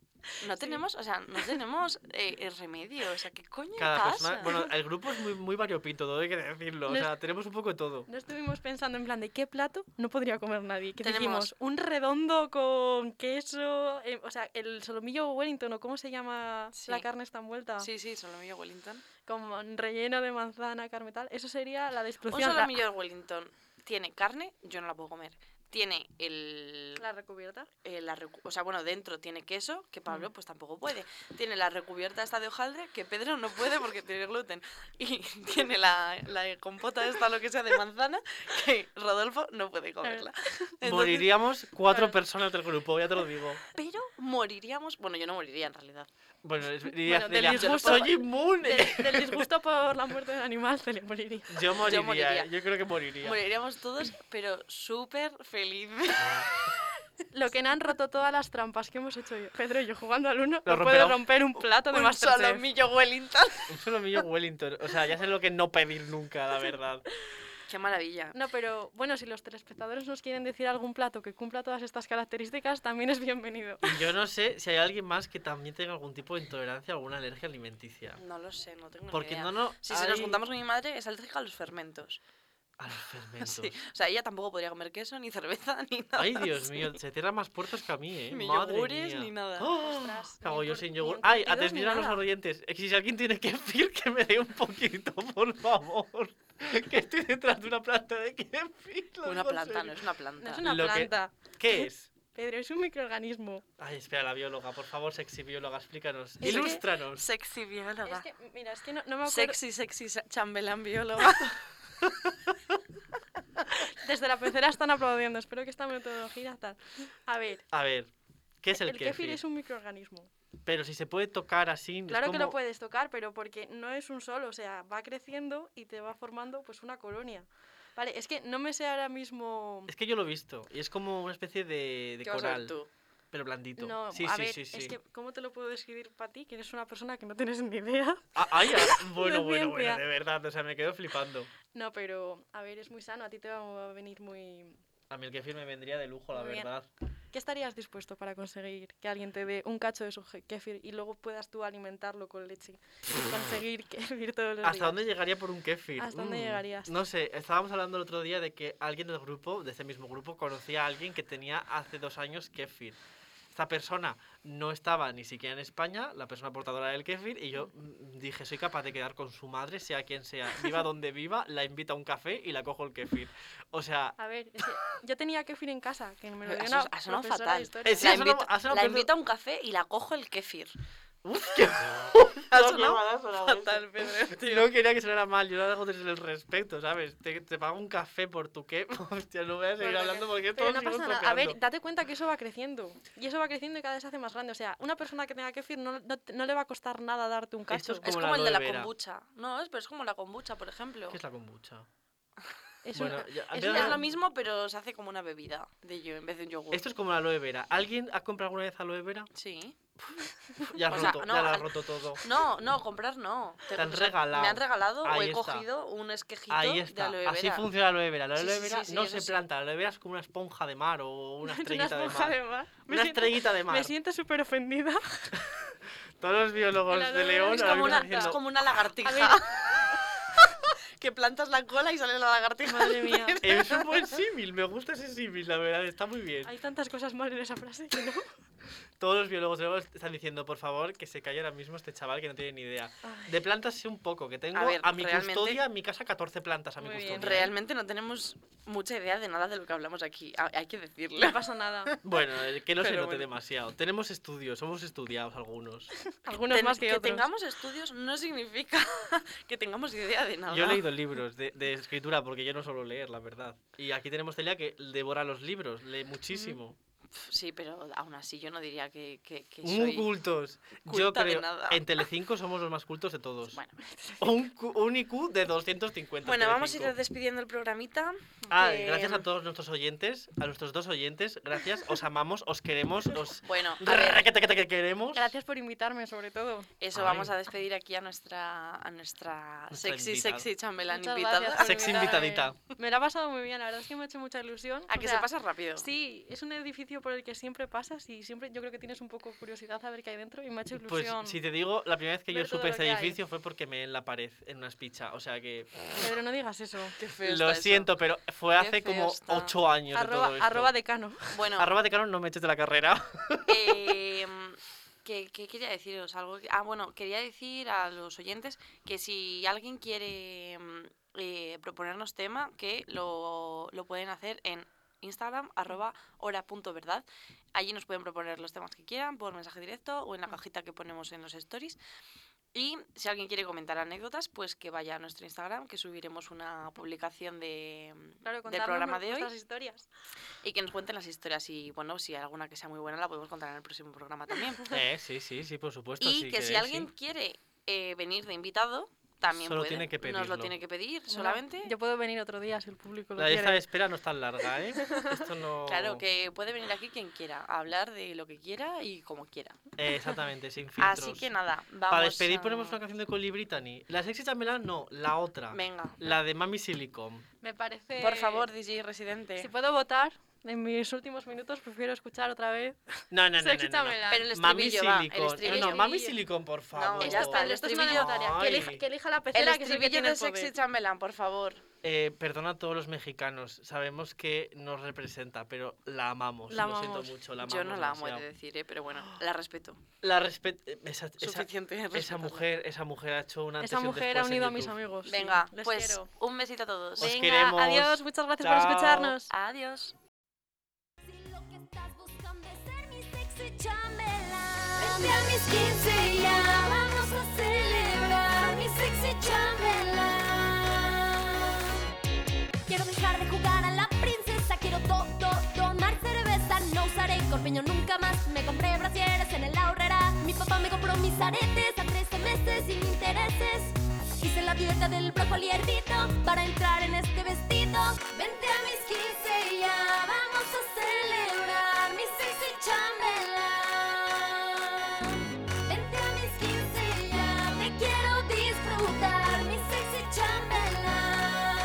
[SPEAKER 4] no tenemos, o sea, no tenemos eh, el remedio. O sea, ¿qué coño
[SPEAKER 5] Cada
[SPEAKER 4] pasa?
[SPEAKER 5] persona. Bueno, el grupo es muy, muy variopinto, todo hay que decirlo. O
[SPEAKER 6] Nos-
[SPEAKER 5] sea, tenemos un poco de todo.
[SPEAKER 6] No estuvimos pensando en plan de qué plato no podría comer nadie. Que
[SPEAKER 4] Tenemos-
[SPEAKER 6] dijimos un redondo con queso, eh, o sea, el solomillo Wellington o cómo se llama
[SPEAKER 4] Sí.
[SPEAKER 6] la carne está envuelta,
[SPEAKER 4] Sí, sí, solomillo Wellington.
[SPEAKER 6] con relleno de manzana, carne tal. Eso sería la
[SPEAKER 4] Un
[SPEAKER 6] destrucción, la,
[SPEAKER 4] solomillo de Wellington tiene carne, yo no la puedo comer. Tiene el,
[SPEAKER 6] la recubierta.
[SPEAKER 4] eh, la recu- o sea, bueno, dentro tiene queso, que Pablo pues tampoco puede. Tiene la recubierta esta de hojaldre, que Pedro no puede porque tiene gluten. Y tiene la, la compota esta, lo que sea, de manzana, que Rodolfo no puede comerla. Entonces,
[SPEAKER 5] Moriríamos cuatro
[SPEAKER 6] Claro.
[SPEAKER 5] personas del grupo, ya te lo digo.
[SPEAKER 4] Pero moriríamos, bueno, yo no moriría en realidad.
[SPEAKER 5] Bueno, es- diría
[SPEAKER 6] del
[SPEAKER 5] Celia,
[SPEAKER 6] disgusto-
[SPEAKER 5] soy inmune.
[SPEAKER 6] Del, del disgusto por la muerte del animal se le moriría.
[SPEAKER 5] Yo moriría,
[SPEAKER 4] moriría.
[SPEAKER 5] eh, yo creo que moriría.
[SPEAKER 4] Moriríamos todos, pero súper felices.
[SPEAKER 6] Lo que no han roto todas las trampas que hemos hecho yo. Pedro y yo jugando al uno,
[SPEAKER 5] Lo
[SPEAKER 6] no puede
[SPEAKER 5] romperá-
[SPEAKER 6] romper un plato de
[SPEAKER 4] Un
[SPEAKER 6] Masterchef.
[SPEAKER 4] solomillo Wellington.
[SPEAKER 5] Un solomillo Wellington. O sea, ya sé lo que no pedir nunca, la verdad.
[SPEAKER 4] Qué maravilla.
[SPEAKER 6] No, pero bueno, si los telespectadores nos quieren decir algún plato que cumpla todas estas características, también es bienvenido.
[SPEAKER 5] Y Yo no sé si hay alguien más que también tenga algún tipo de intolerancia o alguna alergia alimenticia.
[SPEAKER 4] No lo sé, no tengo ni
[SPEAKER 5] Porque
[SPEAKER 4] idea.
[SPEAKER 5] no, no.
[SPEAKER 4] Si, si nos
[SPEAKER 5] hay-
[SPEAKER 4] juntamos con mi madre, es alérgica a los fermentos.
[SPEAKER 5] A los fermentos.
[SPEAKER 4] Sí, O sea, ella tampoco podría comer queso, ni cerveza, ni nada.
[SPEAKER 5] Ay, Dios
[SPEAKER 4] así.
[SPEAKER 5] mío, se cierran más puertas que a mí, ¿eh?
[SPEAKER 4] Ni
[SPEAKER 5] Madre
[SPEAKER 4] yogures,
[SPEAKER 5] mía.
[SPEAKER 4] ni nada.
[SPEAKER 5] ¡Ah!
[SPEAKER 6] Ostras,
[SPEAKER 5] Cago
[SPEAKER 6] ni
[SPEAKER 5] yo
[SPEAKER 6] encur-
[SPEAKER 5] sin
[SPEAKER 6] ni
[SPEAKER 5] yogur. Ay,
[SPEAKER 4] encurtidos, ni
[SPEAKER 5] atención a los
[SPEAKER 4] nada.
[SPEAKER 5] oyentes. Es que Si alguien tiene kefir, que me dé un poquito, por favor. Que estoy detrás de una planta de kefir. lo
[SPEAKER 4] Una
[SPEAKER 5] digo en
[SPEAKER 4] planta, no
[SPEAKER 5] serio.
[SPEAKER 4] es una
[SPEAKER 6] No
[SPEAKER 4] planta.
[SPEAKER 6] es una
[SPEAKER 5] Lo que-
[SPEAKER 6] planta,
[SPEAKER 5] ¿Qué es?
[SPEAKER 6] Pedro, es un microorganismo.
[SPEAKER 5] Ay, espera, la bióloga, por favor, sexy bióloga, explícanos.
[SPEAKER 6] que-
[SPEAKER 5] Ilústranos.
[SPEAKER 4] Sexy bióloga.
[SPEAKER 6] Es que, mira, es que no, no me acuerdo.
[SPEAKER 4] Sexy, sexy sa- chambelán bióloga.
[SPEAKER 6] Desde la pecera están aplaudiendo. Espero que esta metodología tal. A ver,
[SPEAKER 5] A ver, ¿qué es el,
[SPEAKER 6] el kéfir es un microorganismo.
[SPEAKER 5] Pero si se puede tocar así. es
[SPEAKER 6] Claro que lo
[SPEAKER 5] como-
[SPEAKER 6] puedes tocar, pero porque no es un solo, o sea, va creciendo y te va formando pues una colonia. Vale, es que no me sé ahora mismo.
[SPEAKER 5] Es que yo lo he visto. Y es como una especie de, de
[SPEAKER 4] ¿Qué vas a ver
[SPEAKER 5] coral.
[SPEAKER 4] tú?
[SPEAKER 5] Pero blandito.
[SPEAKER 6] No,
[SPEAKER 5] sí,
[SPEAKER 6] a
[SPEAKER 5] sí,
[SPEAKER 6] ver,
[SPEAKER 5] sí, sí.
[SPEAKER 6] es que ¿cómo te lo puedo describir para ti? Que eres una persona que no tienes ni idea.
[SPEAKER 5] Ah, ay, ah, bueno, bueno,
[SPEAKER 6] De
[SPEAKER 5] bueno,
[SPEAKER 6] ciencia.
[SPEAKER 5] de verdad. O sea, me quedo flipando.
[SPEAKER 6] No, pero a ver, es muy sano, a ti te va a venir muy.
[SPEAKER 5] A mí el kefir me vendría de lujo, la
[SPEAKER 6] Muy bien.
[SPEAKER 5] verdad.
[SPEAKER 6] ¿Qué estarías dispuesto para conseguir que alguien te dé un cacho de su je- kéfir y luego puedas tú alimentarlo con leche? y conseguir kéfir todos los días.
[SPEAKER 5] ¿Hasta dónde llegaría por un kefir? Mm.
[SPEAKER 6] ¿Hasta dónde llegarías?
[SPEAKER 5] No sé, estábamos hablando el otro día de que alguien del grupo, de este mismo grupo, conocía a alguien que tenía hace dos años kefir. Esta persona no estaba ni siquiera en España, la persona portadora del kefir, y yo mm, dije, soy capaz de quedar con su madre, sea quien sea, viva donde viva, la invito a un café y la cojo el kefir. O sea,
[SPEAKER 6] A ver, es que yo tenía kéfir en casa, que me lo
[SPEAKER 4] Ha
[SPEAKER 6] dio
[SPEAKER 4] son-
[SPEAKER 6] una
[SPEAKER 4] ha sonado
[SPEAKER 6] profesora de
[SPEAKER 4] fatal.
[SPEAKER 6] historia.
[SPEAKER 5] Eh, sí,
[SPEAKER 4] la
[SPEAKER 5] ha sonado-
[SPEAKER 4] invito,
[SPEAKER 5] ha sonado
[SPEAKER 4] la
[SPEAKER 5] peor-
[SPEAKER 4] invito a un café y la cojo el kéfir.
[SPEAKER 5] uf, qué
[SPEAKER 6] Ah,
[SPEAKER 4] Ha
[SPEAKER 5] No,
[SPEAKER 4] sonado
[SPEAKER 5] no, ha sonado
[SPEAKER 4] fatal, Pedro.
[SPEAKER 5] Tío, no quería que sonara mal, yo lo hago desde el respeto, ¿sabes? Te, te pago un café por tu qué. Hostia, no voy a seguir
[SPEAKER 6] Bueno,
[SPEAKER 5] hablando porque
[SPEAKER 6] Pero
[SPEAKER 5] todos
[SPEAKER 6] no
[SPEAKER 5] seguimos
[SPEAKER 6] pasa nada. A ver,
[SPEAKER 5] tocando.
[SPEAKER 6] date cuenta que eso va creciendo. Y eso va creciendo y cada vez se hace más grande. O sea, una persona que tenga kéfir no, no, te- no le va a costar nada darte un
[SPEAKER 5] Esto
[SPEAKER 6] cacho.
[SPEAKER 5] es
[SPEAKER 4] Es
[SPEAKER 5] Como
[SPEAKER 4] como,
[SPEAKER 5] la
[SPEAKER 4] el de la
[SPEAKER 5] aloe vera.
[SPEAKER 4] kombucha. No, es, pero es como la kombucha, por ejemplo.
[SPEAKER 5] ¿Qué es la kombucha?
[SPEAKER 6] Es
[SPEAKER 5] bueno,
[SPEAKER 6] una-
[SPEAKER 5] ya-
[SPEAKER 6] es
[SPEAKER 5] ya-
[SPEAKER 6] una-
[SPEAKER 4] Es lo mismo, pero se hace como una bebida de yo en vez de un yogur.
[SPEAKER 5] Esto es como la aloe vera. ¿Alguien ha comprado alguna vez aloe vera?
[SPEAKER 4] Sí.
[SPEAKER 5] Ya, has
[SPEAKER 4] O sea,
[SPEAKER 5] roto,
[SPEAKER 4] no,
[SPEAKER 5] ya la has
[SPEAKER 4] al-
[SPEAKER 5] roto todo.
[SPEAKER 4] No, no, comprar no.
[SPEAKER 5] Te han
[SPEAKER 4] o sea,
[SPEAKER 5] regalado.
[SPEAKER 4] Me han regalado o
[SPEAKER 5] Ahí
[SPEAKER 4] he
[SPEAKER 5] está.
[SPEAKER 4] cogido un esquejito
[SPEAKER 5] Ahí
[SPEAKER 4] de
[SPEAKER 5] está.
[SPEAKER 4] aloe vera.
[SPEAKER 5] Así funciona la aloe vera. La
[SPEAKER 4] Sí,
[SPEAKER 5] aloe
[SPEAKER 4] sí,
[SPEAKER 5] vera
[SPEAKER 4] sí, sí,
[SPEAKER 5] no
[SPEAKER 4] eso
[SPEAKER 5] se
[SPEAKER 4] sí.
[SPEAKER 5] planta. La aloe vera es como una esponja de mar o una
[SPEAKER 6] una
[SPEAKER 5] estrellita de
[SPEAKER 6] esponja
[SPEAKER 5] mar.
[SPEAKER 6] de mar. Me
[SPEAKER 5] Una
[SPEAKER 6] siento-
[SPEAKER 5] estrellita de mar.
[SPEAKER 6] Me siento súper ofendida.
[SPEAKER 5] Todos los biólogos
[SPEAKER 6] El aloe
[SPEAKER 5] de
[SPEAKER 6] vera
[SPEAKER 5] León
[SPEAKER 4] Es
[SPEAKER 5] ahora
[SPEAKER 4] como,
[SPEAKER 5] mismo
[SPEAKER 4] una, es
[SPEAKER 5] diciendo,
[SPEAKER 4] como una lagartija. que plantas la cola y sale la lagartija.
[SPEAKER 6] Madre mía.
[SPEAKER 5] Es un buen símil. Me gusta ese símil, la verdad. Está muy bien.
[SPEAKER 6] Hay tantas cosas mal en esa frase que no.
[SPEAKER 5] Todos los biólogos de León están diciendo, por favor, que se calle ahora mismo este chaval que no tiene ni idea.
[SPEAKER 6] Ay.
[SPEAKER 5] De plantas sí un poco, que tengo a,
[SPEAKER 4] A ver,
[SPEAKER 5] mi
[SPEAKER 4] realmente-
[SPEAKER 5] custodia, en mi casa 14 plantas a mi
[SPEAKER 6] Muy bien.
[SPEAKER 5] custodia. ¿eh?
[SPEAKER 4] Realmente no tenemos mucha idea de nada de lo que hablamos aquí. a- Hay que decirlo.
[SPEAKER 6] No pasa nada.
[SPEAKER 5] Bueno, eh, que no se
[SPEAKER 4] Pero
[SPEAKER 5] note
[SPEAKER 4] bueno.
[SPEAKER 5] demasiado. Tenemos estudios, somos estudiados algunos.
[SPEAKER 6] Algunos
[SPEAKER 4] Ten-
[SPEAKER 6] más que,
[SPEAKER 4] que
[SPEAKER 6] otros.
[SPEAKER 4] tengamos estudios no significa que tengamos idea de nada.
[SPEAKER 5] Yo he leído libros de, de escritura porque yo no suelo leer, la verdad. Y aquí tenemos Celia que devora los libros, lee muchísimo.
[SPEAKER 4] Pf, Sí, pero aún así yo no diría que, que, que
[SPEAKER 5] Muy
[SPEAKER 4] soy...
[SPEAKER 5] cultos. Yo
[SPEAKER 4] culta de
[SPEAKER 5] creo,
[SPEAKER 4] nada.
[SPEAKER 5] en Telecinco somos los más cultos de todos.
[SPEAKER 4] Bueno,
[SPEAKER 5] Un, cu- un IQ de 250.
[SPEAKER 4] bueno vamos a
[SPEAKER 5] Telecinco.
[SPEAKER 4] ir despidiendo el programita.
[SPEAKER 5] Ah,
[SPEAKER 4] que- em,
[SPEAKER 5] gracias a todos nuestros oyentes, a nuestros dos oyentes, gracias, os amamos, os queremos, os...
[SPEAKER 4] Bueno, a ver,
[SPEAKER 5] que queremos.
[SPEAKER 6] Gracias por invitarme, sobre todo.
[SPEAKER 4] eso
[SPEAKER 5] Ay.
[SPEAKER 4] vamos a despedir aquí a nuestra, a nuestra
[SPEAKER 5] Nuestra
[SPEAKER 4] sexy,
[SPEAKER 5] invitada.
[SPEAKER 4] sexy chambelán
[SPEAKER 6] Muchas
[SPEAKER 4] invitada.
[SPEAKER 6] gracias por
[SPEAKER 5] Sexy
[SPEAKER 6] invitarme.
[SPEAKER 5] invitadita.
[SPEAKER 6] Me la ha pasado muy bien, la verdad es que me ha hecho mucha ilusión.
[SPEAKER 4] A
[SPEAKER 6] O
[SPEAKER 4] que
[SPEAKER 6] sea,
[SPEAKER 4] se pasa rápido.
[SPEAKER 6] Sí, es un edificio por el que siempre pasas y siempre yo creo que tienes un poco curiosidad a ver qué hay dentro y me ha hecho
[SPEAKER 5] Pues
[SPEAKER 6] ilusión.
[SPEAKER 5] si te digo, la primera vez que yo
[SPEAKER 6] ver todo
[SPEAKER 5] supe
[SPEAKER 6] lo
[SPEAKER 5] este
[SPEAKER 6] que hay.
[SPEAKER 5] edificio fue porque me en la pared, en una espicha. O sea que...
[SPEAKER 6] Pedro, no digas eso.
[SPEAKER 4] Qué feo
[SPEAKER 5] lo
[SPEAKER 4] está eso.
[SPEAKER 5] siento, pero fue
[SPEAKER 4] Qué
[SPEAKER 5] hace
[SPEAKER 4] feo
[SPEAKER 5] como
[SPEAKER 4] está.
[SPEAKER 5] ocho años de todo
[SPEAKER 6] Arroba,
[SPEAKER 5] esto.
[SPEAKER 6] arroba decano.
[SPEAKER 4] Bueno,
[SPEAKER 5] Arroba de Carol, no me eches de la carrera.
[SPEAKER 4] Eh, ¿qué, qué quería deciros? Algo que- ah, bueno, quería decir a los oyentes que si alguien quiere mm, eh, proponernos tema, que lo, lo pueden hacer en Instagram, arroba hora.verdad. Allí nos pueden proponer los temas que quieran por mensaje directo o en
[SPEAKER 6] Mm.
[SPEAKER 4] la cajita que ponemos en los stories. Y si alguien quiere comentar anécdotas, pues que vaya a nuestro Instagram, que subiremos una publicación de,
[SPEAKER 6] Claro,
[SPEAKER 4] del
[SPEAKER 6] contarnos
[SPEAKER 4] programa de hoy
[SPEAKER 6] nuestras historias.
[SPEAKER 4] y que nos cuenten las historias. Y bueno, si hay alguna que sea muy buena, la podemos contar en el próximo programa también.
[SPEAKER 5] Eh, sí, sí, sí, por supuesto.
[SPEAKER 4] Y
[SPEAKER 5] sí,
[SPEAKER 4] que si
[SPEAKER 5] queréis,
[SPEAKER 4] alguien
[SPEAKER 5] sí.
[SPEAKER 4] quiere eh, venir de invitado, también
[SPEAKER 5] Solo
[SPEAKER 4] puede.
[SPEAKER 5] tiene que
[SPEAKER 4] nos
[SPEAKER 5] pedirlo.
[SPEAKER 4] lo tiene que pedir
[SPEAKER 6] Bueno,
[SPEAKER 4] solamente.
[SPEAKER 6] Yo puedo venir otro día si el público lo
[SPEAKER 5] La lista de
[SPEAKER 6] quiere.
[SPEAKER 5] espera no es tan larga, ¿eh? Esto no...
[SPEAKER 4] Claro, que puede venir aquí quien quiera, a hablar de lo que quiera y como quiera.
[SPEAKER 5] Eh, exactamente, sin filtros.
[SPEAKER 4] Así que nada, vamos
[SPEAKER 5] Para despedir
[SPEAKER 4] a-
[SPEAKER 5] ponemos una canción de Collie Brittany. La sexy chambelán, no, la otra.
[SPEAKER 4] Venga,
[SPEAKER 5] La de Mami Silicon.
[SPEAKER 6] Me parece... este
[SPEAKER 4] por favor, DJ Residente.
[SPEAKER 6] Si puedo votar, en mis últimos minutos prefiero escuchar otra vez.
[SPEAKER 5] No, no, no, no, no, no.
[SPEAKER 6] Escúchamela.
[SPEAKER 4] Pero el
[SPEAKER 5] Mami
[SPEAKER 4] estribillo va, el
[SPEAKER 5] Silicon. Eh, No, no,
[SPEAKER 4] estribillo.
[SPEAKER 5] Mami Silicon, por favor.
[SPEAKER 4] ya está, el
[SPEAKER 6] Esto es una
[SPEAKER 4] estribillo.
[SPEAKER 6] necesaria. Que
[SPEAKER 5] Ay.
[SPEAKER 6] elija, que elija la
[SPEAKER 4] El
[SPEAKER 6] pecera que es el que
[SPEAKER 4] estribillo
[SPEAKER 6] tiene
[SPEAKER 4] de
[SPEAKER 6] el
[SPEAKER 4] Sexy
[SPEAKER 6] poder.
[SPEAKER 4] Chamberlain, por favor.
[SPEAKER 5] Eh, perdona a todos los mexicanos. Sabemos que nos representa, pero la amamos.
[SPEAKER 6] La
[SPEAKER 5] lo
[SPEAKER 6] amamos.
[SPEAKER 5] siento mucho, la amamos.
[SPEAKER 4] Yo no la amo, he de
[SPEAKER 5] demasiado.
[SPEAKER 4] decir, ¿eh? pero bueno, la respeto.
[SPEAKER 5] La respeto. Esa, esa,
[SPEAKER 4] Suficiente.
[SPEAKER 5] esa
[SPEAKER 4] respeto.
[SPEAKER 5] mujer, esa mujer ha hecho una.
[SPEAKER 6] Esa mujer ha unido a mis amigos. sí.
[SPEAKER 4] Venga,
[SPEAKER 6] Les
[SPEAKER 4] pues
[SPEAKER 6] quiero.
[SPEAKER 4] un besito a todos.
[SPEAKER 5] Os
[SPEAKER 6] Venga,
[SPEAKER 5] queremos.
[SPEAKER 6] adiós, muchas gracias
[SPEAKER 5] Chao.
[SPEAKER 6] por escucharnos.
[SPEAKER 4] Adiós.
[SPEAKER 8] Si lo que estás buscando es ser mi sexy chambelán Vente a mis 15 ya Vamos a celebrar mi sexy chambelán Quiero dejar de jugar a la princesa Quiero do, do, tomar cerveza No usaré corpiño nunca más Me compré brasieres en el ahorrera Mi papá me compró mis aretes A 13 meses sin intereses Hice la dieta del brócoli hervido Para entrar en este vestido Vente a mis 15 ya Vamos a celebrar mi sexy chambelán Vente a mis 15 ya Te quiero disfrutar mi sexy chambelán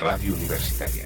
[SPEAKER 1] Radio Universitaria.